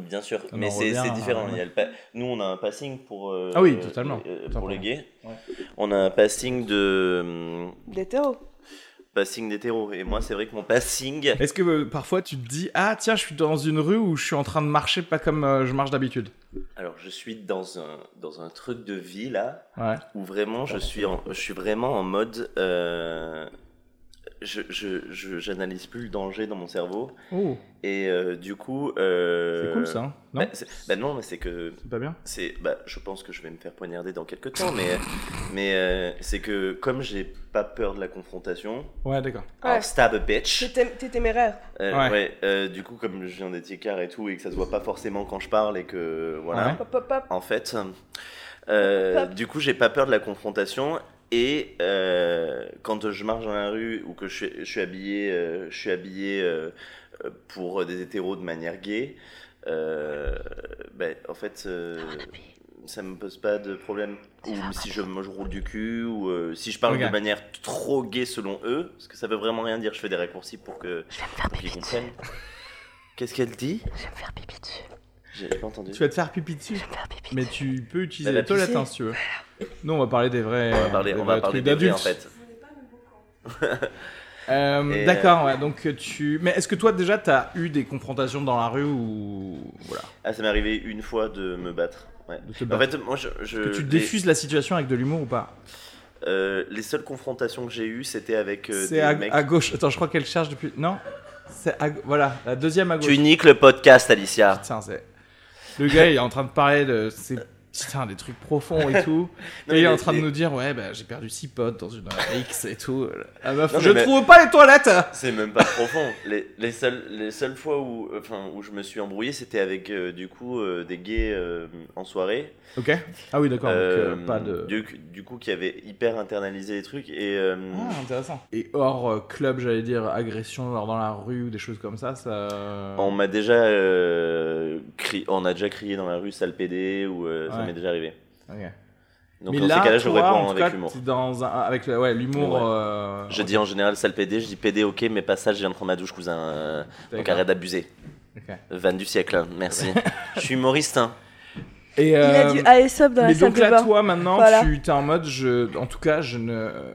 Bien sûr,
On en
mais c'est
revient
c'est
à-
différent. Il y a le pa- Nous, on a un passing pour. euh,
Ah oui, totalement,
euh,
totalement.
pour les gays.
Ouais.
On a un passing de. hum,
D'hétéro.
Passing d'hétéro. Et moi, c'est vrai que mon passing.
est-ce que euh, parfois tu te dis ah tiens je suis dans une rue où je suis en train de marcher pas comme euh, je marche d'habitude
Alors, je suis dans un, dans un truc de vie là,
ouais
où vraiment je suis, en, je suis vraiment en mode. euh, je je- je- j'analyse plus le danger dans mon cerveau.
oh
Et euh, du coup.
c'est
euh,
cool ça hein non
bah, c'est- bah non, mais c'est que.
c'est pas bien
c'est bah, Je pense que je vais me faire poignarder dans quelques temps, mais, mais euh, c'est que comme j'ai pas peur de la confrontation,
ouais d'accord
alors stab a bitch.
T'es tém- t'es téméraire.
Euh,
Ouais.
ouais. euh, du coup, comme je viens des tiers et tout, et que ça se voit pas forcément quand je parle, et que. Voilà.
Ouais.
Hop, hop, hop.
En fait, euh,
Hop.
du coup, j'ai pas peur de la confrontation. Et euh, quand je marche dans la rue ou que je suis, je suis habillé, euh, je suis habillé euh, euh, pour des hétéros de manière gay, euh, ben, en fait, euh, ça me pose pas de problème. Ou si je, moi, je roule du cul, ou euh, si je parle
Regarde.
de manière trop gay selon eux, parce que ça veut vraiment rien dire. Je fais des raccourcis pour que pour qu'ils comprennent. Qu'est-ce qu'elle dit Je vais me faire pipi dessus. J'ai pas entendu.
tu vas te faire pipi dessus mais tu peux utiliser
Bah, la
la toilette
piscine.
hein, si tu veux non on va parler des vrais
On va parler,
des
on
vrais
va parler
trucs
des vrais,
Euh, d'adultes
en fait.
Euh,
Et,
D'accord, ouais, donc tu. Mais est-ce que toi déjà t'as eu des confrontations dans la rue ou voilà
Ah, ça m'est arrivé une fois de me battre. ouais.
de te
En
battre
fait, euh, moi, je, je-
Que tu
les-
diffuses la situation avec de l'humour ou pas
euh, les seules confrontations que j'ai eues, c'était avec euh, des
C'est à,
mecs.
à gauche. Attends, je crois qu'elle cherche depuis. Non. C'est à... voilà la deuxième à gauche.
Tu niques le podcast, Alicia.
Putain, c'est. Le gars il est en train de parler de ses putain des trucs profonds et tout.
Non,
et il est
mais
en
les-
train de
les-
nous dire ouais bah j'ai perdu six potes dans une X et tout. La meuf,
Non, mais-
je
mais-
trouve pas les toilettes.
C'est même pas profond. Les, les seules, les seules fois où, enfin, où je me suis embrouillé, c'était avec euh, du coup euh, des gays euh, en soirée.
Ok. Ah oui d'accord. donc, euh,
Euh,
pas de.
du, du coup, qui avaient hyper internalisé les trucs et. euh,
Ah, intéressant. Et hors euh, club, j'allais dire agression genre dans la rue ou des choses comme ça, ça.
On m'a déjà euh, cri- on a déjà crié dans la rue sale PD ou euh, ça
Ouais.
m'est déjà arrivé.
Ok.
Donc
Mais
dans
là,
ces cas-là, je
toi, en
réponds
tout
avec
cas,
humour.
t'es Dans un, avec le- ouais, l'humour.
Ouais.
euh,
Je
ok,
dis en général sale PD, je dis PD ok, mais pas ça, je viens de prendre ma douche, cousin. euh, donc
d'accord.
arrête d'abuser.
Ok.
Vanne du siècle, hein, merci. je suis humoriste, hein.
Et,
Il a
euh,
du ASOP dans la
mais
salle
donc
de
là,
bain.
toi, maintenant,
Voilà.
tu es en mode, je, en tout cas, je ne, euh,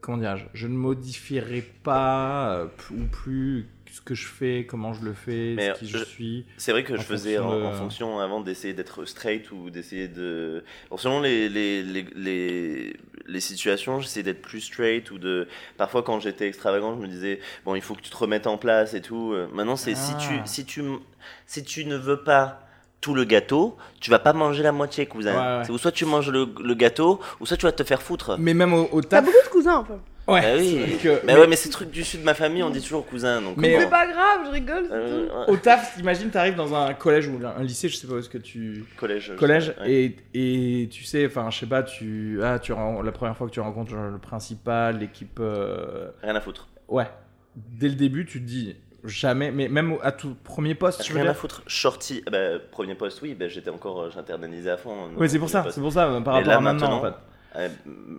comment dirais-je, je ne modifierai pas euh, p- ou plus ce que je fais, comment je le fais,
Mais
ce qui je,
je-
suis.
C'est vrai que
En
je faisais en,
fonction de-
en fonction avant d'essayer d'être straight ou d'essayer de. En selon les, les, les, les, les situations, j'essayais d'être plus straight ou de. Parfois, quand j'étais extravagant, je me disais, bon, il faut que tu te remettes en place et tout. Euh, Maintenant, c'est si,
Ah.
tu, si, tu, m- si tu ne veux pas tout le gâteau, tu vas pas manger la moitié, cousin.
Ouais, ouais.
C'est Ou soit tu manges le, le gâteau, ou soit tu vas te faire foutre.
Mais même au, au
T'as
taf.
beaucoup de cousins, enfin.
Ouais.
Bah
c'est vrai
oui.
que-
mais, ouais, mais c'est truc du sud de ma famille, on dit toujours cousin. Donc
Mais-
comment-
C'est pas grave, je rigole, c'est
Euh,
tout.
ouais.
Au taf, imagine, t'arrives dans un collège ou un lycée, je sais pas où est-ce que tu.
collège. je
collège
sais, ouais.
et, et tu sais enfin je sais pas tu ah tu ren- la première fois que tu rencontres euh, le principal l'équipe euh,
Rien à foutre.
ouais dès le début tu te dis jamais, mais même au- à tout premier poste, je veux
Rien à
dire.
foutre. Shorty, ah bah, premier poste, oui, bah, j'étais encore, euh, j'internalisais à fond.
Oui, c'est pour ça,
Premier
c'est
poste.
pour ça, euh, par
Mais
rapport
là,
à maintenant, en
maintenant, Euh,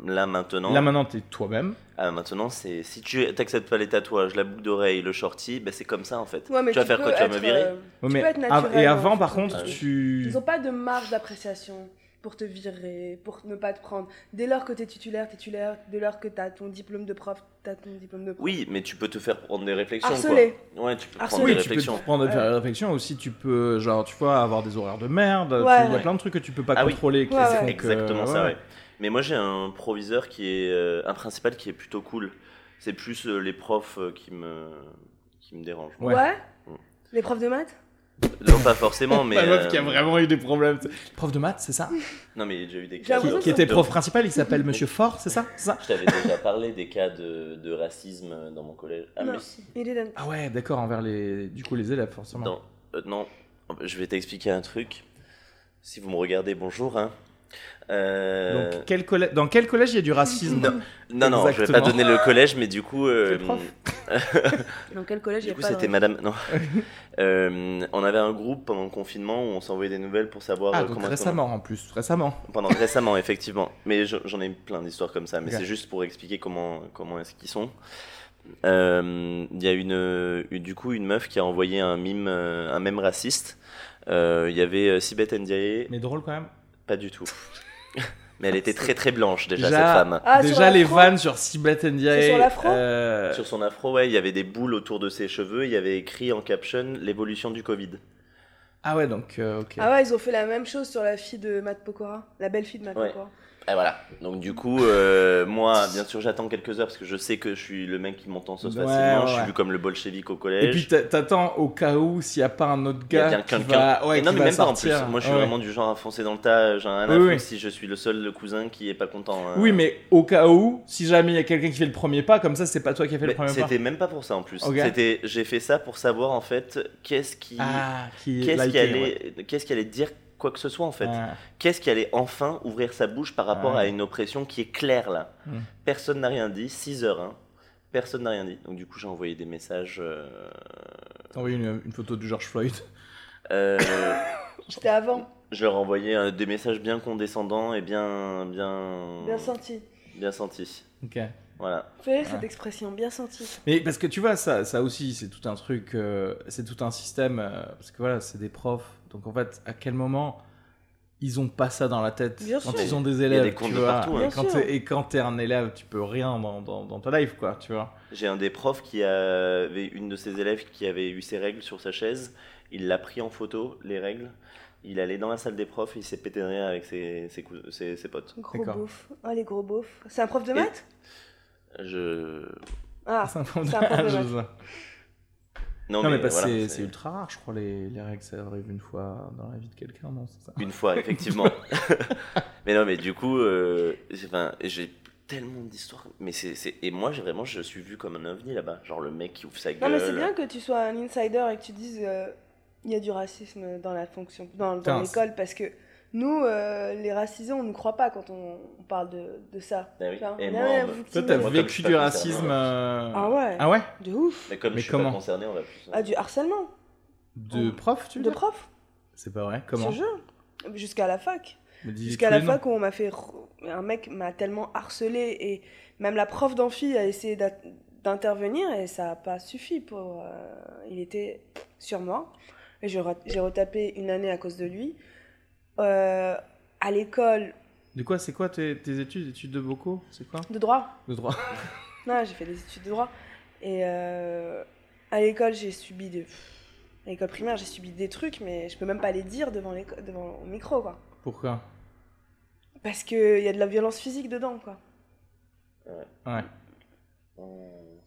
Là maintenant,
fait. Là, maintenant, t'es toi-même.
ah, maintenant c'est si tu t'acceptes pas les tatouages, la boucle d'oreille, le shorty, bah, c'est comme ça en fait.
Ouais, mais
tu vas faire quoi
peux
Tu vas me
être,
virer
euh,
Ouais,
Tu
mais
peux être
av-
naturel,
et
hein,
avant,
c'est
par
tout.
contre,
Ah oui.
tu.
Ils ont pas de marge d'appréciation pour te virer, pour ne pas te prendre. Dès lors que t'es titulaire, titulaire, dès lors que t'as ton diplôme de prof, t'as ton diplôme de prof.
Oui, mais tu peux te faire prendre des réflexions.
Harcelé.
Quoi. Ouais, tu peux
Harcelé.
prendre des
Ah Oui, tu peux
réflexions.
te prendre faire des réflexions aussi. Tu peux, genre, tu vois, avoir des horaires de merde. tu- Il
Ouais.
y a plein de trucs que tu peux pas
Ah oui.
contrôler. qui
Ouais, ouais.
font que-
Exactement ça,
euh, ouais.
ouais.
Bah,
Mais moi j'ai un proviseur qui est euh, un principal qui est plutôt cool. C'est plus euh, les profs euh, qui me qui me dérangent.
Ouais.
Ouais.
Mm.
Les profs de maths
Non pas forcément, mais
La meuf
euh,
qui a vraiment eu des problèmes. Prof de maths, c'est ça
Ah,
non mais j'ai eu des
J'ai Ah,
cas.
l'impression
de-
qui,
oui,
qui était
de-
prof principal, il s'appelle Monsieur Fort, c'est ça C'est ça
Je t'avais déjà parlé des cas de, de racisme dans mon collège. Ah,
Non.
mais si.
Il est
Ah ouais, d'accord, envers les, du coup, les élèves, forcément.
Non, euh, non, je vais t'expliquer un truc. Si vous me regardez, bonjour. Hein. Euh,
Donc, quel collè- dans quel collège il y a du racisme
Non. non, non, je vais pas
Exactement.
donner le collège, mais du coup. euh,
Les profs.
Dans quel collège il y
Du
a
coup,
pas de racisme
c'était madame. Non. Euh, on avait un groupe pendant le confinement où on s'envoyait des nouvelles pour savoir
Ah,
euh,
donc
comment.
récemment en plus, récemment.
Pendant récemment, effectivement. Mais je- j'en ai plein d'histoires comme ça. Mais
Ok.
c'est juste pour expliquer comment, comment est-ce qu'ils sont. Euh, Il y a une, euh, du coup une meuf qui a envoyé un mime, euh, un mème raciste. Euh, Il y avait euh, Sibeth Ndiaye.
Mais drôle quand même.
Pas du tout. Mais elle était très très blanche déjà,
Déjà.
cette femme.
Ah, sur
Déjà, les
l'afro
vannes sur Sibeth Ndiaye.
C'est sur l'afro
euh,
Sur son afro, ouais, il y avait des boules autour de ses cheveux, il y avait écrit en caption l'évolution du Covid.
Ah ouais, donc, euh, ok.
Ah ouais, ils ont fait la même chose sur la fille de Matt Pokora, la belle fille de Matt
Ouais.
Pokora.
Et voilà. Donc du coup, euh, moi, bien sûr, j'attends quelques heures parce que je sais que je suis le mec qui monte en sauce
Ouais,
facilement, je
ouais.
suis vu comme le bolchevique au collège.
Et puis t'a- t'attends au cas où s'il n'y a pas un autre
Il y a
gars
bien
qui
quelqu'un.
va, ouais,
Et non,
qui
mais
va
même pas en
sortir.
plus. Moi, je suis
Ouais.
vraiment du genre ah, à foncer dans le tas. J'ai un
Oui,
affreux
oui.
si je suis le seul le cousin qui est pas content. hein.
Oui, mais au cas où, si jamais il y a quelqu'un qui fait le premier pas, comme ça, c'est pas toi qui as fait
Mais
le premier pas.
c'était même pas pour ça en plus.
Ok.
C'était, j'ai fait ça pour savoir en fait qu'est-ce qui,
Ah, qui est
qu'est-ce qui
liké, ouais.
allait, qu'est-ce qui allait dire quoi que ce soit en fait.
Ah.
Qu'est-ce qui allait enfin ouvrir sa bouche par rapport
Ouais.
à une oppression qui est claire là
Mm.
Personne n'a rien dit, 6 heures, hein. personne n'a rien dit. Donc du coup j'ai envoyé des messages. euh,
T'as envoyé une, une photo de George Floyd.
euh,
C'était avant,
je leur envoyais euh, des messages bien condescendants et bien, bien,
bien senti.
bien sentis.
Ok.
Voilà.
Fais
Ouais.
cette expression, bien senti.
Mais parce que tu vois, ça, ça aussi, c'est tout un truc, euh, c'est tout un système, euh, parce que voilà, c'est des profs. Donc en fait, à quel moment ils ont pas ça dans la tête
Bien
quand
sûr.
ils ont des
y a
élèves
des comptes
tu
de
vois,
partout, hein.
et,
Bien
quand
sûr.
t'es, et quand t'es un élève, tu peux rien dans, dans, dans ta life, quoi, tu vois.
J'ai un des profs qui avait une de ses élèves qui avait eu ses règles sur sa chaise. Il l'a pris en photo, les règles. Il allait dans la salle des profs et il s'est pété de rire avec ses, ses cou- ses- ses potes.
Gros
D'accord.
beauf. Ah, les gros beaufs. C'est un prof de
Et-
maths
Je.
Ah,
c'est un problème.
c'est un problème.
Non,
Non, mais,
mais
parce que
voilà,
c'est,
c'est-
c'est ultra rare, je crois, les, les règles, ça arrive une fois dans la vie de quelqu'un, non c'est ça
Une fois, effectivement. mais non, mais du coup, euh, j'ai- enfin, j'ai tellement d'histoires. Mais c'est, c'est- Et moi, j'ai vraiment, je suis vu comme un ovni là-bas. Genre le mec qui ouvre sa
Non,
gueule.
mais c'est bien que tu sois un insider et que tu dises euh, il y a du racisme dans la fonction, dans, dans
Putain,
l'école, parce que nous, euh, les racisés, on ne croit pas quand on, on parle de, de ça.
Ah oui.
Enfin,
Et
on
moi,
est,
on me-
vous
bah, Toi,
qui-
t'as
Moi, comme je
vécu
suis pas
du
concerné,
racisme.
ouais.
euh,
Ah ouais.
Ah ouais
de ouf.
Mais comme
Mais
je suis
comment
pas concerné, on va plus.
Ah, du harcèlement,
De prof, tu veux
Oh. de
dire
prof,
C'est pas vrai,
ce
comment
jeu. Jusqu'à la fac.
Me dis
Jusqu'à
tous
la
les noms.
fac où on m'a fait. re- Un mec m'a tellement harcelé et même la prof d'amphi a essayé d'at- d'intervenir et ça n'a pas suffi pour. euh, Il était sur moi. Et je re- j'ai retapé une année à cause de lui. Euh, à l'école
De quoi, c'est quoi tes, tes études Études de bocaux C'est quoi
de droit,
De droit
non, j'ai fait des études de droit. Et euh, à l'école, j'ai subi des. À l'école primaire, j'ai subi des trucs, mais je peux même pas les dire devant, l'éco- devant au micro, quoi.
Pourquoi
Parce qu'il y a de la violence physique dedans, quoi.
Ouais.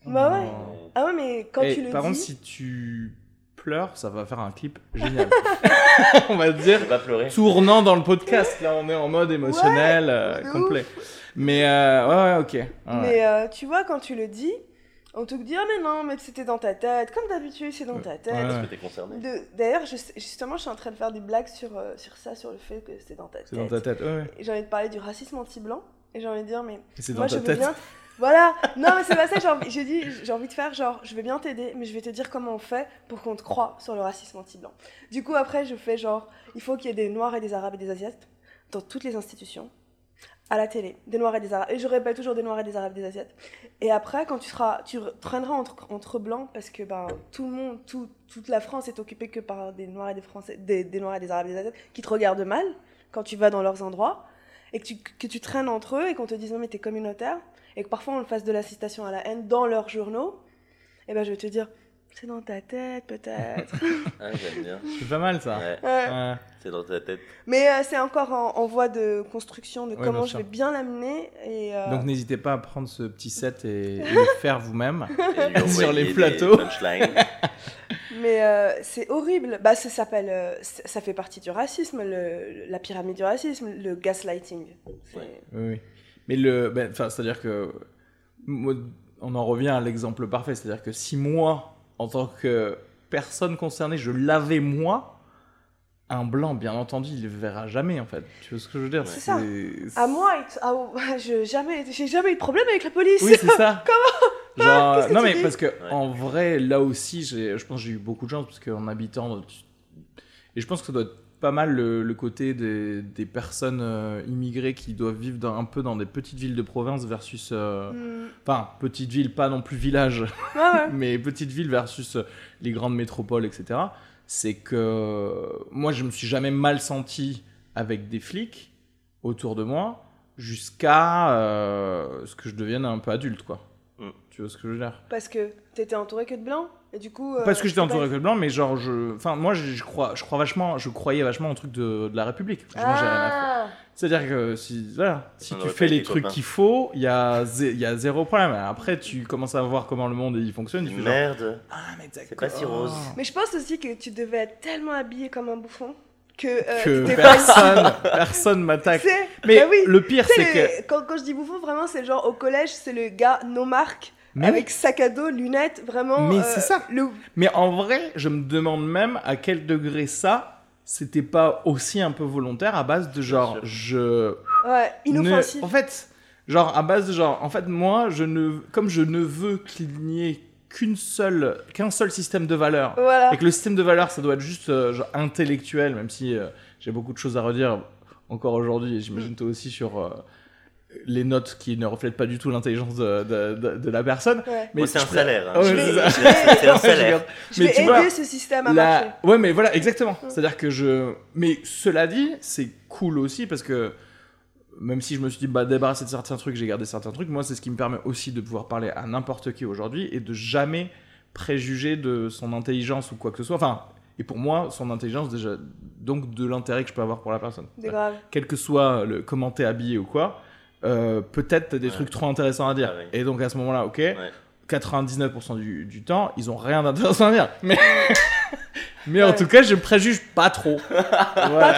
Bah ouais.
Oh.
Ah ouais, mais quand
Et
tu le
par
dis.
contre, si tu pleures, ça va faire un clip génial. on va dire
va pleurer.
tournant dans le podcast. Là, on est en mode émotionnel euh,
de
complet. Mais euh, ouais, ouais, ok. Ouais.
Mais euh, tu vois, quand tu le dis, on te dit Ah, mais non, mais c'était dans ta tête. Comme d'habitude, c'est dans ta
Ouais,
tête.
Parce que t'es concerné.
De- D'ailleurs, je sais- justement, je suis en train de faire des blagues sur, euh, sur ça, sur le fait que c'est dans ta
C'est
tête.
dans ta tête. Ouais, ouais.
Et J'ai envie de parler du racisme anti-blanc. Et j'ai envie de dire Mais
Et C'est dans
moi, je
ta
veux
tête.
bien. Voilà. Non, mais c'est pas ça que j'ai envie- j'ai dit. J'ai envie de faire genre, je vais bien t'aider, mais je vais te dire comment on fait pour qu'on te croie sur le racisme anti-blanc. Du coup, après, je fais genre, il faut qu'il y ait des Noirs et des Arabes et des Asiates dans toutes les institutions, à la télé, des Noirs et des Arabes. Et je répète toujours des Noirs et des Arabes et des Asiates. Et après, quand tu seras, tu re- traîneras entre, entre blancs parce que ben tout le monde, tout- toute la France est occupée que par des Noirs et des Français, des, des Noirs et des Arabes et des Asiates qui te regardent mal quand tu vas dans leurs endroits et que tu, que tu traînes entre eux et qu'on te dise non mais t'es communautaire et que parfois on le fasse de l'assistation à la haine dans leurs journaux, et ben je vais te dire c'est dans ta tête peut-être.
Ah, j'aime bien.
C'est pas mal ça.
Ouais,
Ouais.
Ouais.
c'est dans ta tête.
Mais euh, c'est encore en, en voie de construction de
Ouais,
comment
bien
je
sûr.
vais bien l'amener et euh,
Donc n'hésitez pas à prendre ce petit set et, et le faire vous-même.
Et lui
Sur
envoyer
les
des
plateaux.
punchlines.
mais euh, c'est horrible. Bah ça s'appelle euh, c'est- ça fait partie du racisme, le- la pyramide du racisme, le gaslighting. C'est-
Ouais.
Oui, oui. Mais le, ben, enfin, c'est-à-dire que moi, on en revient à l'exemple parfait, c'est-à-dire que si moi, en tant que personne concernée, je l'avais moi, un blanc, bien entendu, il le verra jamais en fait. Tu vois ce que je veux dire
C'est ça.
c'est-
À moi, il te- ah, oh, je jamais j'ai jamais eu de problème avec la police.
Oui, c'est ça. Comment Genre,
Ah, Qu'est-ce que
non
tu
mais
dis
parce que en vrai, là aussi, j'ai- je pense que j'ai eu beaucoup de chance parce qu'en habitant, tu- et je pense que ça doit être pas mal le, le côté des, des personnes euh, immigrées qui doivent vivre dans- un peu dans des petites villes de province versus, euh,
Hmm.
enfin, petite ville, pas non plus village,
Ouais, ouais.
mais petite ville versus euh, les grandes métropoles, etc. C'est que moi, je me suis jamais mal senti avec des flics autour de moi jusqu'à euh, ce que je devienne un peu adulte, quoi.
Mm.
Tu vois ce que je veux dire
Parce que t'étais entouré que de blancs et du coup. euh,
Parce que j'étais
c'est
entouré
pas-
que de blancs, mais genre, je, enfin, moi, je, je crois, je crois vachement, je croyais vachement au truc de, de la République. Franchement, j'ai rien à faire.
Ah.
C'est-à-dire que si, voilà, si
On
tu
aurait
fais
pas
les
été
trucs
copains.
qu'il faut, il y a, zé- il y a zéro problème. Après, tu commences à voir comment le monde il fonctionne. Tu fais genre,
Merde.
ah, mais d'accord.
pas si rose.
Mais je pense aussi que tu devais être tellement habillé comme un bouffon que. euh,
que
t'étais pas-
personne, personne m'attaque.
C'est-
Mais
bah oui.
le pire,
Tu
c'est que.
sais, le- quand, quand je dis bouffon, vraiment, c'est genre au collège, c'est le gars non marque
Mais,
avec sac à dos, lunettes, vraiment.
Mais
euh,
c'est ça.
le-
mais en vrai, je me demande même à quel degré ça, c'était pas aussi un peu volontaire à base de genre,
sûr.
je.
Ouais, inoffensif.
ne- En fait, genre, à base de genre, en fait, moi, je ne, comme je ne veux qu'il n'y ait qu'une seule, qu'un seul système de valeurs,
Voilà.
et que le système de valeurs, ça doit être juste euh, genre, intellectuel, même si euh, j'ai beaucoup de choses à redire encore aujourd'hui, et j'imagine toi aussi sur euh, les notes qui ne reflètent pas du tout l'intelligence de, de- de- de la personne.
Ouais.
Mais c'est un
je-
salaire. hein.
Ah Ouais,
Je-
c'est
je-
ça.
c'est un
Je regarde.
salaire.
Je
mais
vais
tu
aider
vois,
ce système à
La-
marcher.
Ouais, mais voilà, exactement.
Mm.
C'est-à-dire que je. Mais cela dit, c'est cool aussi parce que même si je me suis dit, bah, débarrassé de certains trucs, j'ai gardé certains trucs, moi, c'est ce qui me permet aussi de pouvoir parler à n'importe qui aujourd'hui et de jamais préjuger de son intelligence ou quoi que ce soit. Enfin, et pour moi, son intelligence, déjà, donc de l'intérêt que je peux avoir pour la personne.
Des graves.
Quel que soit le comment t'es habillé ou quoi. euh, peut-être t'as des
Ouais.
trucs trop intéressants à dire.
Ah oui.
Et donc à ce moment-là, ok,
Ouais.
99% du, du temps, ils ont rien d'intéressant à dire. Mais, mais en
Ouais.
tout cas, je préjuge pas trop. Voilà.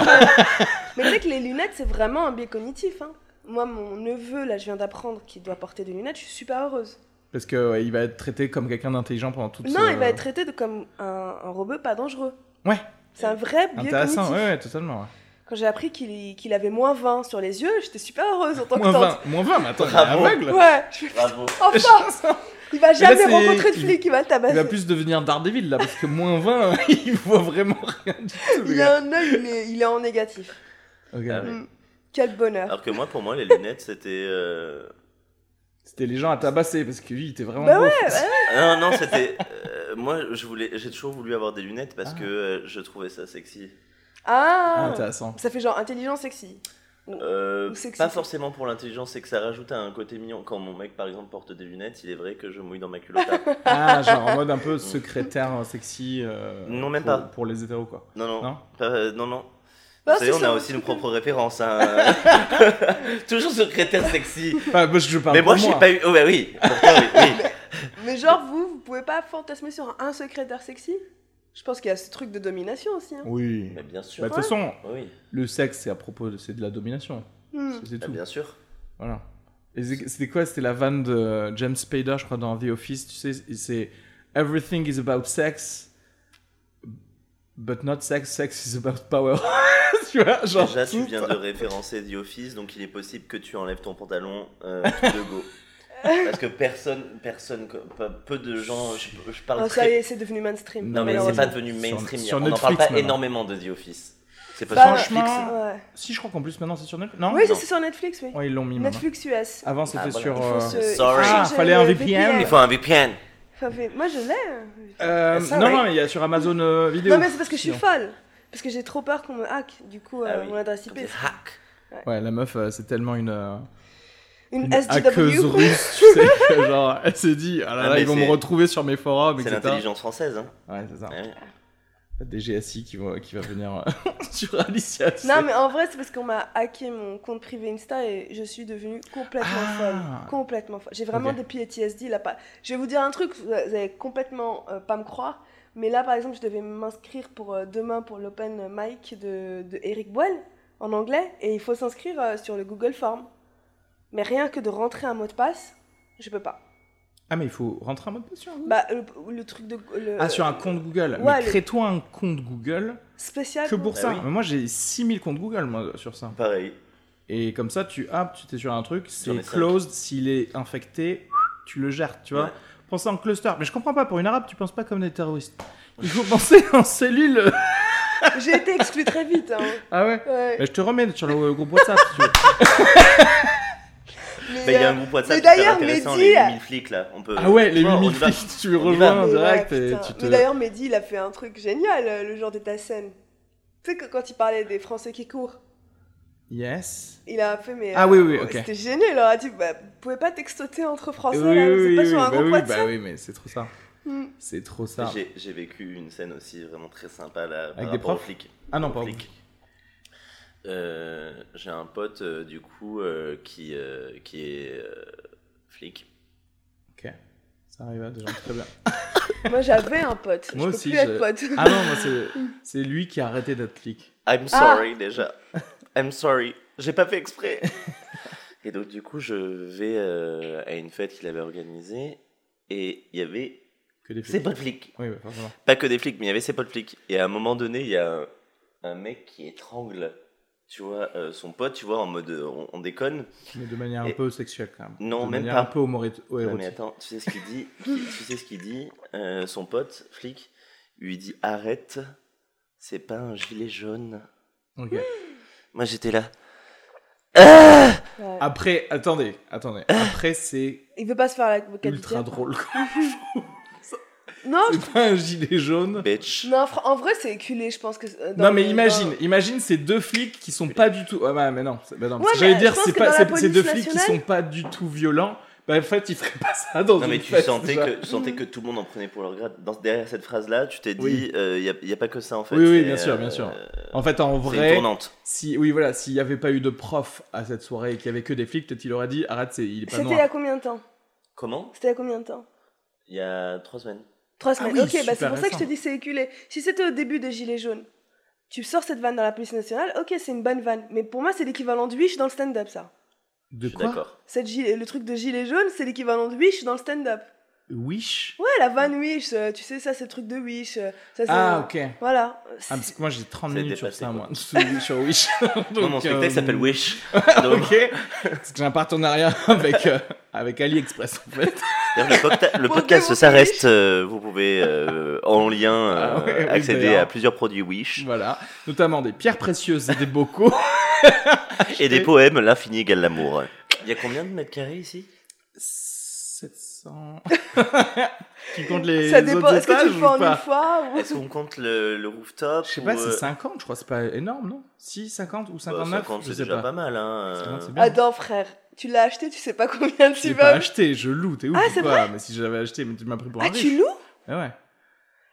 Mais tu sais que les lunettes, c'est vraiment un biais cognitif. hein. Moi, mon neveu, là, je viens d'apprendre qu'il doit porter des lunettes, je suis super heureuse.
Parce que ouais, il va être traité comme quelqu'un d'intelligent pendant toute
Non,
ce-
il va être traité de comme un, un robot pas dangereux.
Ouais.
C'est un vrai biais
Intéressant,
cognitif.
ouais, ouais, totalement. ouais.
Quand j'ai appris qu'il qu'il avait moins 20 sur les yeux, j'étais super heureuse en tant que
Moins
tante.
20, moins 20, mais attends, il est
Bravo.
aveugle.
Ouais, je fais,
Bravo.
enfin Il va
là,
jamais
c'est-
rencontrer de
il-
flic, il va le
Il
tabasser.
va plus devenir Daredevil là, parce que moins 20, il voit vraiment rien du tout. le
Il
gars.
a un œil, il est, il est en négatif.
Ok.
Ah ouais.
Mm. Quel bonheur.
Alors que moi, pour moi, les lunettes, c'était. euh,
C'était les gens à tabasser parce que lui, il était vraiment.
Bah
beau.
Ah Non, non, c'était. euh, moi, je voulais, j'ai toujours voulu avoir des lunettes parce
Ah.
que euh, je trouvais ça sexy.
Ah,
Ah
Intéressant.
Ça fait genre intelligent, sexy.
Euh,
Ou sexy.
pas forcément pour l'intelligence, c'est que ça rajoute un côté mignon. Quand mon mec, par exemple, porte des lunettes, il est vrai que je mouille dans ma culotte.
Ah, genre en mode un peu secrétaire sexy. euh,
Non, même
pour-
pas.
Pour les hétéros, quoi.
non, non,
Non
pas- euh, non, non.
Bah,
Vous savez,
c'est
on
ça,
a
un
aussi nos
truc
propres références. hein. toujours secrétaire sexy.
Enfin, parce que je parle
Mais moi,
pour
j'ai
moi.
pas eu. Oh, bah oui. Pourtant, oui, oui.
comme- Mais genre, vous, vous pouvez pas fantasmer sur un secrétaire sexy Je pense qu'il y a ce truc de domination aussi. hein.
Oui.
Mais bien sûr.
Bah, de toute façon,
oui.
le sexe, c'est à propos, de, c'est de la domination.
Mm.
C'est- C'est
Bah,
tout.
bien sûr.
Voilà. Et c'est- C'était quoi C'était la vanne de euh, James Spader, je crois, dans The Office. Tu sais, il- c'est Everything is about sex, but not sex. Sex is about power. tu vois, genre.
Déjà, tu
tout-
viens de référencer The Office, donc il est possible que tu enlèves ton pantalon euh, tout de go. Parce que personne, personne, peu- peu de gens. Je, je parle
Ah, ça y
très-
est, c'est devenu mainstream.
Non, mais c'est
malheureusement.
pas devenu
Sur-
mainstream.
sur
on n'en parle
Netflix,
pas
maintenant.
énormément de The Office. C'est pas
Bah,
sur Netflix.
franchement,
Ouais.
Si, je crois qu'en plus maintenant c'est sur Netflix. Ah, Non
Oui,
non.
c'est sur Netflix, oui.
Ouais, ils l'ont mis maintenant.
Netflix US.
Avant c'était
Ah, voilà.
Il
sur.
faut
euh,
se- il faut
Sorry.
changer
Ah, fallait un
le
VPN.
Il faut un VPN.
Enfin, fait- Moi, je l'ai.
euh,
Ah, Ça,
non,
ouais.
non, mais il y a sur Amazon euh, vidéo.
Non, mais c'est parce que je suis
Sinon.
folle. Parce que j'ai trop peur qu'on me hack. Du coup,
Ah
euh,
oui.
mon adresse IP.
Comme des hacks.
Ouais, la meuf, euh, c'est tellement une, euh,
Une,
une hackeuse
SDW.
russe, tu sais, que genre, elle s'est dit, ah là
Ah,
là,
mais
ils vont
c'est-
me retrouver sur mes forums,
C'est
etc.
l'intelligence française. Hein.
Ouais, c'est ça.
Ouais.
Des GSI qui, vont- qui va venir euh, sur Alicia. c'est-
Non, mais en vrai, c'est parce qu'on m'a hacké mon compte privé Insta et je suis devenue complètement
Ah.
folle. Complètement folle. J'ai vraiment
Ok.
des PTSD là. Pas... Je vais vous dire un truc, vous vous allez complètement euh, pas me croire. Mais là, par exemple, je devais m'inscrire pour euh, demain pour l'open mic de, de Eric Boyle en anglais et il faut s'inscrire euh, sur le Google Form. Mais rien que de rentrer un mot de passe, je peux pas.
Ah, mais il faut rentrer un mot de passe sur un Google.
Bah, le, le truc de. Le,
hein. Ah, sur un compte Google.
ouais,
mais
le- Ah,
crée-toi un compte Google
Spécial.
que pour
Bah
ça.
oui.
Mais moi, j'ai 6000 comptes Google, moi, sur ça.
Pareil.
Et comme ça, tu hop, tu t'es sur un truc, c'est
J'en ai cinq.
closed, s'il est infecté, tu le gères, tu vois.
Ouais.
Prends ça en cluster. Mais je comprends pas, pour une arabe, tu penses pas comme des terroristes. Il faut penser en cellule.
J'ai été exclue très vite. hein.
Ah ouais
Ouais.
Mais Je te remets sur le groupe WhatsApp. si tu veux.
Mais,
Bah, il y a
euh,
un groupe WhatsApp
mais
super
d'ailleurs,
intéressant,
Mehdi-
les 8000 flics là. On peut...
Ah ouais, les
Oh, on
8000
y va.
flics, tu
On y
rejoins
va.
en
Mais
direct
ouais,
et
putain.
tu te.
Mais d'ailleurs, Mehdi, il a fait un truc génial euh, le jour de ta scène. Tu sais, que quand il parlait des Français qui courent,
Yes.
il a fait mais. euh,
Ah oui, oui, ok.
C'était génial, alors il a dit bah, vous pouvez pas textoter entre Français,
Oui,
là,
oui,
c'est
oui,
pas
oui,
sur un
bah
groupe
oui,
WhatsApp.
bah oui, mais c'est trop ça.
Hmm.
C'est trop ça.
J'ai- J'ai vécu une scène aussi vraiment très sympa là. par
Avec des
rapport aux
profs
flics.
Ah non,
Aux
pardon.
flics. Euh, J'ai un pote euh, du coup euh, qui, euh, qui est euh, flic.
Ok. Ça arrive à des gens très bien.
Moi j'avais un pote,
Moi
je
aussi,
peux plus
je-
être pote.
Ah non, moi, c'est- c'est lui qui a arrêté d'être flic.
I'm
Ah.
sorry déjà. I'm sorry. J'ai pas fait exprès. et donc du coup, je vais euh, à une fête qu'il avait organisée et il y avait
Que des
ses
flics.
potes flics.
Oui, bah, forcément.
Pas que des flics, mais il y avait ses potes flics. Et à un moment donné, il y a un, un mec qui étrangle, tu vois, euh, son pote, tu vois, en mode euh, on, on déconne.
Mais de manière un
Et-
peu sexuelle quand même.
Non,
de
même
manière
pas.
Un peu humoriste. Ouais,
Non, mais
érotique.
attends, tu sais ce qu'il dit Qui- Tu sais ce qu'il dit Euh, Son pote flic lui dit arrête, c'est pas un gilet jaune.
Ok.
Moi j'étais là. Ah
Ouais.
Après, attendez, attendez. Après, c'est
Il veut pas se faire la vocale
ultra
du
drôle.
diable. Non, je-
C'est pas un gilet jaune.
Bitch.
non, fr- en vrai c'est éculé, je pense que. euh, dans
Non mais
les-
imagine,
dans-
imagine ces deux flics qui sont pas du tout. Ah bah, mais non, c'est- bah non, parce
Ouais,
que j'allais
mais
dire
je pense
c'est
que
pas
dans la
c'est- ces deux
police
flics qui sont
nationale-
pas du tout violents. Bah en fait ils feraient pas ça dans
Non
une
mais tu
fête,
sentais
déjà.
que, tu sentais que tout le monde en prenait pour leur grade. Dans, derrière cette phrase-là, tu t'es
Oui.
dit, il n'y a, pas que ça en fait.
Oui, oui,
c'est, euh,
bien sûr, bien sûr. En fait en
C'est une
vrai,
tournante.
si oui voilà, s'il y avait pas eu de prof à cette soirée et qu'il y avait que des flics, peut-être il aurait dit arrête, c'est il est pas
C'était il y
noir.
a combien de temps
Comment
C'était il y a combien de temps
Il y a trois semaines.
Trois
Ah
semaines.
oui,
ok, bah c'est
super
pour ça que je te
récent.
dis c'est éculé. Si c'était au début des Gilets jaunes, tu sors cette vanne dans la police nationale, ok, c'est une bonne vanne. Mais pour moi, c'est l'équivalent de Wish dans le stand-up, ça.
De
Je suis
quoi
d'accord.
Cette gilet- le truc de Gilets jaunes, c'est l'équivalent de Wish dans le stand-up.
Wish.
Ouais, la vanne Wish, euh, tu sais, ça, c'est le truc de Wish. euh, Ça, c'est-
Ah ok. Ah
Voilà.
parce que moi j'ai 30
C'est
minutes sur
dépassé,
ça
quoi.
moi. Sur sur Wish.
Moi, mon
Donc,
spectacle
euh, Ah,
s'appelle Wish. Donc,
Ok. Parce que j'ai un partenariat avec euh, avec AliExpress en fait.
d'ailleurs, le, podca- le
Mon
podcast,
Dieu,
ça
mon Wish.
reste. euh, vous pouvez euh, en lien euh,
Ah ouais, oui,
accéder
d'ailleurs.
à plusieurs produits Wish
Voilà, notamment des pierres précieuses et des bocaux. Bah,
et des poèmes. L'infini égale l'amour. Il y a combien de mètres carrés ici
700. tu comptes les
ça dépend,
autres
est-ce que tu
étages
le
ou
fais en
pas
une fois ou...
Est-ce qu'on compte le, le rooftop
Je sais
ou,
pas, c'est
euh,
50, je crois, c'est pas énorme, non Si, 50 ou
bah,
59
50,
Je
c'est
sais
déjà
pas.
pas, mal. Hein, euh,
50, c'est bien.
Attends, frère, tu l'as acheté, tu sais pas combien
Je l'ai
tu
pas
vas.
acheté, je loue, t'es ouf
Ah,
ou
c'est
pas Mais si j'avais acheté, mais tu m'as pris pour un
Ah, tu
riche.
loues
Ah ouais.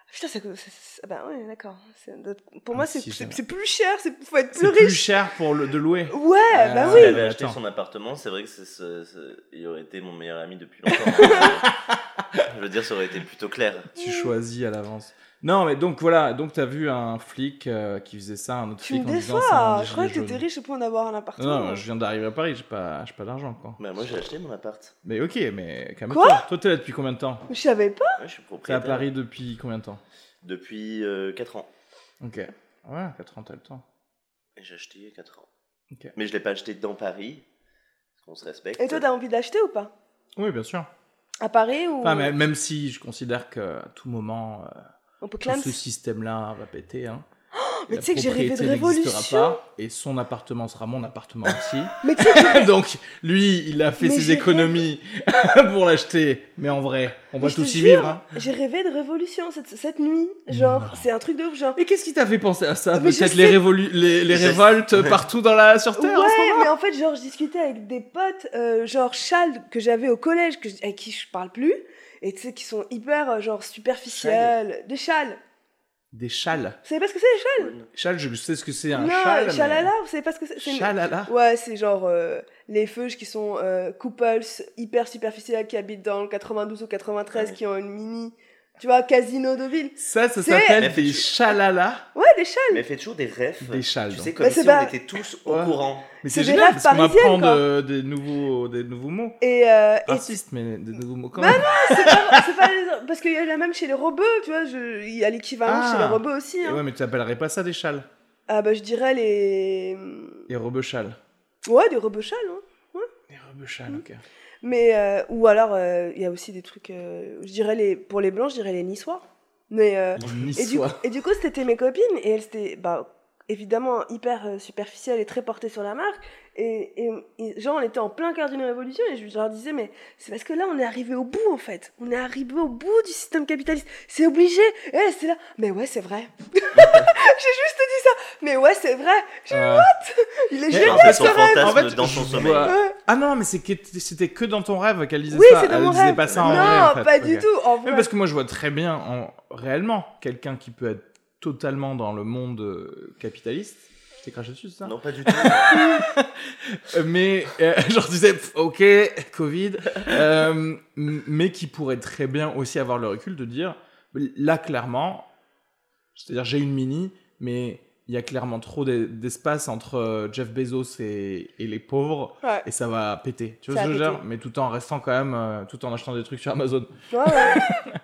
Putain, ça coûte. ça- ça- ah Bah ouais, d'accord. C'est un autre- Pour moi,
Ah,
c'est
si,
c'est-
j'avais-
c'est plus cher, c'est- faut être plus
C'est plus
riche.
cher pour le, de louer.
Ouais, bah
Ah,
oui.
S'il avait
mais
acheté
attends.
son appartement, c'est vrai que c'est, ce- ce- il aurait été mon meilleur ami depuis longtemps. Euh, Je veux dire, ça aurait été plutôt clair.
Tu choisis à l'avance. Non, mais donc voilà, donc t'as vu un flic euh, qui faisait ça, un autre
Tu
flic
me
en disant c'est un
déçois. Je croyais que
gilet
t'étais
jaune.
riche au point d'avoir un appartement.
Non, non, je viens d'arriver à Paris, j'ai pas, j'ai pas d'argent quoi.
Bah, moi, j'ai acheté mon appart.
Mais ok, mais calme-toi.
Quoi
Toi, t'es là depuis combien de temps
Mais je savais pas.
Ouais, je suis
T'es à
propriétaire.
Paris depuis combien de temps
Depuis 4 ans.
Ok. Ouais, 4 ans, t'as le temps.
Et J'ai acheté il y a 4 ans.
Ok.
Mais je l'ai pas acheté dans Paris. On se respecte.
Et toi, t'as envie d'acheter ou pas
Oui, bien sûr.
À Paris ou
Enfin, mais même si je considère qu'à tout moment, euh,
on peut
tout
clamer
ce système-là va péter. Hein.
Oh, mais
La
tu sais que j'ai rêvé de
propriété n'existera
révolution.
pas, et son appartement sera mon appartement aussi.
Mais tu sais que
Donc, lui, il a fait
Mais
ses
j'ai
économies pour l'acheter. Mais en vrai, on va
Mais je te
tous y
jure.
vivre. hein.
j'ai rêvé de révolution cette, cette nuit. Genre, c'est un truc de ouf. Genre,
Et qu'est-ce qui t'a fait penser à ça
Mais je
Peut-être les,
sais-
révolu- les, les
Je-
révoltes
Ouais.
partout dans la sur Terre en ce
Ouais,
moment
mais en fait, genre, je discutais avec des potes, euh, genre Charles, que j'avais au collège, que je- avec qui je parle plus, et tu sais, qui sont hyper, euh, genre, superficiels. Des châles.
Des châles.
Vous savez pas ce que c'est, les châles
Châles, je sais ce que c'est un
Non,
châle.
chalala, vous savez pas ce que c'est
mais-
c'est une-
Chalala.
Ouais, c'est genre euh, les feuges qui sont euh, couples hyper superficiels qui habitent dans le 92 ou 93,
Ouais.
qui ont une mini, tu vois, casino de ville.
Ça, ça
C'est-
s'appelle
Mais tu-
des chalala.
Ouais, des châles.
Mais elle fait toujours des refs.
Des châles.
Tu
donc.
sais, comme
Bah,
si
c'est pas-
on était tous au
Ouais.
courant.
Mais
c'est
c'est
des
génial
rêves
parce qu'on
parisiennes,
apprend
quoi.
de- des, nouveaux, des nouveaux mots.
Et, euh, et
Raciste, mais des nouveaux mots quand
Bah
même.
c'est pas, c'est pas les- parce qu'il y a la même chez les robots, tu vois, je- il y a l'équivalent
Ah.
chez les robots aussi.
Et
hein.
ouais, mais tu t'appellerais pas ça des châles.
Ah bah je dirais les...
Des rebechales.
Ouais, des robots châles, hein.
Des rebechales,
Mm.
ok.
Mais, euh, ou alors, euh, il y a aussi des trucs, euh, je dirais les, pour les blancs, je dirais les niçois. Mais, euh, et, du,
Niçois.
et du coup, c'était mes copines, et elles étaient, bah, évidemment, hyper euh, superficielles et très portées sur la marque. Et, et, et genre, on était en plein cœur d'une révolution, et je leur disais, mais c'est parce que là, on est arrivé au bout, en fait. On est arrivé au bout du système capitaliste. C'est obligé. Et elles étaient là, mais ouais, c'est vrai. J'ai juste dit ça, mais ouais, c'est vrai.
Euh,
Il est
Mais
J'ai
génial.
un peu son
ce rêve.
fantasme
En fait,
dans son
je
sommeil.
vois-
Ouais.
Ah non, mais c'est que- c'était que dans ton rêve qu'elle disait
Oui,
ça.
c'est dans
Elle
mon
disait
rêve.
pas ça en
non,
vrai. en fait.
pas
Ok.
du tout. En vrai.
Mais parce que moi, je vois très bien en, réellement quelqu'un qui peut être totalement dans le monde euh, capitaliste. Je t'ai craché dessus, c'est ça
Non, pas du tout.
Euh, Mais euh, genre, tu disais, pff, ok, Covid, euh, m- mais qui pourrait très bien aussi avoir le recul de dire, là, clairement, c'est-à-dire, j'ai une mini, mais il y a clairement trop d'e- d'espace entre euh, Jeff Bezos et, et les pauvres.
Ouais.
Et ça va péter, tu vois
Ça
ce
va
que je veux dire
péter.
Mais tout en restant quand même, euh, tout en achetant des trucs sur Amazon.
Ouais, ouais.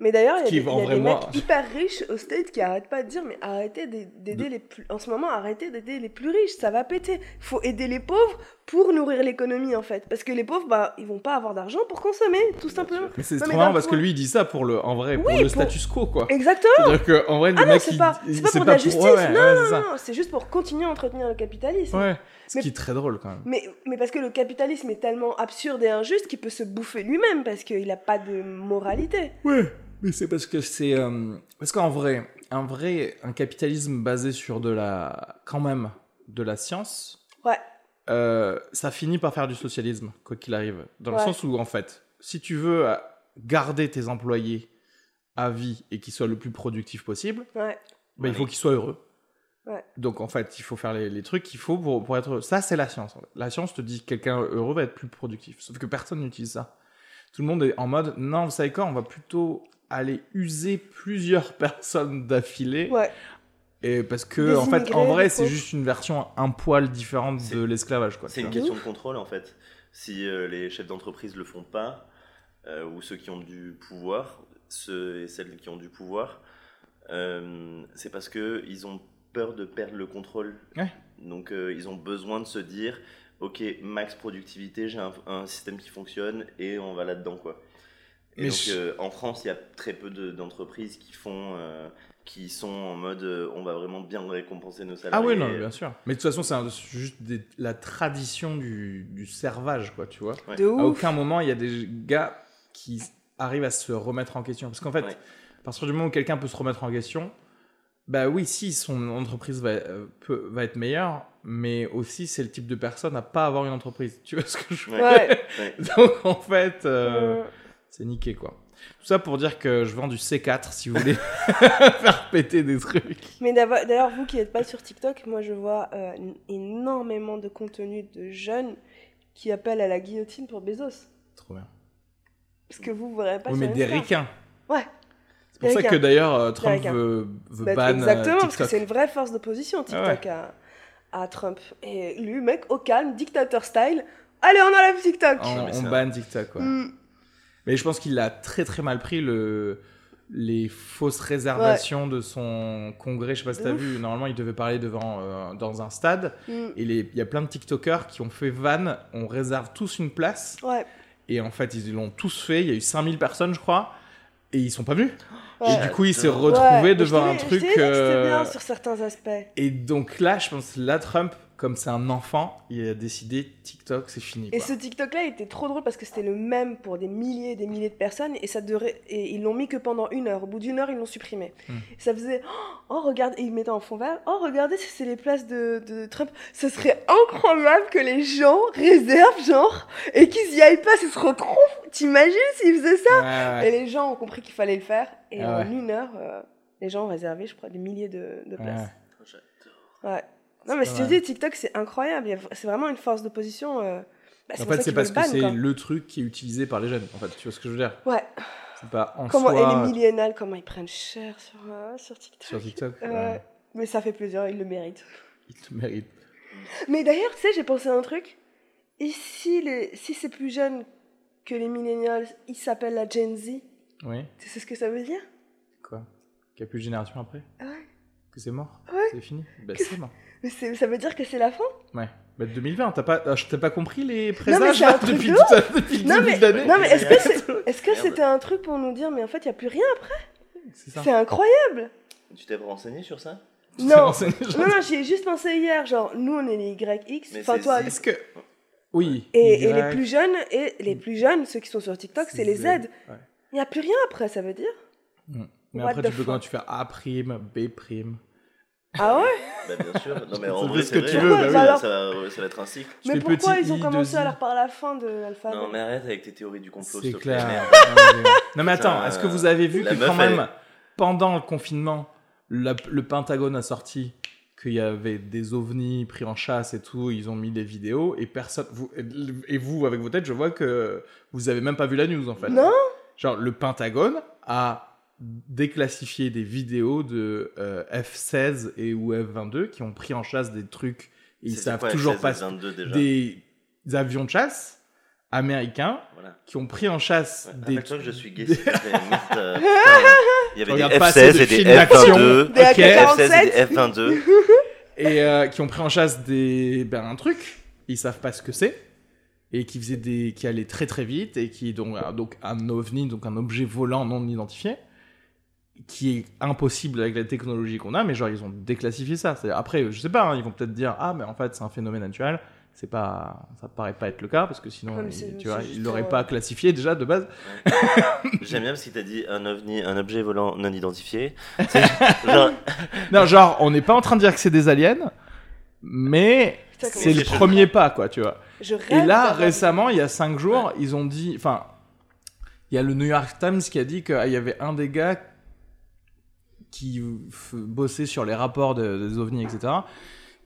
Mais d'ailleurs, il y a
Qui,
des, il y a
en vrai,
des
moi-
mecs hyper riches au States qui arrêtent pas de dire mais arrêtez d'ai- d'aider les plus... En ce moment, arrêtez d'aider les plus riches, ça va péter. Faut aider les pauvres pour nourrir l'économie, en fait. Parce que les pauvres, bah, ils vont pas avoir d'argent pour consommer, tout simplement.
Mais c'est
Non,
trop
mais
marrant
d'un
parce
point-
que lui il dit ça pour le, en vrai, pour
Oui,
le
pour-
status quo quoi.
Exactement,
C'est-à-dire que en vrai, le
Ah non,
mec,
c'est
il-
pas-
il-
c'est pas pour de la justice,
ouais, ouais, ouais, Ah, c'est ça.
non, c'est juste pour continuer à entretenir le capitalisme.
Ouais, ce
Mais-
qui est très drôle quand même.
Mais, mais parce que le capitalisme est tellement absurde et injuste qu'il peut se bouffer lui-même parce qu'il a pas de moralité.
Ouais, mais c'est parce que c'est euh, parce qu'en vrai, un vrai un capitalisme basé sur de la quand même de la science,
Ouais.
euh, ça finit par faire du socialisme quoi qu'il arrive, dans
Ouais.
le sens où en fait, si tu veux euh, garder tes employés à vie et qu'ils soient le plus productifs possible,
Ouais.
bah, il
Ouais.
faut qu'ils soient heureux.
Ouais.
Donc en fait, il faut faire les, les trucs qu'il faut pour, pour être heureux. Ça, c'est la science. en fait. La science te dit que quelqu'un heureux va être plus productif. Sauf que personne n'utilise ça. Tout le monde est en mode, non, vous savez quoi, on va plutôt aller user plusieurs personnes d'affilée.
Ouais.
Et parce que,
Des
en fait, en
immigrés,
vrai,
des
c'est
pauvres.
juste une version un poil différente
C'est-
de l'esclavage. quoi.
C'est une
tu vois.
question de contrôle en fait. Si euh, les chefs d'entreprise le font pas, euh, ou ceux qui ont du pouvoir, ceux et celles qui ont du pouvoir, euh, c'est parce que ils ont peur de perdre le contrôle.
Ouais.
Donc euh, ils ont besoin de se dire, ok, max productivité, j'ai un, un système qui fonctionne et on va là-dedans quoi. Et
Mais
donc,
je-
euh, en France, il y a très peu de- d'entreprises qui font, euh, qui sont en mode, euh, on va vraiment bien récompenser nos salariés.
Ah oui, non, bien sûr. Mais de toute façon, c'est un- c'est juste des- la tradition du, du servage, quoi, tu vois.
Ouais.
De
À
ouf.
aucun moment, il y a des gars qui s- arrivent à se remettre en question. Parce qu'en fait,
Ouais.
à partir du moment où quelqu'un peut se remettre en question, bah oui, si son entreprise va, euh, peut- va être meilleure, mais aussi c'est le type de personne à pas avoir une entreprise. Tu vois ce que je veux
Ouais.
Ouais.
dire Donc en fait, euh,
Euh,
c'est niqué quoi. Tout ça pour dire que je vends du C4 si vous voulez faire péter des trucs.
Mais d'avo- d'ailleurs, vous qui n'êtes pas sur TikTok, moi je vois euh, n- énormément de contenu de jeunes qui appellent à la guillotine pour Bezos.
Trop bien.
Parce que vous ne verrez pas
Oui,
sur
mais des
Insta.
ricains.
Ouais.
C'est pour
Des
ça que
ricains.
d'ailleurs euh, Trump
ricains.
veut, veut
Bah,
ban euh,
exactement, parce que
TikTok.
c'est une vraie force d'opposition, TikTok,
Ah
à, à Trump. Et lui, mec, au calme, dictateur style, allez, on enlève TikTok
On,
mais
on
ça-
ban TikTok, ouais.
Mm.
Mais je pense qu'il a très très mal pris le les fausses réservations de son congrès. Je sais pas si
De
t'as
ouf.
vu. Normalement, il devait parler devant euh, dans un stade.
Mm.
Et les- il y a plein de TikTokers qui ont fait van. On réserve tous une place.
Ouais,
Et en fait, ils l'ont tous fait. Il y a eu 5000 personnes, je crois. Et ils sont pas venus.
Ouais.
Et du coup, ils s'est
J'adore.
retrouvé
Ouais,
devant un
je t'ai dit- je
truc.
t'ai dit que C'était
euh,
bien sur certains aspects.
Et donc là, je pense, là, Trump, comme c'est un enfant, il a décidé TikTok, c'est fini.
Et
quoi.
ce TikTok-là était trop drôle parce que c'était le même pour des milliers et des milliers de personnes et ça durait et ils l'ont mis que pendant une heure. Au bout d'une heure, ils l'ont supprimé.
Hmm.
Et ça faisait oh regarde et ils mettaient en fond vert oh regardez ça, c'est les places de, de Trump. Ce serait incroyable que les gens réservent genre et qu'ils y aillent pas. Ce serait trop. T'imagines s'ils faisaient ça
Ouais, ouais.
Et les gens ont compris qu'il fallait le faire et
Ah ouais.
en une heure, euh, les gens ont réservé je crois des milliers de, de places.
Ouais.
Ouais. Non, mais
pas
si tu
mal.
dis TikTok, c'est incroyable. Il y a- C'est vraiment une force de position. euh, bah,
En
pour ça
fait, c'est
qu'ils
parce
le
que
bannent,
c'est
quoi.
le truc qui est utilisé par les jeunes. En fait, tu vois ce que je veux dire
Ouais.
C'est pas Bah, en
Comment,
soi euh,
Et les millénales, comment ils prennent cher sur, euh, sur TikTok.
sur TikTok.
Ouais.
euh,
Mais ça fait plaisir, ils le méritent.
Ils te méritent.
Mais d'ailleurs, tu sais, j'ai pensé à un truc. Et si, les, si c'est plus jeune que les millénials, ils s'appellent la Gen Z
Oui.
Tu sais ce que ça veut dire
Quoi Qu'il n'y a plus de génération après
Ah Ouais.
Que c'est mort
Ouais.
C'est fini Bah,
Que-
c'est mort.
Mais c'est- Ça veut dire que c'est la fin
Ouais. Bah, 2020, t'as pas... ah, je t'ai pas compris les présages
c'est un
là,
truc
depuis,
de
tout à... depuis le
Non,
début
mais-
de l'année
Non, mais est-ce que c'est-
c'est.
Est-ce que
Merde.
c'était un truc pour nous dire, mais en fait, il n'y a plus rien après
C'est ça.
C'est incroyable
Tu t'es renseigné sur ça
Tu t'es
Non.
renseigné, genre-
Non, non, j'y ai juste pensé hier. Genre, nous, on est les YX.
Mais
Enfin,
c'est
toi,
Z.
Est-ce que. Oui.
Et, et les
Y,
plus jeunes, et les plus jeunes, ceux qui sont sur TikTok, c'est les Z.
Ouais.
Il n'y a plus rien après, ça veut dire
Mais
What
après,
the
tu peux
fuck.
quand tu fais A', B'.
Ah ouais
Bah bien sûr. Non mais en
C'est
vrai,
ce
c'est
que
vrai.
tu veux, bah oui.
ça,
Alors-
ça va, ça va être un cycle.
Tu
Mais
fais
pourquoi
petit
ils ont
i,
commencé
deux i.
alors par la fin de l'alphabet
Non mais arrête avec tes théories du complot.
C'est
s'il te plaît.
clair.
Merde.
Non, mais- non mais attends,
Putain,
est-ce que vous avez vu
la
que
meuf,
quand
elle
même, pendant le confinement, la- le Pentagone a sorti qu'il y avait des ovnis pris en chasse et tout, ils ont mis des vidéos et personne... Vous, et vous, avec vos têtes, je vois que vous avez même pas vu la news en fait.
Non
Genre, le Pentagone a déclassifié des vidéos de euh, F-16 et ou F-22 qui ont pris en chasse des trucs et ils
C'est
savent
quoi,
toujours
F16,
pas...
F22 déjà.
Des avions de chasse américains
Voilà.
qui ont pris en chasse des...
Rappelle-toi que je suis gay.
des-
s'il te plaît, merde, euh, putain. Il y avait
Regarde
des
pas assez
F16
de
et des
films d'action.
F22.
Des
Ok.
AK-47
F16 et des F22.
et euh, qui ont pris en chasse des ben, un truc, ils savent pas ce que c'est et qui faisait des qui allait très très vite et qui est donc un- donc un ovni donc un objet volant non identifié qui est impossible avec la technologie qu'on a mais genre ils ont déclassifié ça. C'est-à-dire, après je sais pas, hein, ils vont peut-être dire ah mais en fait c'est un phénomène naturel. C'est pas, ça paraît pas être le cas parce que sinon,
Comme
ils-
c'est-
tu
c'est
vois,
juste
ils l'auraient
pour,
pas
euh,
classifié déjà de base.
J'aime bien parce qu'il t'a dit un ovni, un objet volant non identifié. C'est genre,
Non, genre, on n'est pas en train de dire que c'est des aliens, mais
Putain, comment
c'est
c'est le
chelou.
premier pas, quoi, tu vois.
Je rêve
Et là,
d'avoir-
récemment, il y a cinq jours, ils ont dit. Enfin, il y a le New York Times qui a dit qu'il y avait un des gars qui f- bossait sur les rapports de- des ovnis, etc.,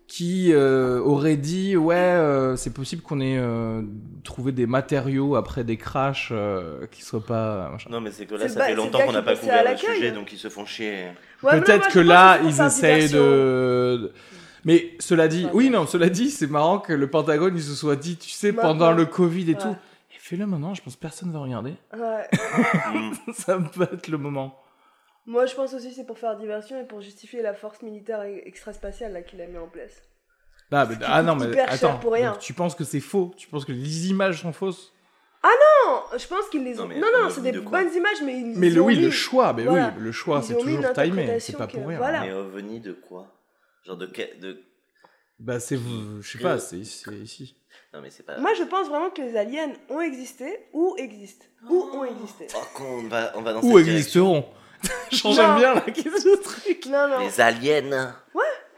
qui euh, aurait dit Ouais, euh, c'est possible qu'on ait euh, trouvé des matériaux après des crashs euh, qui soient pas. machin.
non mais c'est que
C'est
là
le
ça fait
ba-
longtemps
c'est le
qu'on
gars
n'a pas
qui bossait à
couvert le
l'accueil.
sujet donc ils se font chier.
Ouais, mais moi,
Peut-être
je
que
pense
là,
faut
ils
faire
essayent
diversion.
de. Mais cela dit,
Enfin,
oui,
ouais.
non, cela dit, c'est marrant que le Pentagone, il se soit dit, tu sais,
Maintenant.
pendant le Covid et
Ouais.
tout. Et Fais-le maintenant, je pense que personne va regarder.
Ouais.
Mm.
Ça peut être le moment.
Moi, je pense aussi que c'est pour faire diversion et pour justifier la force militaire e- extraspatiale là, qu'il a mis en place.
Ah, mais-
Ce qui
ah non,
coûte
mais
hyper cher
attends.
pour rien.
donc tu penses que c'est faux Tu penses que les images sont fausses
Non, je pense qu'ils les
Non,
ont.
mais
Non, non,
on
c'est
oublie
des
de quoi
bonnes images, mais ils
Mais
ils
le,
ont
oui, le
mis-
choix, mais
voilà.
oui, le choix,
Ils
c'est
ont mis une
toujours timé, c'est
interprétation
pas
que-
pour rien.
voilà.
Mais ovni de quoi Genre de, que- de
Bah, c'est, vous- je sais pas, c'est, c'est ici.
Non mais c'est pas.
Moi, je pense vraiment que les aliens ont existé ou existent. Ou ont existé.
Oh, con, on va on va dans
Où
cette direction.
existeront J'en J'aime bien la question de truc.
Non, non.
Les aliens.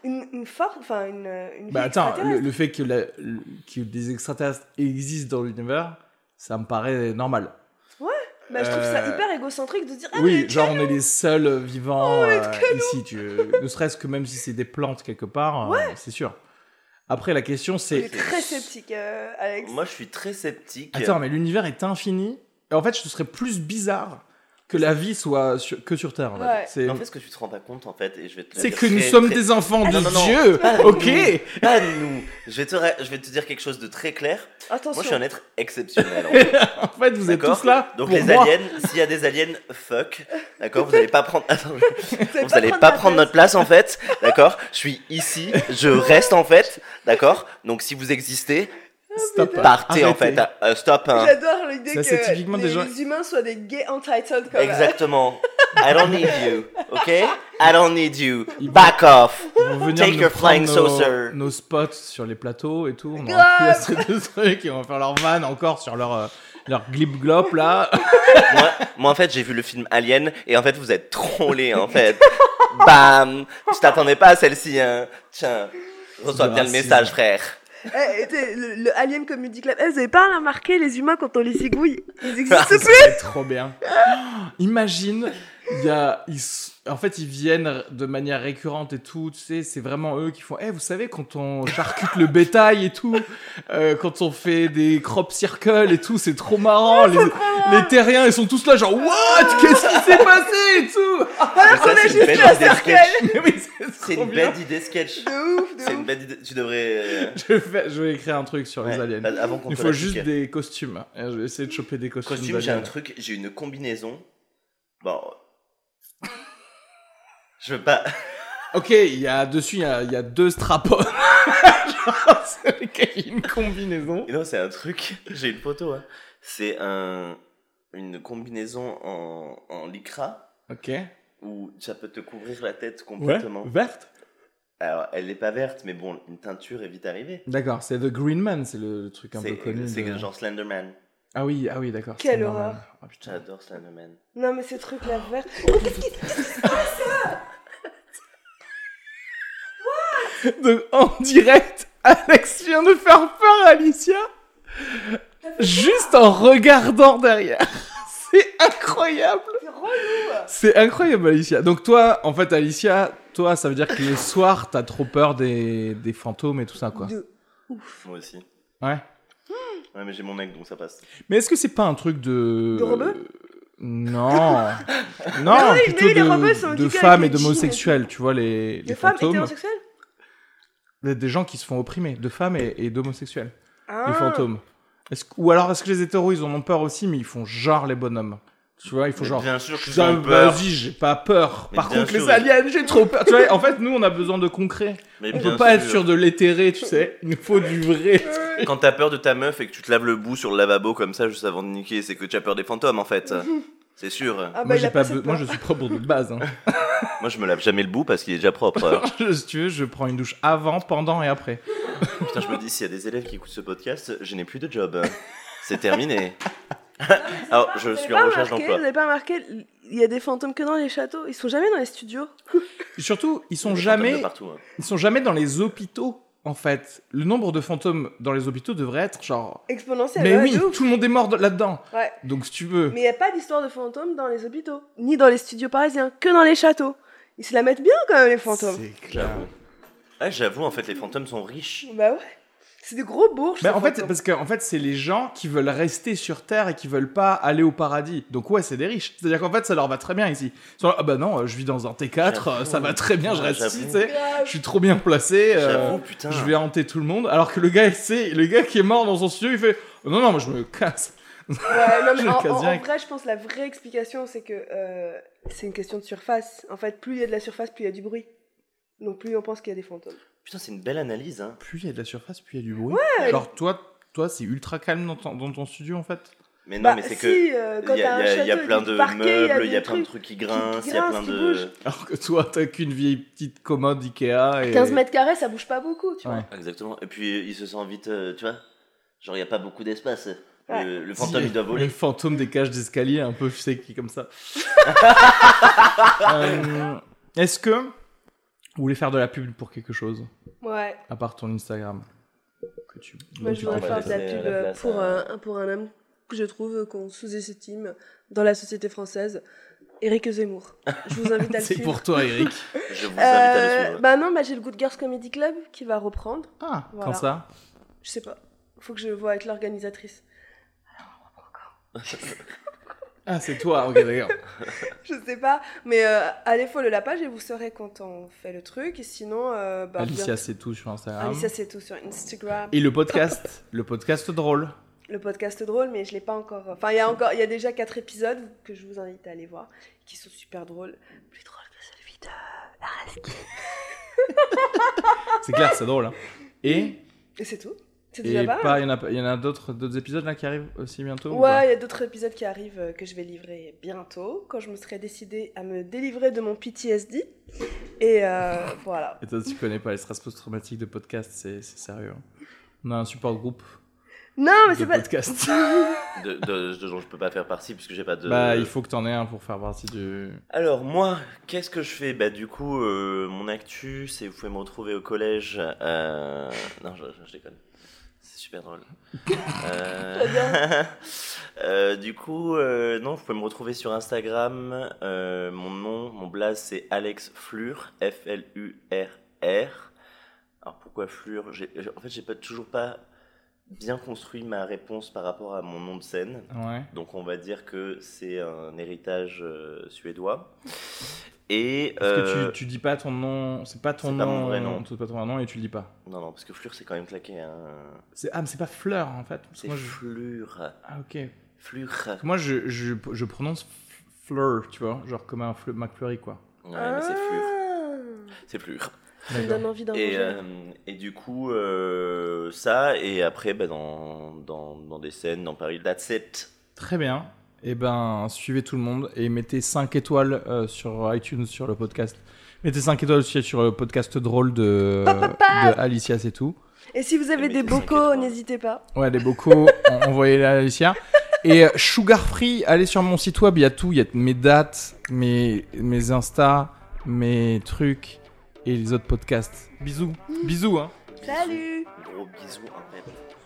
Une, une force, enfin, une. une
Bah,
vie
attends, le,
extraterrestre.
le fait que, la- le- que des extraterrestres existent dans l'univers, ça me paraît normal.
Bah, je trouve ça
euh,
hyper égocentrique de se dire. Ah,
oui,
mais Oh,
genre on est les seuls vivants euh, ici. Tu, ne serait-ce que même si c'est des plantes quelque part, euh, c'est sûr. Après, la question
Il est
c'est.
très sceptique, euh, Alex.
Moi je suis très sceptique.
Attends, mais l'univers est infini. Et en fait, ce serait plus bizarre que la vie soit sur- que sur Terre. en fait.
Ouais.
C'est,
En fait, ce que tu te rends pas compte, en fait, et je vais te le
c'est
dire
que nous
très,
sommes
très-
des enfants
Ah,
de
non, non, non.
Dieu.
Ah,
ok.
Pas nous. Je vais, te ra- je vais te dire quelque chose de très clair. Moi, je suis
Attention.
un être exceptionnel. en fait.
en fait, vous êtes
D'accord.
tous là.
Donc,
pour
les
moi.
aliens, s'il y a des aliens, fuck. D'accord Vous allez pas prendre. Attends,
Vous
vous allez pas prendre notre place, en fait.
Ah,
D'accord Je suis ici. Je reste, en fait. D'accord Donc, si vous existez,
Stop.
Partez en
Arrêtez.
fait. à- à- stop. hein.
J'adore l'idée
Ça,
que
c'est typiquement
les,
des gens-
les humains soient des gays entitled comme
Exactement. I don't need you. Ok? I don't need you. Back off.
Ils vont venir
Take
nous
your flying
prendre
saucer.
nos, nos spots sur les plateaux et tout. On
Grave.
aura plus assez de trucs. Ils vont faire leur van encore sur leur, euh, leur glip-glop là.
moi, moi, en fait, j'ai vu le film Alien et en fait, vous êtes trollés, hein, en fait. Bam! Je t'attendais pas à celle-ci, hein. Tiens. Reçois bien le
Racisme.
message, frère.
Eh, et t'es- le, le Alien Comedy Club. Eh, vous avez pas remarqué les humains quand on les zigouille Ils existent
Ah,
plus
C'est trop bien. Imagine, il y a, ils s- en fait, ils viennent de manière récurrente et tout. Tu sais, c'est vraiment eux qui font. Eh, vous savez, quand on charcute le bétail et tout, euh, quand on fait des crop circles et tout, c'est trop marrant. les, les terriens, ils sont tous là, genre What Qu'est-ce qui s'est passé et tout
Mais
Voilà
ça,
qu'on a
c'est une
Ah, juste
belle
la
idée de
cercueil
sketch.
Mais oui, c'est
C'est
trop
une
bien.
belle idée sketch.
De ouf, de
C'est une
ouf.
belle idée. Tu devrais. euh,
Je vais, je vais écrire un truc sur les
ouais,
aliens.
Avant qu'on
Il
te
faut
la
juste
pique.
des costumes. Hein, Je vais essayer de choper des costumes
Costume, j'ai un
d'aliens.
truc, j'ai une combinaison. Bon. Je veux pas.
Ok, il y a dessus, il y a, il y a deux strapons. Genre, c'est lequel il y a une combinaison.
Non, c'est un truc. J'ai une photo, hein. C'est un. Une combinaison en, en lycra
Ok.
où ça peut te couvrir la tête
Ouais.
complètement.
Verte.
Alors, elle n'est pas verte, mais bon, une teinture est vite arrivée.
D'accord, c'est The Green Man, c'est le, le truc un peu
C'est
connu.
c'est
de-
genre Slenderman.
Ah oui, ah oui, d'accord.
Quelle
c'est normal.
horreur.
Ah, putain.
J'adore Slenderman.
Non, mais ces trucs-là verts.
Donc, en direct, Alex vient de faire peur à Alicia. Juste en regardant derrière. C'est incroyable.
C'est relou hein?
C'est incroyable, Alicia. Donc, toi, en fait, Alicia, toi, ça veut dire que les soirs, t'as trop peur des, des fantômes et tout ça, quoi.
De-
Moi aussi.
Ouais.
Ouais, mais j'ai mon mec, donc ça passe.
Mais est-ce que c'est pas un truc de. euh,
De rebeu
Non. non,
Mais oui,
plutôt
mais oui, les
de,
rebeux sont
de
du coup
femmes et
avec les
d'homosexuels, tu vois, les, les
De femmes
fantômes.
hétérosexuelles
Des gens qui se font opprimer, de femmes et, et d'homosexuels,
ah.
les fantômes. Est-ce que- ou alors est-ce que les hétéros, ils en ont peur aussi, mais ils font genre les bonhommes Tu vois, ils font
Mais
genre.
Bien sûr que
Putain,
j'ai peur.
Vas-y, j'ai pas peur.
Mais
Par
bien
contre,
sûr,
les aliens, j'ai trop peur. tu vois, en fait, nous, on a besoin de concret.
Mais
On
bien
peut pas être
sûr.
sûr de l'éthéré, tu sais. Il nous faut du vrai.
Ah,
Quand t'as peur de ta meuf et que tu te laves le bout sur le lavabo comme ça juste avant de niquer, c'est que tu as peur des fantômes en fait. C'est sûr.
Ah bah,
moi,
il
j'ai
a
pas
cette
be- moi,
peur.
je suis propre de base. hein.
Moi je me lave jamais le bout parce qu'il est déjà propre.
Je- si tu veux, je prends une douche avant, pendant et après.
Putain, je me dis, s'il y a des élèves qui écoutent ce podcast, je n'ai plus de job. C'est terminé. Alors Ah, je
Vous avez
suis
pas
en recherche
remarqué-
d'emploi.
Vous avez pas remarqué, il y a des fantômes que dans les châteaux. Ils sont jamais dans les studios.
Et surtout, ils sont
Des fantômes
jamais,
de partout, hein.
ils sont jamais dans les hôpitaux. En fait, le nombre de fantômes dans les hôpitaux devrait être genre.
Exponentiel.
Mais
ouais,
oui,
de ouf.
tout le monde est mort de- là-dedans.
Ouais.
Donc si tu veux.
Mais il n'y a pas d'histoire de fantômes dans les hôpitaux, ni dans les studios parisiens, que dans les châteaux. Ils se la mettent bien quand même, les fantômes.
C'est clair.
J'avoue. Ah, j'avoue, en fait, les fantômes sont riches.
Bah ouais. C'est des gros bourges.
Mais
ces
en fait,
fantômes.
parce que en fait, c'est les gens qui veulent rester sur Terre et qui veulent pas aller au paradis. Donc ouais, c'est des riches. C'est-à-dire qu'en fait, ça leur va très bien ici. Ils sont là, ah bah non, euh, je vis dans un T4, euh, ça va très bien, je
Ouais,
reste ici,
j'avoue.
tu sais. Je
Grave.
suis trop bien placé. euh,
J'avoue, putain.
je vais hanter tout le monde. Alors que le gars, c'est le gars qui est mort dans son studio, il fait oh non non, moi je me casse.
Ouais, non, mais
Je le
en,
casse
en- en
direct.
vrai, je pense que la vraie explication, c'est que euh, c'est une question de surface. En fait, plus il y a de la surface, plus il y a du bruit. Donc plus on pense qu'il y a des fantômes.
Putain, c'est une belle analyse, hein.
Plus il y a de la surface, plus il y a du bruit. Genre toi, toi c'est ultra calme dans ton, dans ton studio en fait.
Mais non,
Bah,
mais c'est
si,
que.
euh,
Il
quand
y,
t'as
a-
un
il y a-
château,
il y a
il
plein
du
de
parquet,
meubles, il y
des
a plein de
trucs.
trucs qui grincent, il y a
grincent,
plein
qui
de.
bougent.
Alors que toi, t'as qu'une vieille petite commode Ikea et
15 mètres carrés, ça bouge pas beaucoup, tu
Ouais.
vois.
Exactement. Et puis, il se sent vite, euh, tu vois. Genre, il n'y a pas beaucoup d'espace.
Ouais.
Le, le fantôme, il doit
Le
voler.
fantôme des cages d'escalier un peu sais qui comme ça. Euh, Est-ce que vous voulez faire de la pub pour quelque chose
Ouais.
à part ton Instagram que tu
Moi,
dont
je
tu
voudrais
t'en
t'en
vas
faire de la
laisser
pub
la
euh,
place
pour,
à-
euh, un- pour un homme que je trouve euh, qu'on sous-estime dans la société française, Eric Zemmour. Je vous invite à le
C'est
suivre.
pour toi, Eric.
Je vous invite à le
Euh,
suivre.
bah non, bah j'ai le Good Girls Comedy Club qui va reprendre.
Ah,
Voilà.
quand ça
Je sais pas. Faut que je vois avec l'organisatrice.
Ah, c'est toi, ok, d'accord.
Je sais pas. Mais euh, allez, follow la page et vous saurez quand on fait le truc. Et sinon, euh, bah,
Alicia,
bien-
c'est tout sur Instagram.
Alicia, c'est tout sur Instagram.
Et le podcast, le podcast drôle.
le podcast drôle, mais je l'ai pas encore. euh, Enfin, il y a encore, il y a déjà quatre épisodes que je vous invite à aller voir, qui sont super drôles, plus drôles que celui de Araski.
C'est clair, c'est drôle. hein. Et
Et c'est tout. C'est déjà
Et
pas mal.
pas, il y en a, il y en a d'autres, d'autres épisodes là qui arrivent aussi bientôt. ou pas
Ouais, il y a d'autres épisodes qui arrivent euh, que je vais livrer bientôt, quand je me serai décidée à me délivrer de mon PTSD. Et euh, voilà.
Et toi, tu connais pas les stress post-traumatiques de podcast, c'est, c'est sérieux. hein. On a un support groupe
Non, mais
de
c'est pas. Euh.
podcast.
De, de, de- dont je peux pas faire partie puisque j'ai pas de.
Bah, il faut que t'en aies un pour faire partie du.
Alors moi, qu'est-ce que je fais Bah du coup, euh, mon actu, c'est vous pouvez me retrouver au collège. euh, Non, je, je- je déconne. C'est super drôle. Euh, euh, du coup, euh, non, vous pouvez me retrouver sur Instagram. euh, mon nom, mon blaze, c'est Alex Flur, F-L-U-R-R. Alors pourquoi Flur J'ai- En fait, j'ai pas toujours pas bien construit ma réponse par rapport à mon nom de scène.
Ouais.
Donc on va dire que c'est un héritage euh, suédois. Et
Parce
euh,
que tu, tu dis pas ton nom, c'est pas ton
c'est
nom,
pas mon vrai nom.
c'est pas ton vrai nom et tu le dis pas.
non non parce que Flure c'est quand même claqué. Hein.
C'est, ah, mais c'est pas fleur en fait. Parce que
C'est
moi, je...
Flure.
Ah, ok. Parce
Flure.
que moi, je, je, je prononce f- fleur, tu vois, genre comme un fleur, McFlurry quoi.
Ouais, mais c'est Flure.
Ah,
C'est Flure.
Ça me donne envie d'en
Et,
manger.
euh, et du coup euh, ça et après bah, dans, dans dans des scènes dans Paris. That's it.
Très bien. Eh ben, suivez tout le monde et mettez 5 étoiles euh, sur iTunes, sur le podcast. Mettez 5 étoiles aussi sur le podcast drôle de, de Alicia, c'est tout.
Et si vous avez
Mais
des
des
bocaux,
inquiétants.
n'hésitez pas.
Ouais, les bocaux, en- envoyez-les à Alicia. Et euh, Sugar Free, allez sur mon site web, il y a tout. Il y a mes dates, mes, mes Insta, mes trucs et les autres podcasts. Bisous. Bisous, hein.
Salut
Gros bisous en fait.